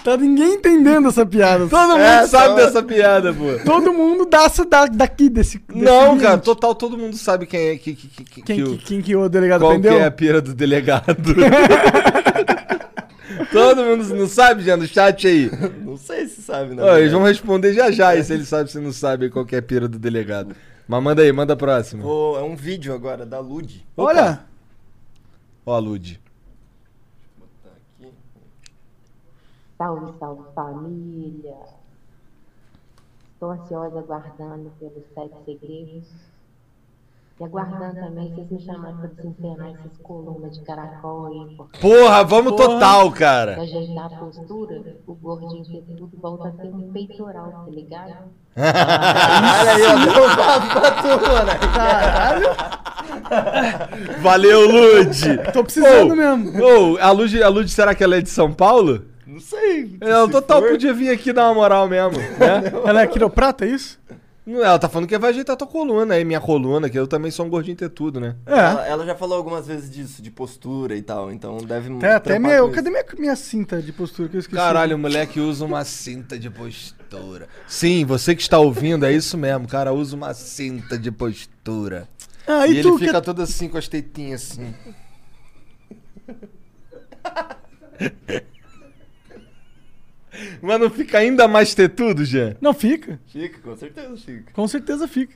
[SPEAKER 2] tá ninguém entendendo essa piada. É.
[SPEAKER 1] Todo mundo É, sabe dessa piada, pô.
[SPEAKER 2] Todo mundo dá essa da, daqui desse. desse
[SPEAKER 1] Não,
[SPEAKER 2] ambiente.
[SPEAKER 1] cara, total, todo mundo sabe quem é que, que, que, que-
[SPEAKER 2] Quem
[SPEAKER 1] que
[SPEAKER 2] que,
[SPEAKER 1] o-
[SPEAKER 2] quem que o delegado
[SPEAKER 1] qual que
[SPEAKER 2] prendeu?
[SPEAKER 1] é a pira do delegado. todo mundo não sabe, já no chat aí.
[SPEAKER 3] Não sei se sabe, não.
[SPEAKER 1] Ó, eles vão responder já já, e se eles sabem, se não sabe qual que é a pira do delegado. Mas manda aí, manda a próxima.
[SPEAKER 3] Pô, é um vídeo agora da Lud.
[SPEAKER 2] Olha,
[SPEAKER 1] Ó, Lud.
[SPEAKER 7] Salve, salve família! Estou ansiosa aguardando pelos sete segredos e aguardando também vocês me chamarem para desempenhar essas colunas de caracol aí, porque
[SPEAKER 1] Porra, vamos total, cara.
[SPEAKER 7] se ajeitar a postura, o gordinho ter tudo volta a ter um peitoral, tá ligado?
[SPEAKER 3] Olha aí, ó, deu um papo pra tu, mano.
[SPEAKER 1] Valeu, Lud.
[SPEAKER 2] tô precisando
[SPEAKER 1] Ô,
[SPEAKER 2] mesmo.
[SPEAKER 1] ô, a, Lud, a Lud, será que ela é de São Paulo?
[SPEAKER 3] Não sei.
[SPEAKER 1] Ela
[SPEAKER 3] se
[SPEAKER 1] total
[SPEAKER 3] for.
[SPEAKER 1] podia vir aqui dar uma moral mesmo, né?
[SPEAKER 2] Ela é quiroprata, é isso?
[SPEAKER 1] Não, Ela tá falando que vai ajeitar tua coluna aí, minha coluna, que eu também sou um gordinho ter tudo, né?
[SPEAKER 2] É.
[SPEAKER 3] Ela, ela já falou algumas vezes disso, de postura e tal, então deve
[SPEAKER 2] Até, É, até
[SPEAKER 3] trampar
[SPEAKER 2] minha.
[SPEAKER 3] com isso.
[SPEAKER 2] Cadê minha, minha cinta de postura que eu esqueci?
[SPEAKER 1] é Caralho, o moleque usa uma cinta de postura. Sim, você que está ouvindo, é isso mesmo, cara, usa uma cinta de postura.
[SPEAKER 2] Ah,
[SPEAKER 1] E,
[SPEAKER 2] e,
[SPEAKER 1] ele
[SPEAKER 2] tu? que-
[SPEAKER 1] fica todo assim com as tetinhas assim. Mas não fica ainda mais ter tudo, Jean?
[SPEAKER 2] Não, fica.
[SPEAKER 3] Chico, com certeza, Chico.
[SPEAKER 2] Com certeza fica.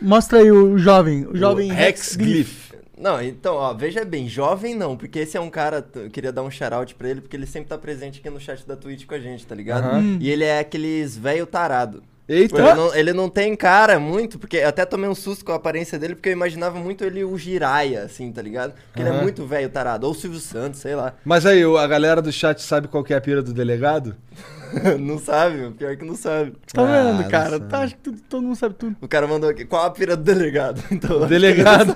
[SPEAKER 2] Mostra aí o jovem. O jovem
[SPEAKER 1] O Rex Glyph.
[SPEAKER 3] Não, então, ó, veja bem, jovem não, porque esse é um cara, t- eu queria dar um shout pra ele, porque ele sempre tá presente aqui no chat da Twitch com a gente, tá ligado? E ele é aqueles velho tarado. Tipo, Ele
[SPEAKER 1] Eita.
[SPEAKER 3] não, ele não tem cara muito, porque eu até tomei um susto com a aparência dele, porque eu imaginava muito ele o Jiraya, assim, tá ligado? Porque ele é
[SPEAKER 1] Aham.
[SPEAKER 3] muito velho tarado, ou o Silvio Santos, sei lá.
[SPEAKER 1] Mas aí, o- a galera do chat sabe qual que é a pira do delegado?
[SPEAKER 3] não sabe, o pior que não sabe.
[SPEAKER 2] Tá
[SPEAKER 1] Ah,
[SPEAKER 2] vendo,
[SPEAKER 1] não
[SPEAKER 2] cara?
[SPEAKER 1] sei.
[SPEAKER 2] Tá, acho que tudo- todo mundo sabe tudo.
[SPEAKER 3] O cara mandou aqui, qual a pira do delegado? Então,
[SPEAKER 1] O delegado.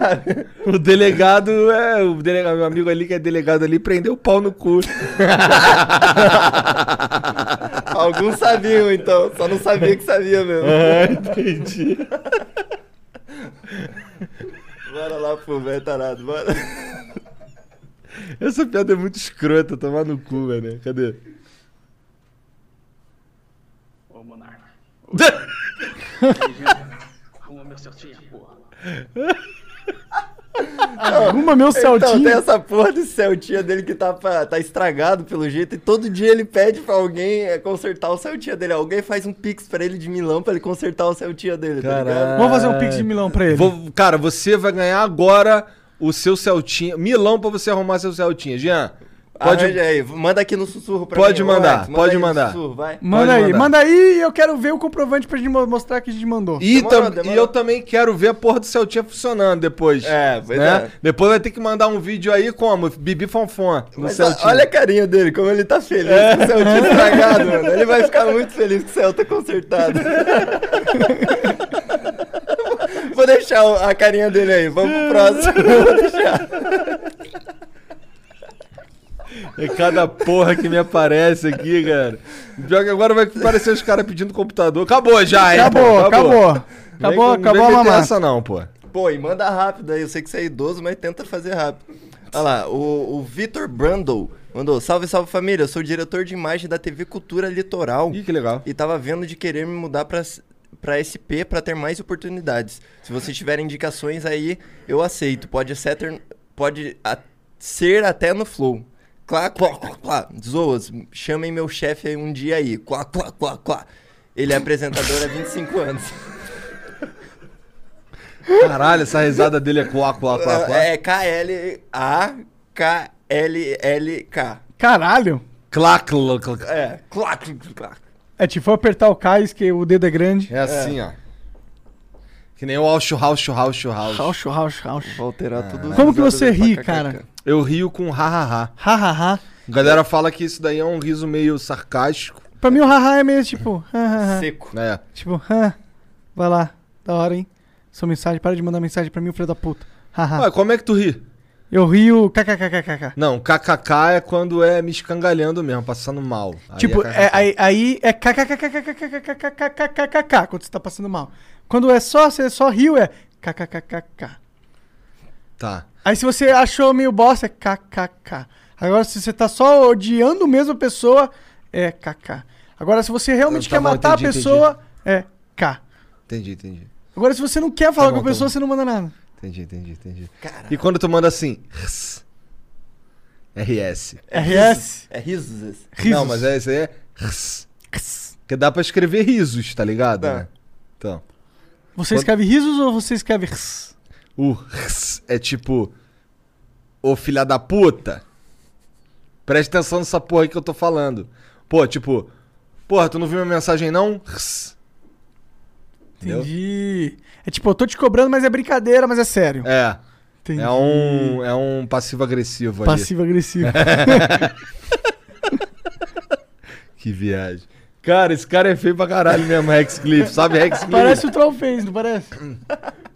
[SPEAKER 1] O delegado é. O delegado, meu amigo ali que é delegado ali prendeu o pau no cu.
[SPEAKER 3] alguns sabiam, então, só não sabia que sabia mesmo.
[SPEAKER 1] entendi.
[SPEAKER 3] Bora lá pro velho tarado, bora.
[SPEAKER 1] Essa piada é muito escrota, tomar no cu, velho. Cadê?
[SPEAKER 8] Ô, Monarca. Arruma meu certinho, porra.
[SPEAKER 2] Arruma meu
[SPEAKER 3] Então,
[SPEAKER 2] Celtinho.
[SPEAKER 3] tem essa porra do Celtinha dele que tá, pra- tá estragado pelo jeito, e todo dia ele pede pra alguém eh, consertar o Celtinha dele. Alguém faz um pix pra ele de Milão pra ele consertar o Celtinha dele, tá ligado?
[SPEAKER 2] Vamos fazer um pix de milão pra ele.
[SPEAKER 1] Vou- cara, você vai ganhar agora o seu Celtinha. Milão pra você arrumar seu Celtinha. Jean, pode.
[SPEAKER 3] Arranja aí, manda aqui no sussurro pra
[SPEAKER 1] Pode
[SPEAKER 3] mim.
[SPEAKER 1] mandar,
[SPEAKER 3] Alex,
[SPEAKER 1] pode
[SPEAKER 3] aí no
[SPEAKER 1] mandar. Hum,
[SPEAKER 3] Sussurro, vai.
[SPEAKER 2] Manda
[SPEAKER 1] Pode
[SPEAKER 2] aí,
[SPEAKER 1] mandar.
[SPEAKER 2] manda aí e eu quero ver o comprovante pra gente mo- mostrar que a gente mandou.
[SPEAKER 1] E,
[SPEAKER 3] Demorou,
[SPEAKER 1] tam-
[SPEAKER 3] demorou.
[SPEAKER 1] e eu também quero ver a porra do Celtinha funcionando depois.
[SPEAKER 3] É, pois
[SPEAKER 1] né?
[SPEAKER 3] é.
[SPEAKER 1] Depois vai ter que mandar um vídeo aí como? Bibi Fonfon no
[SPEAKER 3] Mas
[SPEAKER 1] Celtinha. É.
[SPEAKER 3] ó, olha a carinha dele, como ele tá feliz com o Celtinha estragado, mano. Ele vai ficar muito feliz que o Celta consertado. Vou deixar o- a carinha dele aí, vamos pro próximo. Vou deixar.
[SPEAKER 1] É cada porra que me aparece aqui, cara. Pior que agora vai aparecer os caras pedindo computador. Acabou já, hein?
[SPEAKER 2] Acabou,
[SPEAKER 1] pô?
[SPEAKER 2] acabou.
[SPEAKER 1] Vem
[SPEAKER 2] Acabou,
[SPEAKER 1] com-
[SPEAKER 2] acabou a
[SPEAKER 1] vem meter
[SPEAKER 2] mamata.
[SPEAKER 1] essa não, pô.
[SPEAKER 3] Pô, e manda rápido aí. Eu sei que você é idoso, mas tenta fazer rápido. Olha lá, o, o Vitor Brandel mandou: Salve, salve família. Eu sou diretor de imagem da TV Cultura Litoral.
[SPEAKER 1] Ih, que legal.
[SPEAKER 3] E tava vendo de querer me mudar pra, S- pra SP pra ter mais oportunidades. Se vocês tiverem indicações aí, eu aceito. Pode ser, ter- pode a- ser até no Flow. Clá, clá, clá, clá. Zoas, chamem meu chefe aí um dia aí. Clá, clá, clá, clá. Ele é apresentador há 25 anos.
[SPEAKER 1] Caralho, essa risada dele é clá, clá, clá, clá.
[SPEAKER 3] É K-L-A-K-L-L-K.
[SPEAKER 2] Caralho.
[SPEAKER 1] Clá, clá, clá, clá.
[SPEAKER 3] É, clac, clac.
[SPEAKER 2] É tipo eu apertar o cais, que o dedo é grande.
[SPEAKER 1] É assim, ó. Que nem o ao churral, churral, churral.
[SPEAKER 2] Raucho, raucho, raucho.
[SPEAKER 3] Vou alterar tudo.
[SPEAKER 2] Como que você
[SPEAKER 3] Risada do
[SPEAKER 2] ri,
[SPEAKER 3] kkk.
[SPEAKER 2] cara?
[SPEAKER 1] Eu rio com ha-ha-ha.
[SPEAKER 2] Ha, ha, ha.
[SPEAKER 1] Galera fala que isso daí é um riso meio sarcástico.
[SPEAKER 2] Pra mim o ha, ha é meio tipo... Ha, ha, ha.
[SPEAKER 3] Seco.
[SPEAKER 1] É.
[SPEAKER 2] Tipo, ha. Vai lá. Da hora, hein? Sua mensagem. Para de mandar mensagem pra mim, filho da puta. Ha, ha.
[SPEAKER 1] Ué, como é que tu ri?
[SPEAKER 2] Eu rio kkkkk.
[SPEAKER 1] Não, kkk é quando é me escangalhando mesmo, passando mal. Aí
[SPEAKER 2] Tipo,
[SPEAKER 1] kkk.
[SPEAKER 2] é, aí, aí é kkkkkkkkkkkkkkk quando você tá passando mal. Quando é só, você só riu, é kkkkk.
[SPEAKER 1] Tá.
[SPEAKER 2] Aí se você achou meio bosta, é kkk. Agora se você tá só odiando mesmo a pessoa, é kk. Agora se você realmente
[SPEAKER 1] Tá,
[SPEAKER 2] quer
[SPEAKER 1] tá bom,
[SPEAKER 2] matar
[SPEAKER 1] entendi,
[SPEAKER 2] a pessoa, é k.
[SPEAKER 1] Entendi, entendi.
[SPEAKER 2] Agora se você não quer falar
[SPEAKER 1] Tá bom,
[SPEAKER 2] com a pessoa,
[SPEAKER 1] tá bom.
[SPEAKER 2] você não manda nada.
[SPEAKER 1] Entendi, entendi, entendi. E quando tu manda assim, rs, RS.
[SPEAKER 2] RS.
[SPEAKER 3] É risos esse.
[SPEAKER 2] Risos.
[SPEAKER 1] Não, mas é, isso aí é rs. Porque dá pra escrever risos, tá ligado?
[SPEAKER 3] Dá.
[SPEAKER 1] né? Então,
[SPEAKER 2] Você escreve risos ou você escreve rs?
[SPEAKER 1] o rs é tipo, ô filha da puta, presta atenção nessa porra aí que eu tô falando. Pô, tipo, porra, tu não viu minha mensagem não? Rs. Entendeu?
[SPEAKER 2] Entendi. É tipo, eu tô te cobrando, mas é brincadeira, mas é sério.
[SPEAKER 1] É,
[SPEAKER 2] Entendi.
[SPEAKER 1] é um, é um passivo-agressivo ali.
[SPEAKER 2] Passivo-agressivo.
[SPEAKER 1] Que viagem. Cara, esse cara é feio pra caralho mesmo, Rex Cliff. Sabe Rex Cliff?
[SPEAKER 2] parece o Troll Face, não parece?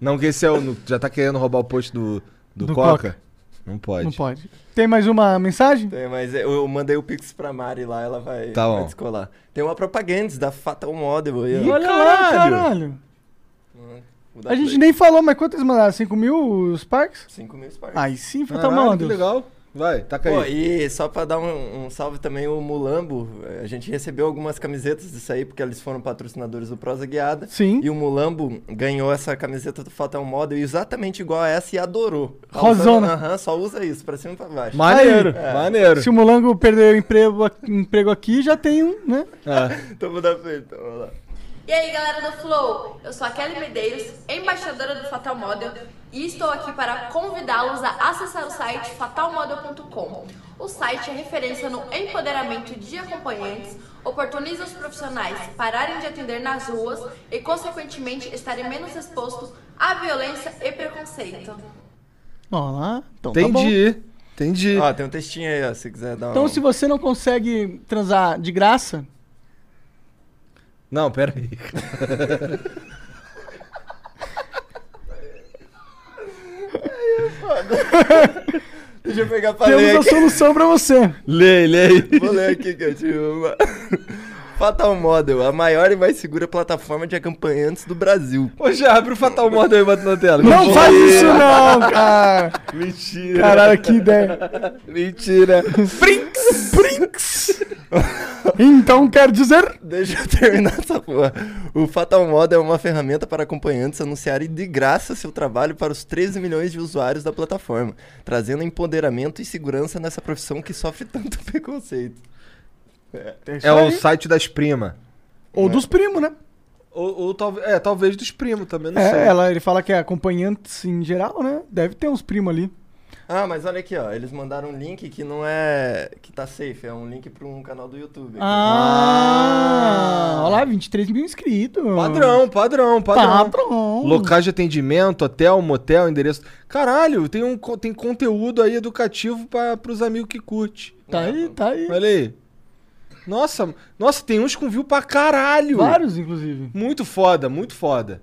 [SPEAKER 1] Não, que esse é o. no- Já tá querendo roubar o post do, do,
[SPEAKER 2] Do
[SPEAKER 1] Coca? Não pode.
[SPEAKER 2] Não pode. Tem mais uma mensagem?
[SPEAKER 3] Tem, É, mas eu, eu mandei o Pix pra Mari lá, ela vai,
[SPEAKER 1] Tá
[SPEAKER 3] vai
[SPEAKER 1] bom.
[SPEAKER 3] descolar. Tem uma propaganda da Fatal Model aí.
[SPEAKER 2] Ih,
[SPEAKER 3] ó.
[SPEAKER 2] Olha lá,
[SPEAKER 1] caralho.
[SPEAKER 2] caralho.
[SPEAKER 3] Vou dar
[SPEAKER 2] A gente
[SPEAKER 3] play.
[SPEAKER 2] nem falou, mas quantos mandaram? 5 mil os parques?
[SPEAKER 3] 5 mil Sparks.
[SPEAKER 2] Aí sim, Fatal
[SPEAKER 1] Caralho, que
[SPEAKER 2] Mando.
[SPEAKER 1] legal. Vai, taca
[SPEAKER 3] Pô,
[SPEAKER 1] aí.
[SPEAKER 3] e só pra dar um, um salve também, o Mulambo, eh, a gente recebeu algumas camisetas disso aí, porque eles foram patrocinadores do Prosa Guiada.
[SPEAKER 2] Sim.
[SPEAKER 3] E o Mulambo ganhou essa camiseta do Fatal Model exatamente igual a essa e adorou. Tá
[SPEAKER 2] Rosona.
[SPEAKER 3] usando- Aham, só usa isso, pra cima e pra baixo.
[SPEAKER 1] Maneiro, maneiro.
[SPEAKER 2] É. Se o Mulango perdeu o emprego, emprego aqui, já tem um, né?
[SPEAKER 1] É.
[SPEAKER 3] Então vou dar feito, vamos lá.
[SPEAKER 9] E aí galera do Flow, eu sou a Kelly Medeiros, embaixadora do Fatal Model e estou aqui para convidá-los a acessar o site fatalmodel.com. O site é referência no empoderamento de acompanhantes, oportuniza os profissionais pararem de atender nas ruas e, consequentemente, estarem menos expostos à violência e preconceito.
[SPEAKER 2] Ó lá, então tá bom.
[SPEAKER 1] Entendi, entendi.
[SPEAKER 3] Ó, tem um textinho aí, ó, se quiser dar
[SPEAKER 2] Então
[SPEAKER 3] um...
[SPEAKER 2] se você não consegue transar de graça,
[SPEAKER 1] Não, pera aí.
[SPEAKER 3] Deixa eu pegar pra ler
[SPEAKER 2] temos a
[SPEAKER 3] aqui.
[SPEAKER 2] solução pra você.
[SPEAKER 1] Lê, lê aí.
[SPEAKER 3] Vou ler aqui, Cantinho. vamos lá. Fatal Model, a maior e mais segura plataforma de acompanhantes do Brasil.
[SPEAKER 1] Ô, já abre o Fatal Model aí e bota na tela.
[SPEAKER 2] Não
[SPEAKER 1] Mentira.
[SPEAKER 2] faz isso não, cara.
[SPEAKER 1] Mentira.
[SPEAKER 2] Caralho, que ideia.
[SPEAKER 1] Mentira.
[SPEAKER 2] Brinks! Brinks! então quer dizer...
[SPEAKER 3] Deixa eu terminar essa porra. O Fatal Model é uma ferramenta para acompanhantes anunciarem de graça seu trabalho para os 13 milhões de usuários da plataforma, trazendo empoderamento e segurança nessa profissão que sofre tanto preconceito.
[SPEAKER 1] É o site das primas.
[SPEAKER 2] Ou dos primos, né?
[SPEAKER 1] Ou, ou talvez. É, talvez dos primos também, não sei.
[SPEAKER 2] É, ela, ele fala que é acompanhantes em geral, né? Deve ter uns primos ali.
[SPEAKER 3] Ah, mas olha aqui, ó. Eles mandaram um link que não é. que tá safe, é um link para um canal do YouTube.
[SPEAKER 2] Ah! Olha lá, 23 mil inscritos.
[SPEAKER 1] Padrão, padrão, padrão.
[SPEAKER 2] Tá Padrão.
[SPEAKER 1] Locais de atendimento, hotel, motel, endereço. Caralho, tem, um, co- tem conteúdo aí educativo pra, pros amigos que curte.
[SPEAKER 2] Tá aí, tá aí.
[SPEAKER 1] Olha aí. Nossa, nossa, tem uns com view pra caralho.
[SPEAKER 2] Vários, inclusive.
[SPEAKER 1] Muito foda, muito foda.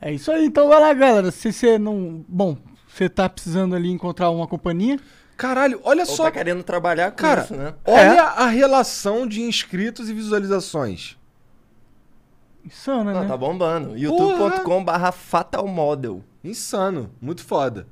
[SPEAKER 2] É isso aí. Então vai lá, galera. Se você não... Bom, você tá precisando ali encontrar uma companhia.
[SPEAKER 1] Caralho, olha
[SPEAKER 3] Ou
[SPEAKER 1] só.
[SPEAKER 3] tá querendo trabalhar com
[SPEAKER 1] Cara,
[SPEAKER 3] isso, né?
[SPEAKER 1] olha a relação de inscritos e visualizações.
[SPEAKER 2] Insana,
[SPEAKER 3] Não,
[SPEAKER 2] né?
[SPEAKER 3] tá bombando. youtube.com/barra fatalmodel.
[SPEAKER 1] Insano, muito foda,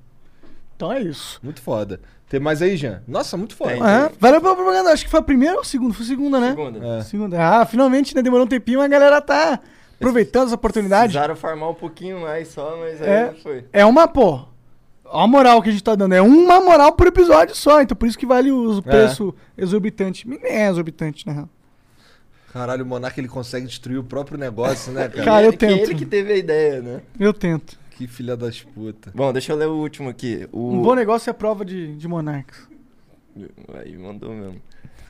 [SPEAKER 2] Então é isso.
[SPEAKER 1] muito foda. Tem mais aí, Jean? Nossa, muito foda.
[SPEAKER 3] Tem.
[SPEAKER 2] Ah, valeu pela propaganda. Acho que foi a primeira ou a segunda? Foi a segunda, né?
[SPEAKER 3] É. Segunda.
[SPEAKER 1] É.
[SPEAKER 2] Segunda. Ah, finalmente, né? Demorou um tempinho, mas a galera tá aproveitando essa oportunidade.
[SPEAKER 3] Precisaram farmar um pouquinho mais só, mas aí
[SPEAKER 2] É.
[SPEAKER 3] não foi.
[SPEAKER 2] É uma, pô. Ó a moral que a gente tá dando. É uma moral por episódio só. Então por isso que vale
[SPEAKER 3] É.
[SPEAKER 2] o preço exorbitante. Nem é exorbitante, né?
[SPEAKER 1] Caralho, o Monark ele consegue destruir o próprio negócio, né, cara?
[SPEAKER 2] Cara, eu
[SPEAKER 3] Que
[SPEAKER 2] tento.
[SPEAKER 3] Ele que teve a ideia, né?
[SPEAKER 2] Eu tento.
[SPEAKER 1] Que filha das putas.
[SPEAKER 3] Bom, deixa eu ler o último aqui. O...
[SPEAKER 2] Um bom negócio é prova de, de monarcas.
[SPEAKER 3] Aí, mandou mesmo.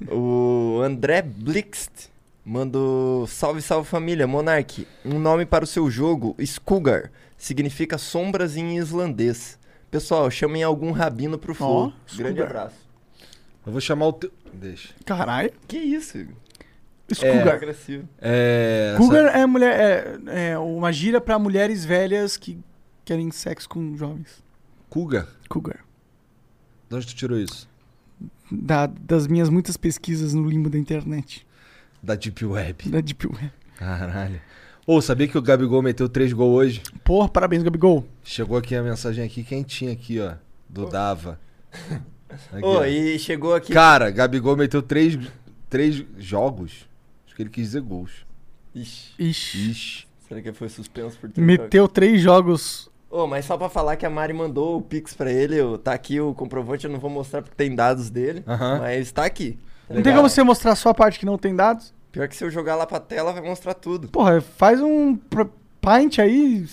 [SPEAKER 3] O André Blixt mandou salve, salve família, Monark. Um nome para o seu jogo, Skugar, significa sombras em islandês. Pessoal, chamem algum rabino pro flow. Grande abraço.
[SPEAKER 1] Eu vou chamar o teu. Deixa.
[SPEAKER 2] Caralho.
[SPEAKER 3] Que isso? É.
[SPEAKER 1] Cougar.
[SPEAKER 2] Cougar.
[SPEAKER 3] agressivo.
[SPEAKER 1] É.
[SPEAKER 2] Cougar é, mulher, é, é uma gíria pra mulheres velhas que querem sexo com jovens.
[SPEAKER 1] essa- Cougar?
[SPEAKER 2] Cougar.
[SPEAKER 1] De onde tu tirou isso?
[SPEAKER 2] Da- das minhas muitas pesquisas no limbo da internet.
[SPEAKER 1] Da Deep Web.
[SPEAKER 2] Da Deep Web.
[SPEAKER 1] Caralho. Ô, sabia que o Gabigol meteu três gols hoje?
[SPEAKER 2] Porra, parabéns, Gabigol.
[SPEAKER 1] Chegou aqui a mensagem aqui quentinha aqui, ó. Do Dava. Aqui,
[SPEAKER 3] Ô,
[SPEAKER 1] ó.
[SPEAKER 3] e chegou aqui.
[SPEAKER 1] Cara, Gabigol meteu três, três jogos. Acho que ele quis dizer gols.
[SPEAKER 3] Ixi,
[SPEAKER 2] Ixi.
[SPEAKER 1] Ixi.
[SPEAKER 3] será que foi suspenso por três jogos?
[SPEAKER 2] Meteu três jogos.
[SPEAKER 3] Ô, mas só pra falar que a Mari mandou o Pix pra ele, eu- tá aqui o comprovante, eu não vou mostrar porque tem dados dele,
[SPEAKER 1] Aham.
[SPEAKER 3] mas tá aqui.
[SPEAKER 2] Não tem como você mostrar só a parte que não tem dados?
[SPEAKER 3] Pior que se eu jogar lá pra tela, vai mostrar tudo.
[SPEAKER 2] Porra, faz um pr- pint aí,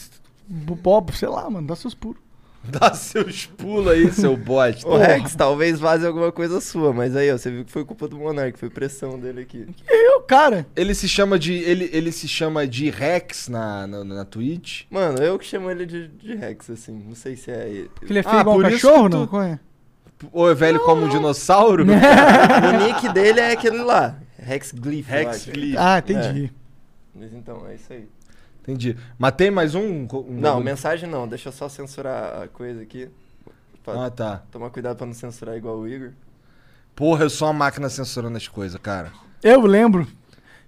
[SPEAKER 2] bo- bobo, sei lá, mano, dá seus puros.
[SPEAKER 1] Dá seus pulos aí, seu bosta.
[SPEAKER 3] Ô, Rex, talvez vaze alguma coisa sua, mas aí, ó, você viu que foi culpa do Monark, foi pressão dele aqui.
[SPEAKER 2] Eu, cara.
[SPEAKER 1] Ele se chama de. Ele, ele se chama de Rex na, na, na Twitch.
[SPEAKER 3] Mano, eu que chamo ele de, de Rex, assim, não sei se é ele.
[SPEAKER 2] Que ele é
[SPEAKER 1] Ah,
[SPEAKER 2] feio igual um
[SPEAKER 1] por isso
[SPEAKER 2] cachorro,
[SPEAKER 1] que tu-
[SPEAKER 2] não? Qual é?
[SPEAKER 1] Ou é velho como um dinossauro?
[SPEAKER 3] O nick dele é aquele lá, Rex Glyph, eu
[SPEAKER 1] Rex
[SPEAKER 3] acho.
[SPEAKER 1] Glee.
[SPEAKER 2] Ah, entendi.
[SPEAKER 3] Mas então, é isso aí.
[SPEAKER 1] Entendi. Mas tem mais um?
[SPEAKER 2] Uhum.
[SPEAKER 1] um
[SPEAKER 3] Não,
[SPEAKER 1] um-
[SPEAKER 3] mensagem não, deixa eu só censurar a coisa aqui. Pra
[SPEAKER 1] Ah, tá.
[SPEAKER 3] Tomar cuidado pra não censurar igual o Igor.
[SPEAKER 1] Porra, eu sou uma máquina censurando as coisas, cara.
[SPEAKER 2] Eu lembro.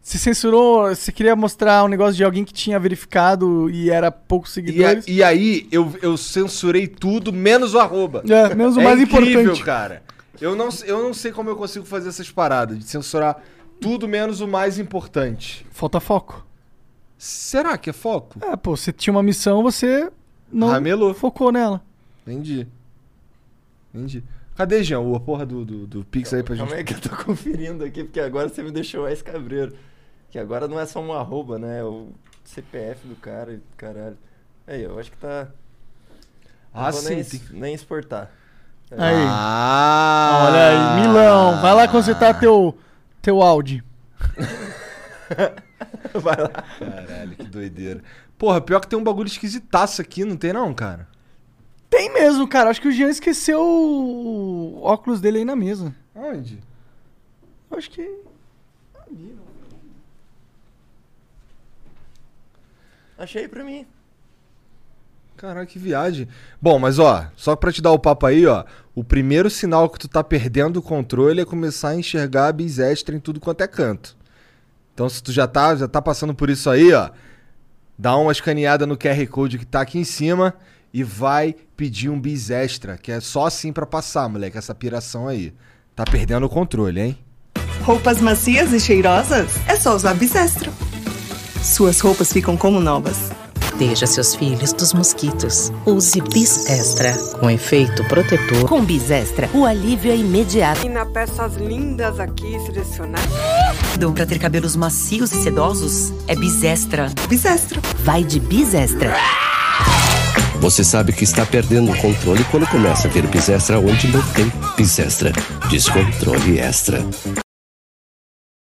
[SPEAKER 2] se censurou, você queria mostrar um negócio de alguém que tinha verificado e era poucos
[SPEAKER 1] E, a-
[SPEAKER 2] seguidores.
[SPEAKER 1] e aí eu, eu censurei tudo, menos o arroba.
[SPEAKER 2] É, menos o mais
[SPEAKER 1] incrível,
[SPEAKER 2] importante.
[SPEAKER 1] cara. Eu não, eu não sei como eu consigo fazer essas paradas, de censurar tudo menos o mais importante.
[SPEAKER 2] Falta foco.
[SPEAKER 1] Será que é foco?
[SPEAKER 2] É, pô, você tinha uma missão, você não
[SPEAKER 1] Ramelou.
[SPEAKER 2] focou nela.
[SPEAKER 1] Entendi. Entendi. Cadê, Jean, o- a porra do, do, do Pix aí pra gente?
[SPEAKER 3] Calma aí que eu tô conferindo aqui, porque agora você me deixou mais cabreiro. Que agora não é só um arroba, né? É o CPF do cara e caralho. Aí, eu acho que tá. Não
[SPEAKER 1] Ah,
[SPEAKER 3] vou
[SPEAKER 1] sim,
[SPEAKER 3] Nem,
[SPEAKER 1] tem-
[SPEAKER 3] es- nem exportar.
[SPEAKER 2] Aí.
[SPEAKER 1] Ah!
[SPEAKER 2] Olha aí, Milão, vai lá consertar teu, teu Audi.
[SPEAKER 3] Vai lá.
[SPEAKER 1] Caralho, que doideira. Porra, pior que tem um bagulho esquisitaço aqui, não tem não, cara?
[SPEAKER 2] Tem mesmo, cara. Acho que o Jean esqueceu o óculos dele aí na mesa.
[SPEAKER 1] Onde?
[SPEAKER 2] Acho que.
[SPEAKER 3] Achei pra mim.
[SPEAKER 1] Caralho, que viagem. Bom, mas ó, só pra te dar o papo aí, ó. O primeiro sinal que tu tá perdendo o controle é começar a enxergar a bis extra em tudo quanto é canto. Então se tu já tá, já tá passando por isso aí, ó, dá uma escaneada no QR Code que tá aqui em cima e vai pedir um bis extra, que é só assim pra passar, moleque, essa piração aí. Tá perdendo o controle, hein?
[SPEAKER 10] Roupas macias e cheirosas? É só usar Bisestro. Suas roupas ficam como novas.
[SPEAKER 11] Proteja seus filhos dos mosquitos. Use Bis Extra, com efeito protetor. Com Bis Extra, o alívio é imediato.
[SPEAKER 12] E na peças lindas aqui selecionadas.
[SPEAKER 11] Para ter cabelos macios e sedosos, é Bis Extra. Bis Extra. Vai de Bis Extra.
[SPEAKER 13] Você sabe que está perdendo o controle quando começa a ter pisestra onde não tem pisestra. Descontrole extra.